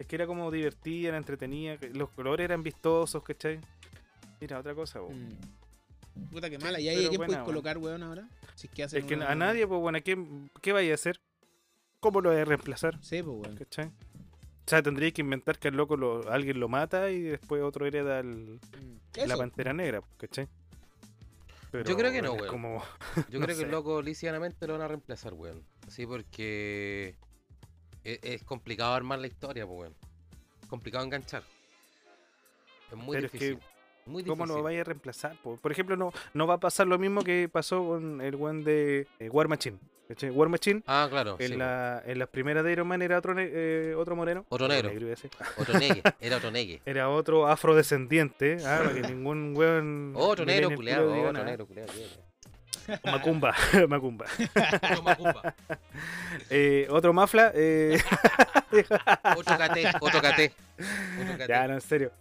Speaker 1: Es que era como divertida, era entretenida, que los colores eran vistosos, ¿cachai? Mira, otra cosa, po.
Speaker 3: Mm. Puta que mala. ¿Y ahí
Speaker 1: pero
Speaker 3: a quién
Speaker 1: buena,
Speaker 3: puedes
Speaker 1: weón.
Speaker 3: colocar, weón, ahora? Si es que hacen
Speaker 1: Es que
Speaker 3: una-
Speaker 1: a nadie, pues, bueno, ¿a quién- ¿qué vaya a hacer? ¿Cómo lo voy a reemplazar?
Speaker 3: Sí, pues weón.
Speaker 1: ¿cachai? O sea, tendría que inventar que al loco lo- alguien lo mata y después otro hereda el-
Speaker 3: Mm.
Speaker 1: la
Speaker 3: Eso.
Speaker 1: pantera negra, ¿cachai?
Speaker 2: Yo creo que no,
Speaker 1: es
Speaker 2: weón.
Speaker 1: como-
Speaker 2: Yo
Speaker 1: No
Speaker 2: creo que
Speaker 1: sé.
Speaker 2: el loco lisianamente lo van a reemplazar, weón. Sí, porque es, es complicado armar la historia, pues, weón. Complicado enganchar. Es muy
Speaker 1: Pero es que,
Speaker 2: difícil. muy difícil.
Speaker 1: ¿Cómo lo vaya a reemplazar? po? Por ejemplo, no, no va a pasar lo mismo que pasó con el one de eh, War Machine. ¿cachai? War Machine,
Speaker 2: Ah, claro.
Speaker 1: en,
Speaker 2: sí,
Speaker 1: la, en las primeras de Iron Man era otro, ne- eh, otro moreno.
Speaker 2: Otro negro.
Speaker 1: iba a decir.
Speaker 2: po. Otro negue, era otro negue.
Speaker 1: Era otro afrodescendiente. Ah, para que ningún weón.
Speaker 2: Otro
Speaker 1: le
Speaker 2: negro,
Speaker 1: den el
Speaker 2: culeado,
Speaker 1: culo diga
Speaker 2: otro
Speaker 1: nada.
Speaker 2: negro, culeado. culeado.
Speaker 1: O Macumba, Macumba.
Speaker 2: Otro Macumba,
Speaker 1: Eh, otro Mafla. eh,
Speaker 2: Otro caté, otro caté. Otro caté.
Speaker 1: ya, no, en serio.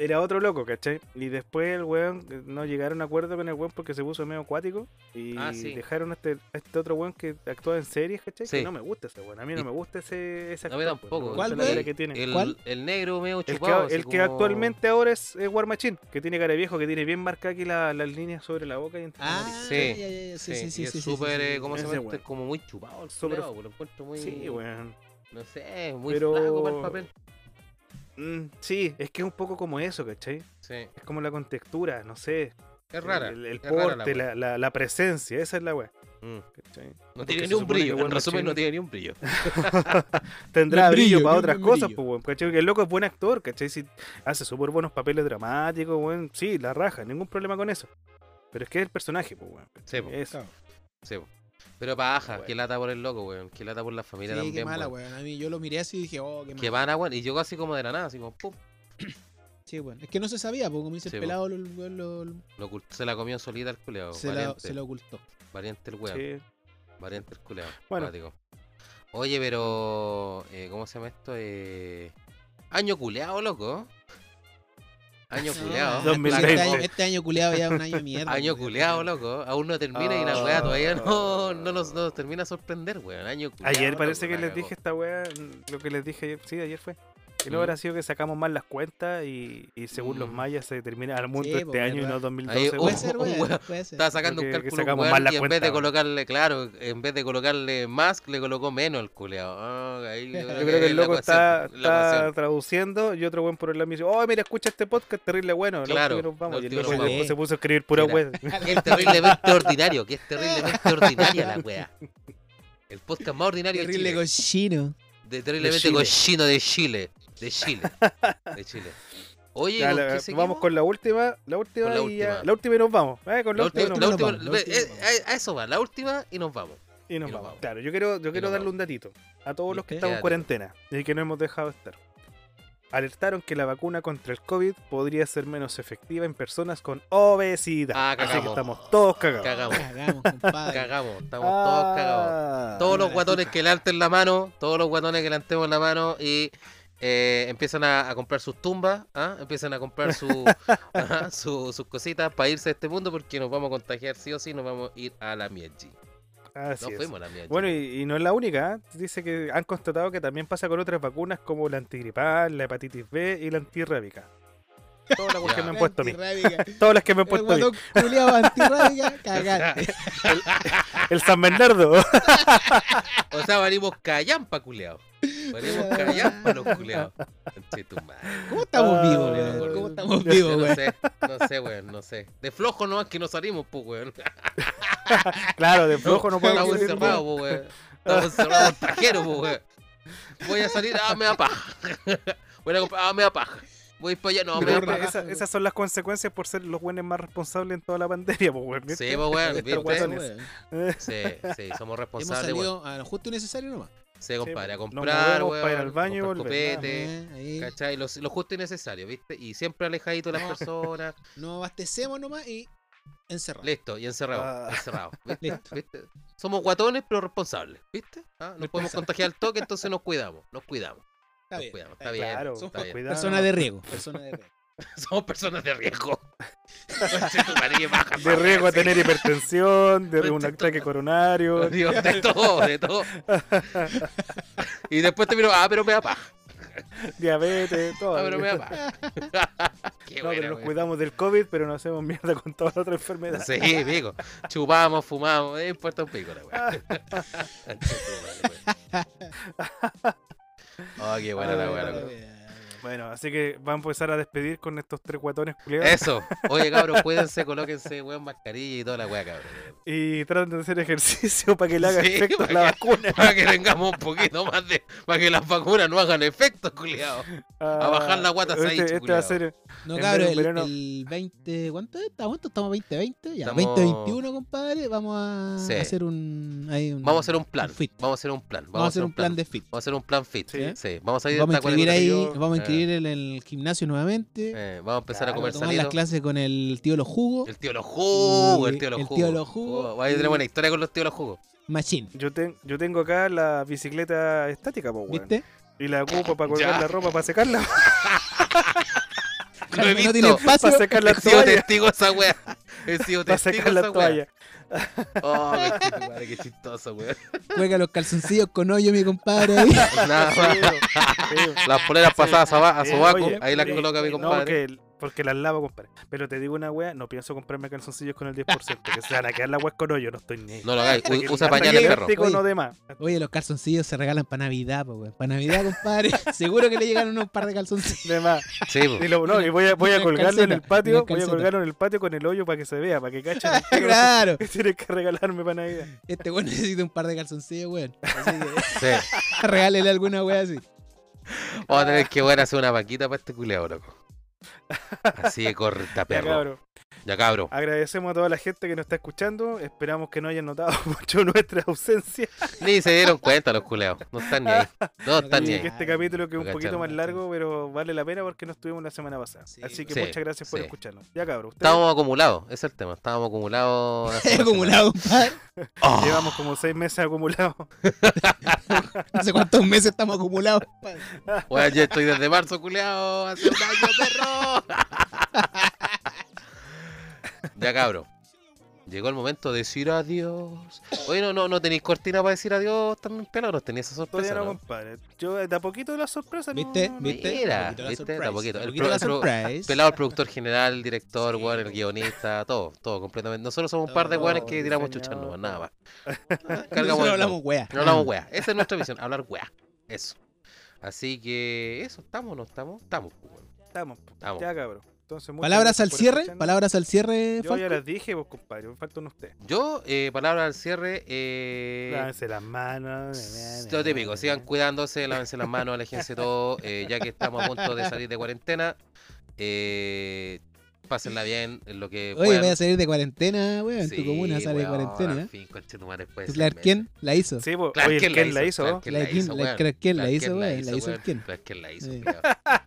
Speaker 1: Era otro loco, ¿cachai? Y después el weón, eh, no llegaron a acuerdo con el weón porque se puso medio acuático. Y
Speaker 2: Ah, sí.
Speaker 1: dejaron a este, a este otro weón que actúa en series, ¿cachai?
Speaker 2: Sí.
Speaker 1: Que no me gusta ese weón. A mí no
Speaker 2: Y-
Speaker 1: me gusta ese, ese
Speaker 2: A mí
Speaker 1: actor, pues,
Speaker 2: tampoco.
Speaker 1: me
Speaker 3: ¿Cuál
Speaker 1: gusta la cara
Speaker 3: weón?
Speaker 1: que tiene. El,
Speaker 2: el,
Speaker 3: ¿Cuál?
Speaker 2: el negro medio
Speaker 1: que-
Speaker 2: chupado.
Speaker 1: el que,
Speaker 2: así como-
Speaker 1: actualmente ahora es, es War Machine, que tiene cara de viejo, que tiene bien marcada aquí la- las líneas sobre la boca y entre la nariz.
Speaker 3: Ah,
Speaker 2: Sí,
Speaker 3: ya, ya, ya, sí, sí, sí,
Speaker 2: y
Speaker 3: sí,
Speaker 2: es
Speaker 3: sí, sí,
Speaker 2: súper,
Speaker 3: sí,
Speaker 2: eh,
Speaker 3: sí.
Speaker 2: ¿cómo se
Speaker 1: Ese
Speaker 2: llama?
Speaker 1: weón.
Speaker 2: Este es como muy chupado el
Speaker 1: Súper-
Speaker 2: culeado, lo encuentro muy...
Speaker 1: Sí, weón.
Speaker 2: No sé, muy
Speaker 1: Pero-
Speaker 2: flaco para el papel.
Speaker 1: Mm, sí, es que es un poco como eso, ¿cachai?
Speaker 2: Sí,
Speaker 1: Es como la contextura, no sé.
Speaker 2: es rara.
Speaker 1: El, el
Speaker 2: es rara la
Speaker 1: porte,
Speaker 2: wea.
Speaker 1: la, la- la presencia, esa es la weá.
Speaker 2: Mm.
Speaker 1: ¿cachai?
Speaker 2: No
Speaker 1: porque
Speaker 2: tiene
Speaker 1: se
Speaker 2: ni un
Speaker 1: supone que
Speaker 2: brillo. En
Speaker 1: Warner
Speaker 2: resumen, no
Speaker 1: Chain-
Speaker 2: tiene ni un brillo.
Speaker 1: Tendrá brillo
Speaker 3: Buen brillo,
Speaker 1: para
Speaker 3: buen,
Speaker 1: otras
Speaker 3: buen
Speaker 1: cosas,
Speaker 3: brillo.
Speaker 1: pues, weón, ¿cachai? Porque el loco es buen actor, ¿cachai? Si hace súper buenos papeles dramáticos, weón. Sí, la raja, ningún problema con eso. Pero es que es el personaje, pues, weón.
Speaker 2: Sí, po,
Speaker 1: Eso.
Speaker 3: Claro.
Speaker 2: sí, po. Pero paja,
Speaker 1: Bueno.
Speaker 2: que lata por el loco, weón. Que lata por la familia
Speaker 3: Sí,
Speaker 2: también.
Speaker 3: qué mala,
Speaker 2: weón.
Speaker 3: weón. A mí yo lo miré así y dije, oh, qué
Speaker 2: Que
Speaker 3: mala.
Speaker 2: van a, weón. Y llegó así como de la nada, así como, pum.
Speaker 3: Sí, weón. Es que no se sabía, porque como dice
Speaker 2: Sí,
Speaker 3: el pelado, lo- lo- lo- lo-
Speaker 2: Lo ocult- se la comió solita el culeado.
Speaker 3: se, la,
Speaker 2: valiente,
Speaker 3: se la ocultó.
Speaker 2: valiente el weón.
Speaker 1: Sí.
Speaker 2: Variante el culeado.
Speaker 1: Bueno.
Speaker 2: cuático. Oye, pero. eh, ¿Cómo se llama esto? Eh, Año culeado, loco. Año
Speaker 3: No,
Speaker 2: culeado.
Speaker 3: pues si Este
Speaker 1: 2020.
Speaker 3: año, este año culeado ya es un año de mierda.
Speaker 2: Año
Speaker 3: weón.
Speaker 2: culeado, loco. Aún no termina y la weá todavía no, no, nos, no nos termina de sorprender, weón. Año culeado.
Speaker 1: Ayer parece
Speaker 2: loco,
Speaker 1: que
Speaker 2: la
Speaker 1: les
Speaker 2: cagó.
Speaker 1: dije esta weá, mm, lo que les dije ayer, sí, ayer fue. Que no
Speaker 2: Mm.
Speaker 1: habrá sido que sacamos mal las cuentas y, y según los
Speaker 2: Mm. pues,
Speaker 1: mayas se termina al mundo
Speaker 3: Sí,
Speaker 1: este
Speaker 3: po,
Speaker 1: año y
Speaker 3: ¿verdad?
Speaker 1: no
Speaker 3: Ahí,
Speaker 1: 2012.
Speaker 2: uh,
Speaker 1: weón.
Speaker 3: Puede ser,
Speaker 2: Un weón.
Speaker 3: weón. Puede ser.
Speaker 2: Estaba sacando un
Speaker 1: Creo que- que
Speaker 2: cálculo
Speaker 1: sacamos
Speaker 2: weón,
Speaker 1: mal la
Speaker 2: y en
Speaker 1: cuenta,
Speaker 2: vez de
Speaker 1: weón.
Speaker 2: colocarle, claro, en vez de colocarle más, le colocó menos el culeado. Ah, ahí yo
Speaker 1: Yo creo que el
Speaker 2: la
Speaker 1: loco
Speaker 2: ecuación-
Speaker 1: está,
Speaker 2: la
Speaker 1: está
Speaker 2: ecuación.
Speaker 1: traduciendo y otro buen por el lado me dice, oh, mira, escucha este podcast, terrible bueno. la
Speaker 2: Claro,
Speaker 1: última nos vamos.
Speaker 2: la
Speaker 1: Y el
Speaker 2: última
Speaker 1: loco
Speaker 3: nos
Speaker 1: después
Speaker 3: vamos.
Speaker 1: se puso a escribir pura
Speaker 2: Mira.
Speaker 1: wea.
Speaker 2: Que es terriblemente ordinario, que es terriblemente ordinaria la wea. El podcast más ordinario de
Speaker 3: Terrible
Speaker 2: Chile.
Speaker 3: cochino.
Speaker 2: De terriblemente
Speaker 1: Chile.
Speaker 2: cochino de Chile. De Chile. De Chile. Oye,
Speaker 1: Ya,
Speaker 2: ¿con
Speaker 1: la-
Speaker 2: qué
Speaker 1: vamos
Speaker 2: seguimos?
Speaker 1: con la última, la última
Speaker 2: Con la
Speaker 1: y ya-
Speaker 2: última.
Speaker 1: la última y nos vamos. Eh, con la, última,
Speaker 2: la última.
Speaker 1: y nos
Speaker 2: la
Speaker 1: vamos.
Speaker 2: última-
Speaker 3: vamos, la última
Speaker 2: eh,
Speaker 3: nos vamos.
Speaker 2: a a eso va, la última y nos vamos.
Speaker 1: Y nos
Speaker 2: y nos
Speaker 1: vamos.
Speaker 2: vamos.
Speaker 1: Claro, yo quiero, yo quiero
Speaker 2: nos
Speaker 1: darle
Speaker 2: vamos.
Speaker 1: un datito a todos los que
Speaker 3: ¿Viste?
Speaker 1: estamos en
Speaker 2: Qué
Speaker 1: cuarentena y que no hemos dejado de estar. Alertaron que la vacuna contra el COVID podría ser menos efectiva en personas con obesidad.
Speaker 2: Ah,
Speaker 1: Así que
Speaker 2: cagamos.
Speaker 1: estamos todos cagados.
Speaker 2: Cagamos,
Speaker 3: Cagamos, compadre.
Speaker 2: Ah, cagamos, estamos todos cagados.
Speaker 1: Ah.
Speaker 2: Todos los
Speaker 3: mala
Speaker 2: guatones
Speaker 3: chucha.
Speaker 2: que levanten la mano, todos los guatones que levanten la mano y eh, empiezan a, a comprar sus tumbas, ¿ah? empiezan a comprar su, ajá, su- sus cositas para irse de este mundo porque nos vamos a contagiar sí o sí, nos vamos a ir a la Miachi.
Speaker 1: Así
Speaker 2: Nos
Speaker 1: es.
Speaker 2: fuimos a la Miachi.
Speaker 1: Bueno, y, y no es la única. ¿eh? Dice que han constatado que también pasa con otras vacunas como la antigripal, la hepatitis B y la antirrábica. Todas las que me han puesto a mí.
Speaker 3: Antirrábica.
Speaker 1: Todas las que me han
Speaker 3: El
Speaker 1: puesto a mí.
Speaker 3: guatón culiado antirrábica, cagaste.
Speaker 1: El San Bernardo.
Speaker 2: O sea, valimos callampa, culeado. Valimos callampa los culeados. Conche tu madre.
Speaker 3: ¿Cómo estamos
Speaker 1: Ay,
Speaker 3: vivos,
Speaker 2: no,
Speaker 3: weón?
Speaker 2: no,
Speaker 3: ¿Cómo estamos
Speaker 1: no.
Speaker 3: vivos,
Speaker 2: No
Speaker 3: weón?
Speaker 2: Ah, sé, no sé, weón, no sé. De flojo no es que no salimos, pues, weón.
Speaker 1: claro, de flojo no, podemos
Speaker 2: Estamos
Speaker 1: salir.
Speaker 2: encerrados, pues, weón. Estamos encerrados, pajero, pues, weón. Voy a salir, ah, me da paja. Voy a comprar, ah, me da paja. Voy para allá, no, me da
Speaker 1: Pero
Speaker 3: Mejor
Speaker 2: paja.
Speaker 1: esa- esas son las consecuencias por ser los buenos más responsables en toda la pandemia, pues, weón.
Speaker 2: Sí, pues, weón,
Speaker 1: Estos
Speaker 2: ¿viste?
Speaker 1: guatones.
Speaker 2: Sí, sí, somos
Speaker 3: Hemos
Speaker 2: responsables, weón.
Speaker 3: salido a lo justo y necesario nomás.
Speaker 2: Sí, compadre, a
Speaker 1: nos
Speaker 2: comprar,
Speaker 1: movemos
Speaker 2: weón.
Speaker 1: para ir al baño y
Speaker 2: comprar
Speaker 1: volver.
Speaker 2: copete,
Speaker 3: Ah, ahí.
Speaker 2: ¿Cachai? Lo, lo justo y necesario, ¿viste? Y siempre alejadito
Speaker 1: Ah.
Speaker 2: de las personas.
Speaker 3: Nos abastecemos nomás y encerrados.
Speaker 2: Listo, y encerrado.
Speaker 1: Ah.
Speaker 2: Encerrado. ¿viste?
Speaker 3: Listo.
Speaker 2: ¿Viste? Somos guatones, pero responsables, ¿viste? Ah, Nos podemos
Speaker 3: Responsable.
Speaker 2: contagiar al toque, entonces nos cuidamos. Nos cuidamos.
Speaker 3: Está
Speaker 2: nos
Speaker 3: bien.
Speaker 2: cuidamos. Está
Speaker 3: está bien.
Speaker 2: bien.
Speaker 1: Claro,
Speaker 2: está
Speaker 1: con
Speaker 2: bien.
Speaker 1: cuidado.
Speaker 3: Persona de riego. Persona de riego.
Speaker 2: Somos personas de riesgo. Conche tu madre, qué baja,
Speaker 1: De riesgo a
Speaker 2: sí.
Speaker 1: tener hipertensión, de un ataque coronario.
Speaker 2: Dios, de todo, de todo. Y después te miro, ah, pero me da paja.
Speaker 1: diabetes, todo.
Speaker 2: Ah, pero me da
Speaker 1: no,
Speaker 2: paja. Qué
Speaker 1: pero
Speaker 2: buena,
Speaker 1: nos
Speaker 2: weón.
Speaker 1: cuidamos del COVID, pero no hacemos mierda con toda la otra enfermedad.
Speaker 2: Sí, pico. Chupamos, fumamos, eh, importa un pico la weá. oh, qué buena la weá. la weá.
Speaker 1: Bueno, así que van a empezar a despedir con estos tres guatones culiados.
Speaker 2: Eso. Oye, cabros, cuídense, colóquense, weón, mascarilla y toda la weá, cabros.
Speaker 1: Y traten de hacer ejercicio para que le haga
Speaker 2: Sí,
Speaker 1: efecto
Speaker 2: para
Speaker 1: la
Speaker 2: que-
Speaker 1: vacuna.
Speaker 2: Para que tengamos un poquito más de. Para que las vacunas no hagan efecto, culiado.
Speaker 1: Ah,
Speaker 2: bajar la guata,
Speaker 1: este,
Speaker 2: Saichi,
Speaker 1: este va a
Speaker 2: culiao.
Speaker 1: ser
Speaker 3: No,
Speaker 1: En verano,
Speaker 3: cabrón, el,
Speaker 1: verano.
Speaker 3: el 20. ¿Cuánto es? ¿Cuánto estamos? ¿2020? 20, ya,
Speaker 2: Estamos-
Speaker 3: 2021, compadre. Vamos a
Speaker 2: Sí.
Speaker 3: hacer un, ahí Mm. un-
Speaker 2: Vamos a hacer un plan.
Speaker 3: fit.
Speaker 2: Vamos a hacer un plan.
Speaker 3: Vamos a hacer un plan de fit.
Speaker 2: Vamos a hacer un plan fit. ¿eh?
Speaker 1: Sí.
Speaker 2: Sí. Vamos a ir
Speaker 3: Vamos a inscribir ahí,
Speaker 1: yo-
Speaker 3: vamos a inscribir en el gimnasio nuevamente.
Speaker 2: eh, vamos Eh. a empezar
Speaker 1: Claro,
Speaker 2: a comer
Speaker 3: tomar las
Speaker 2: salido.
Speaker 3: clases con el tío Los Jugos.
Speaker 2: El tío de los jugos, el
Speaker 3: Y
Speaker 2: tío de los
Speaker 3: el tío
Speaker 2: jugos.
Speaker 3: de los jugos.
Speaker 2: Oh, ahí tenemos una historia con los tíos de los jugos.
Speaker 3: Machine.
Speaker 1: yo, ten- yo tengo acá la bicicleta estática, po, weón.
Speaker 3: ¿Viste?
Speaker 1: Y la ocupo para colgar
Speaker 2: Ya.
Speaker 1: la ropa, para secarla,
Speaker 2: Lo he
Speaker 3: Cuando no
Speaker 2: visto.
Speaker 3: tiene espacio.
Speaker 1: para secar la
Speaker 2: He sido
Speaker 1: toalla.
Speaker 2: testigo de esa wea. He sido
Speaker 1: Para
Speaker 2: testigo
Speaker 1: secar
Speaker 2: de
Speaker 1: la
Speaker 2: esa wea.
Speaker 1: toalla.
Speaker 2: Oh, qué chiste, madre, qué chistoso, wea.
Speaker 3: Cuelga los calzoncillos con hoyo, mi compadre. ahí.
Speaker 2: Nada más.
Speaker 1: Sí.
Speaker 2: Las poleras pasadas a, soba- a
Speaker 1: Eh,
Speaker 2: sobaco,
Speaker 1: oye,
Speaker 2: ahí las
Speaker 1: eh,
Speaker 2: coloca mi
Speaker 1: no,
Speaker 2: compadre.
Speaker 1: porque, porque las lavo, compadre. Pero te digo una wea, no pienso comprarme calzoncillos con el 10%, que se van a quedar las weas con hoyo, no estoy ni ahí.
Speaker 2: No lo hagáis,
Speaker 1: Hasta que-
Speaker 2: u- usa
Speaker 1: hasta
Speaker 2: pañales,
Speaker 1: que
Speaker 2: perro.
Speaker 1: esté con
Speaker 3: Oye.
Speaker 1: lo demás.
Speaker 3: Oye, los calzoncillos se regalan para Navidad, po, weón. Para Navidad, compadre. Seguro que le llegan unos par de calzoncillos.
Speaker 1: demás.
Speaker 2: Sí, po.
Speaker 1: Y lo- no, y voy a, voy a
Speaker 3: Una
Speaker 1: colgarlo en el
Speaker 3: calceta,
Speaker 1: patio,
Speaker 3: una
Speaker 1: voy a
Speaker 3: calceta.
Speaker 1: colgarlo en el patio con el hoyo para que se vea, para que cachen el tiro
Speaker 3: claro.
Speaker 1: que tienes que regalarme para Navidad.
Speaker 3: Este weón necesita un par de calzoncillos, weón. Así que
Speaker 2: sí.
Speaker 3: regálele alguna weón así.
Speaker 2: Vamos a tener que weón, hacer una vaquita para este culeado, loco. Así de corta,
Speaker 1: Ya,
Speaker 2: perro.
Speaker 1: cabro.
Speaker 2: Ya cabro.
Speaker 1: Agradecemos a toda la gente que nos está escuchando. Esperamos que no hayan notado mucho nuestra ausencia.
Speaker 2: Ni se dieron cuenta los culeados. No están ni ahí. No están ni
Speaker 1: Y
Speaker 2: ahí.
Speaker 1: que este capítulo que es un
Speaker 2: Lo
Speaker 1: poquito
Speaker 2: cacharon,
Speaker 1: más
Speaker 3: lo
Speaker 1: largo, pero vale la pena porque no estuvimos la semana pasada.
Speaker 3: Sí,
Speaker 1: Así que
Speaker 2: Sí,
Speaker 1: muchas gracias por
Speaker 2: sí.
Speaker 1: escucharnos. Ya cabrón, ustedes
Speaker 2: Estábamos acumulados, ese es el tema. Estábamos acumulados. hace una
Speaker 3: acumulado, compadre.
Speaker 2: semana. Oh,
Speaker 1: llevamos como seis meses acumulados.
Speaker 3: No sé cuántos meses estamos acumulados, compadre.
Speaker 2: weón, yo estoy desde marzo culeado. Hace un año, perro. ya cabro. Llegó el momento de decir adiós. Oye, no, no, no tenéis cortina para decir adiós también, pelado. No tenéis esa
Speaker 1: Todavía
Speaker 2: sorpresa.
Speaker 1: no,
Speaker 2: ¿no?
Speaker 1: compadre. Yo de a poquito de la sorpresa, no-
Speaker 3: ¿Viste?
Speaker 1: no-
Speaker 3: ¿Viste?
Speaker 2: Mira,
Speaker 3: De a
Speaker 2: viste, de a
Speaker 3: surprise,
Speaker 2: poquito.
Speaker 3: de a
Speaker 2: El
Speaker 3: poquito la
Speaker 2: pro- pro-
Speaker 3: surprise.
Speaker 2: Pelado, el productor general, el director,
Speaker 3: Sí,
Speaker 2: weón, el
Speaker 3: po.
Speaker 2: guionista, todo, todo completamente. Nosotros somos un par de
Speaker 3: Todo,
Speaker 2: weones que tiramos
Speaker 1: diseñado,
Speaker 2: chuchas nomás, nada más.
Speaker 3: Nosotros
Speaker 2: Cargamos el-
Speaker 3: hablamos weá.
Speaker 2: No hablamos weá. Esa es nuestra misión, hablar weá. Eso. Así que eso, estamos, no estamos, estamos. pues, weón.
Speaker 1: Estamos, po.
Speaker 2: Estamos.
Speaker 1: ya cabrón. Entonces, muchas
Speaker 3: Palabras
Speaker 1: gracias
Speaker 3: al
Speaker 1: por
Speaker 3: cierre,
Speaker 1: escucharnos.
Speaker 3: palabras al cierre,
Speaker 1: Yo ya
Speaker 3: Falco.
Speaker 1: las dije, vos, compadre. Me faltan ustedes.
Speaker 2: Yo, eh, palabra al cierre, eh,
Speaker 1: Lávense las manos.
Speaker 2: lo típico, sigan cuidándose, lávense las manos, aléjense todo, eh, ya que estamos a punto de salir de cuarentena, eh, pásenla bien, en lo que
Speaker 3: Oye,
Speaker 2: puedan.
Speaker 3: voy a salir de cuarentena, weón. En tu
Speaker 2: Sí,
Speaker 3: comuna sale de
Speaker 2: weón,
Speaker 3: cuarentena.
Speaker 2: Al
Speaker 3: ¿eh?
Speaker 2: fin, conchetumare, puede
Speaker 3: ¿Tu
Speaker 2: ser,
Speaker 3: Clark
Speaker 2: men.
Speaker 3: Kent la hizo?
Speaker 1: Sí, vos.
Speaker 2: Clark
Speaker 1: Oye,
Speaker 2: Kent
Speaker 1: ¿quién la hizo?
Speaker 2: Clark
Speaker 1: vos?
Speaker 2: Kent
Speaker 3: La
Speaker 2: la
Speaker 3: Kim-
Speaker 2: hizo,
Speaker 3: la
Speaker 2: weón.
Speaker 3: Clark Kent la hizo,
Speaker 2: Kent
Speaker 3: weón, la hizo el
Speaker 2: weón.
Speaker 3: Kent.
Speaker 2: Clark Kent la hizo,
Speaker 3: Sí.
Speaker 2: culiao.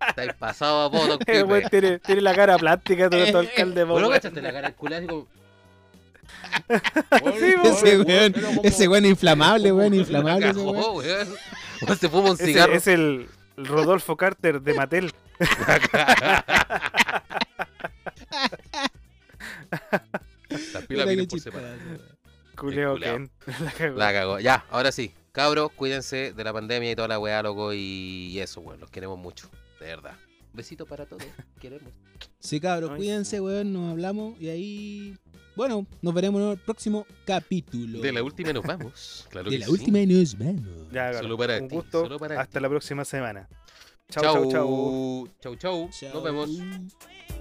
Speaker 2: Estáis pasado a vos, don
Speaker 1: El
Speaker 2: Pipe.
Speaker 1: güey tiene, tiene la cara plástica de todo alcalde, po,
Speaker 2: Bueno,
Speaker 1: güey.
Speaker 2: cachaste la cara al culo así como.
Speaker 1: Sí,
Speaker 2: Bueno,
Speaker 1: vos.
Speaker 3: Ese
Speaker 2: bueno,
Speaker 3: weón,
Speaker 2: bueno, como-
Speaker 3: ese weón inflamable, weón,
Speaker 2: como-
Speaker 3: inflamable ese
Speaker 2: cagó,
Speaker 3: weón.
Speaker 2: weón. Bueno, se fuma un
Speaker 1: Ese-
Speaker 2: cigarro.
Speaker 1: Es el, el Rodolfo Carter de Mattel.
Speaker 2: La pila
Speaker 3: Puta,
Speaker 2: viene
Speaker 3: qué
Speaker 2: por separado.
Speaker 3: chistoso.
Speaker 1: Culeo
Speaker 2: culeado.
Speaker 1: Ken. La cagó.
Speaker 2: La cagó. Ya, ahora sí. Cabros, cuídense de la pandemia y toda la weá, loco. Y eso, weón. Los queremos mucho. De verdad. Besito para todos. Queremos.
Speaker 3: Sí, cabros,
Speaker 1: Ay,
Speaker 3: cuídense,
Speaker 1: sí.
Speaker 3: weón, nos hablamos y ahí... Bueno, nos veremos en el próximo capítulo.
Speaker 2: De la última nos vamos. Claro
Speaker 3: De
Speaker 2: que
Speaker 3: la
Speaker 2: sí.
Speaker 3: última y nos vemos.
Speaker 1: Ya, cabrón.
Speaker 2: Solo para
Speaker 1: Un
Speaker 2: ti,
Speaker 1: gusto.
Speaker 2: solo para
Speaker 1: Hasta la próxima semana. Chau,
Speaker 2: Chau,
Speaker 1: chau, chau.
Speaker 2: chau. Chau, chau. Nos vemos.
Speaker 3: Chao.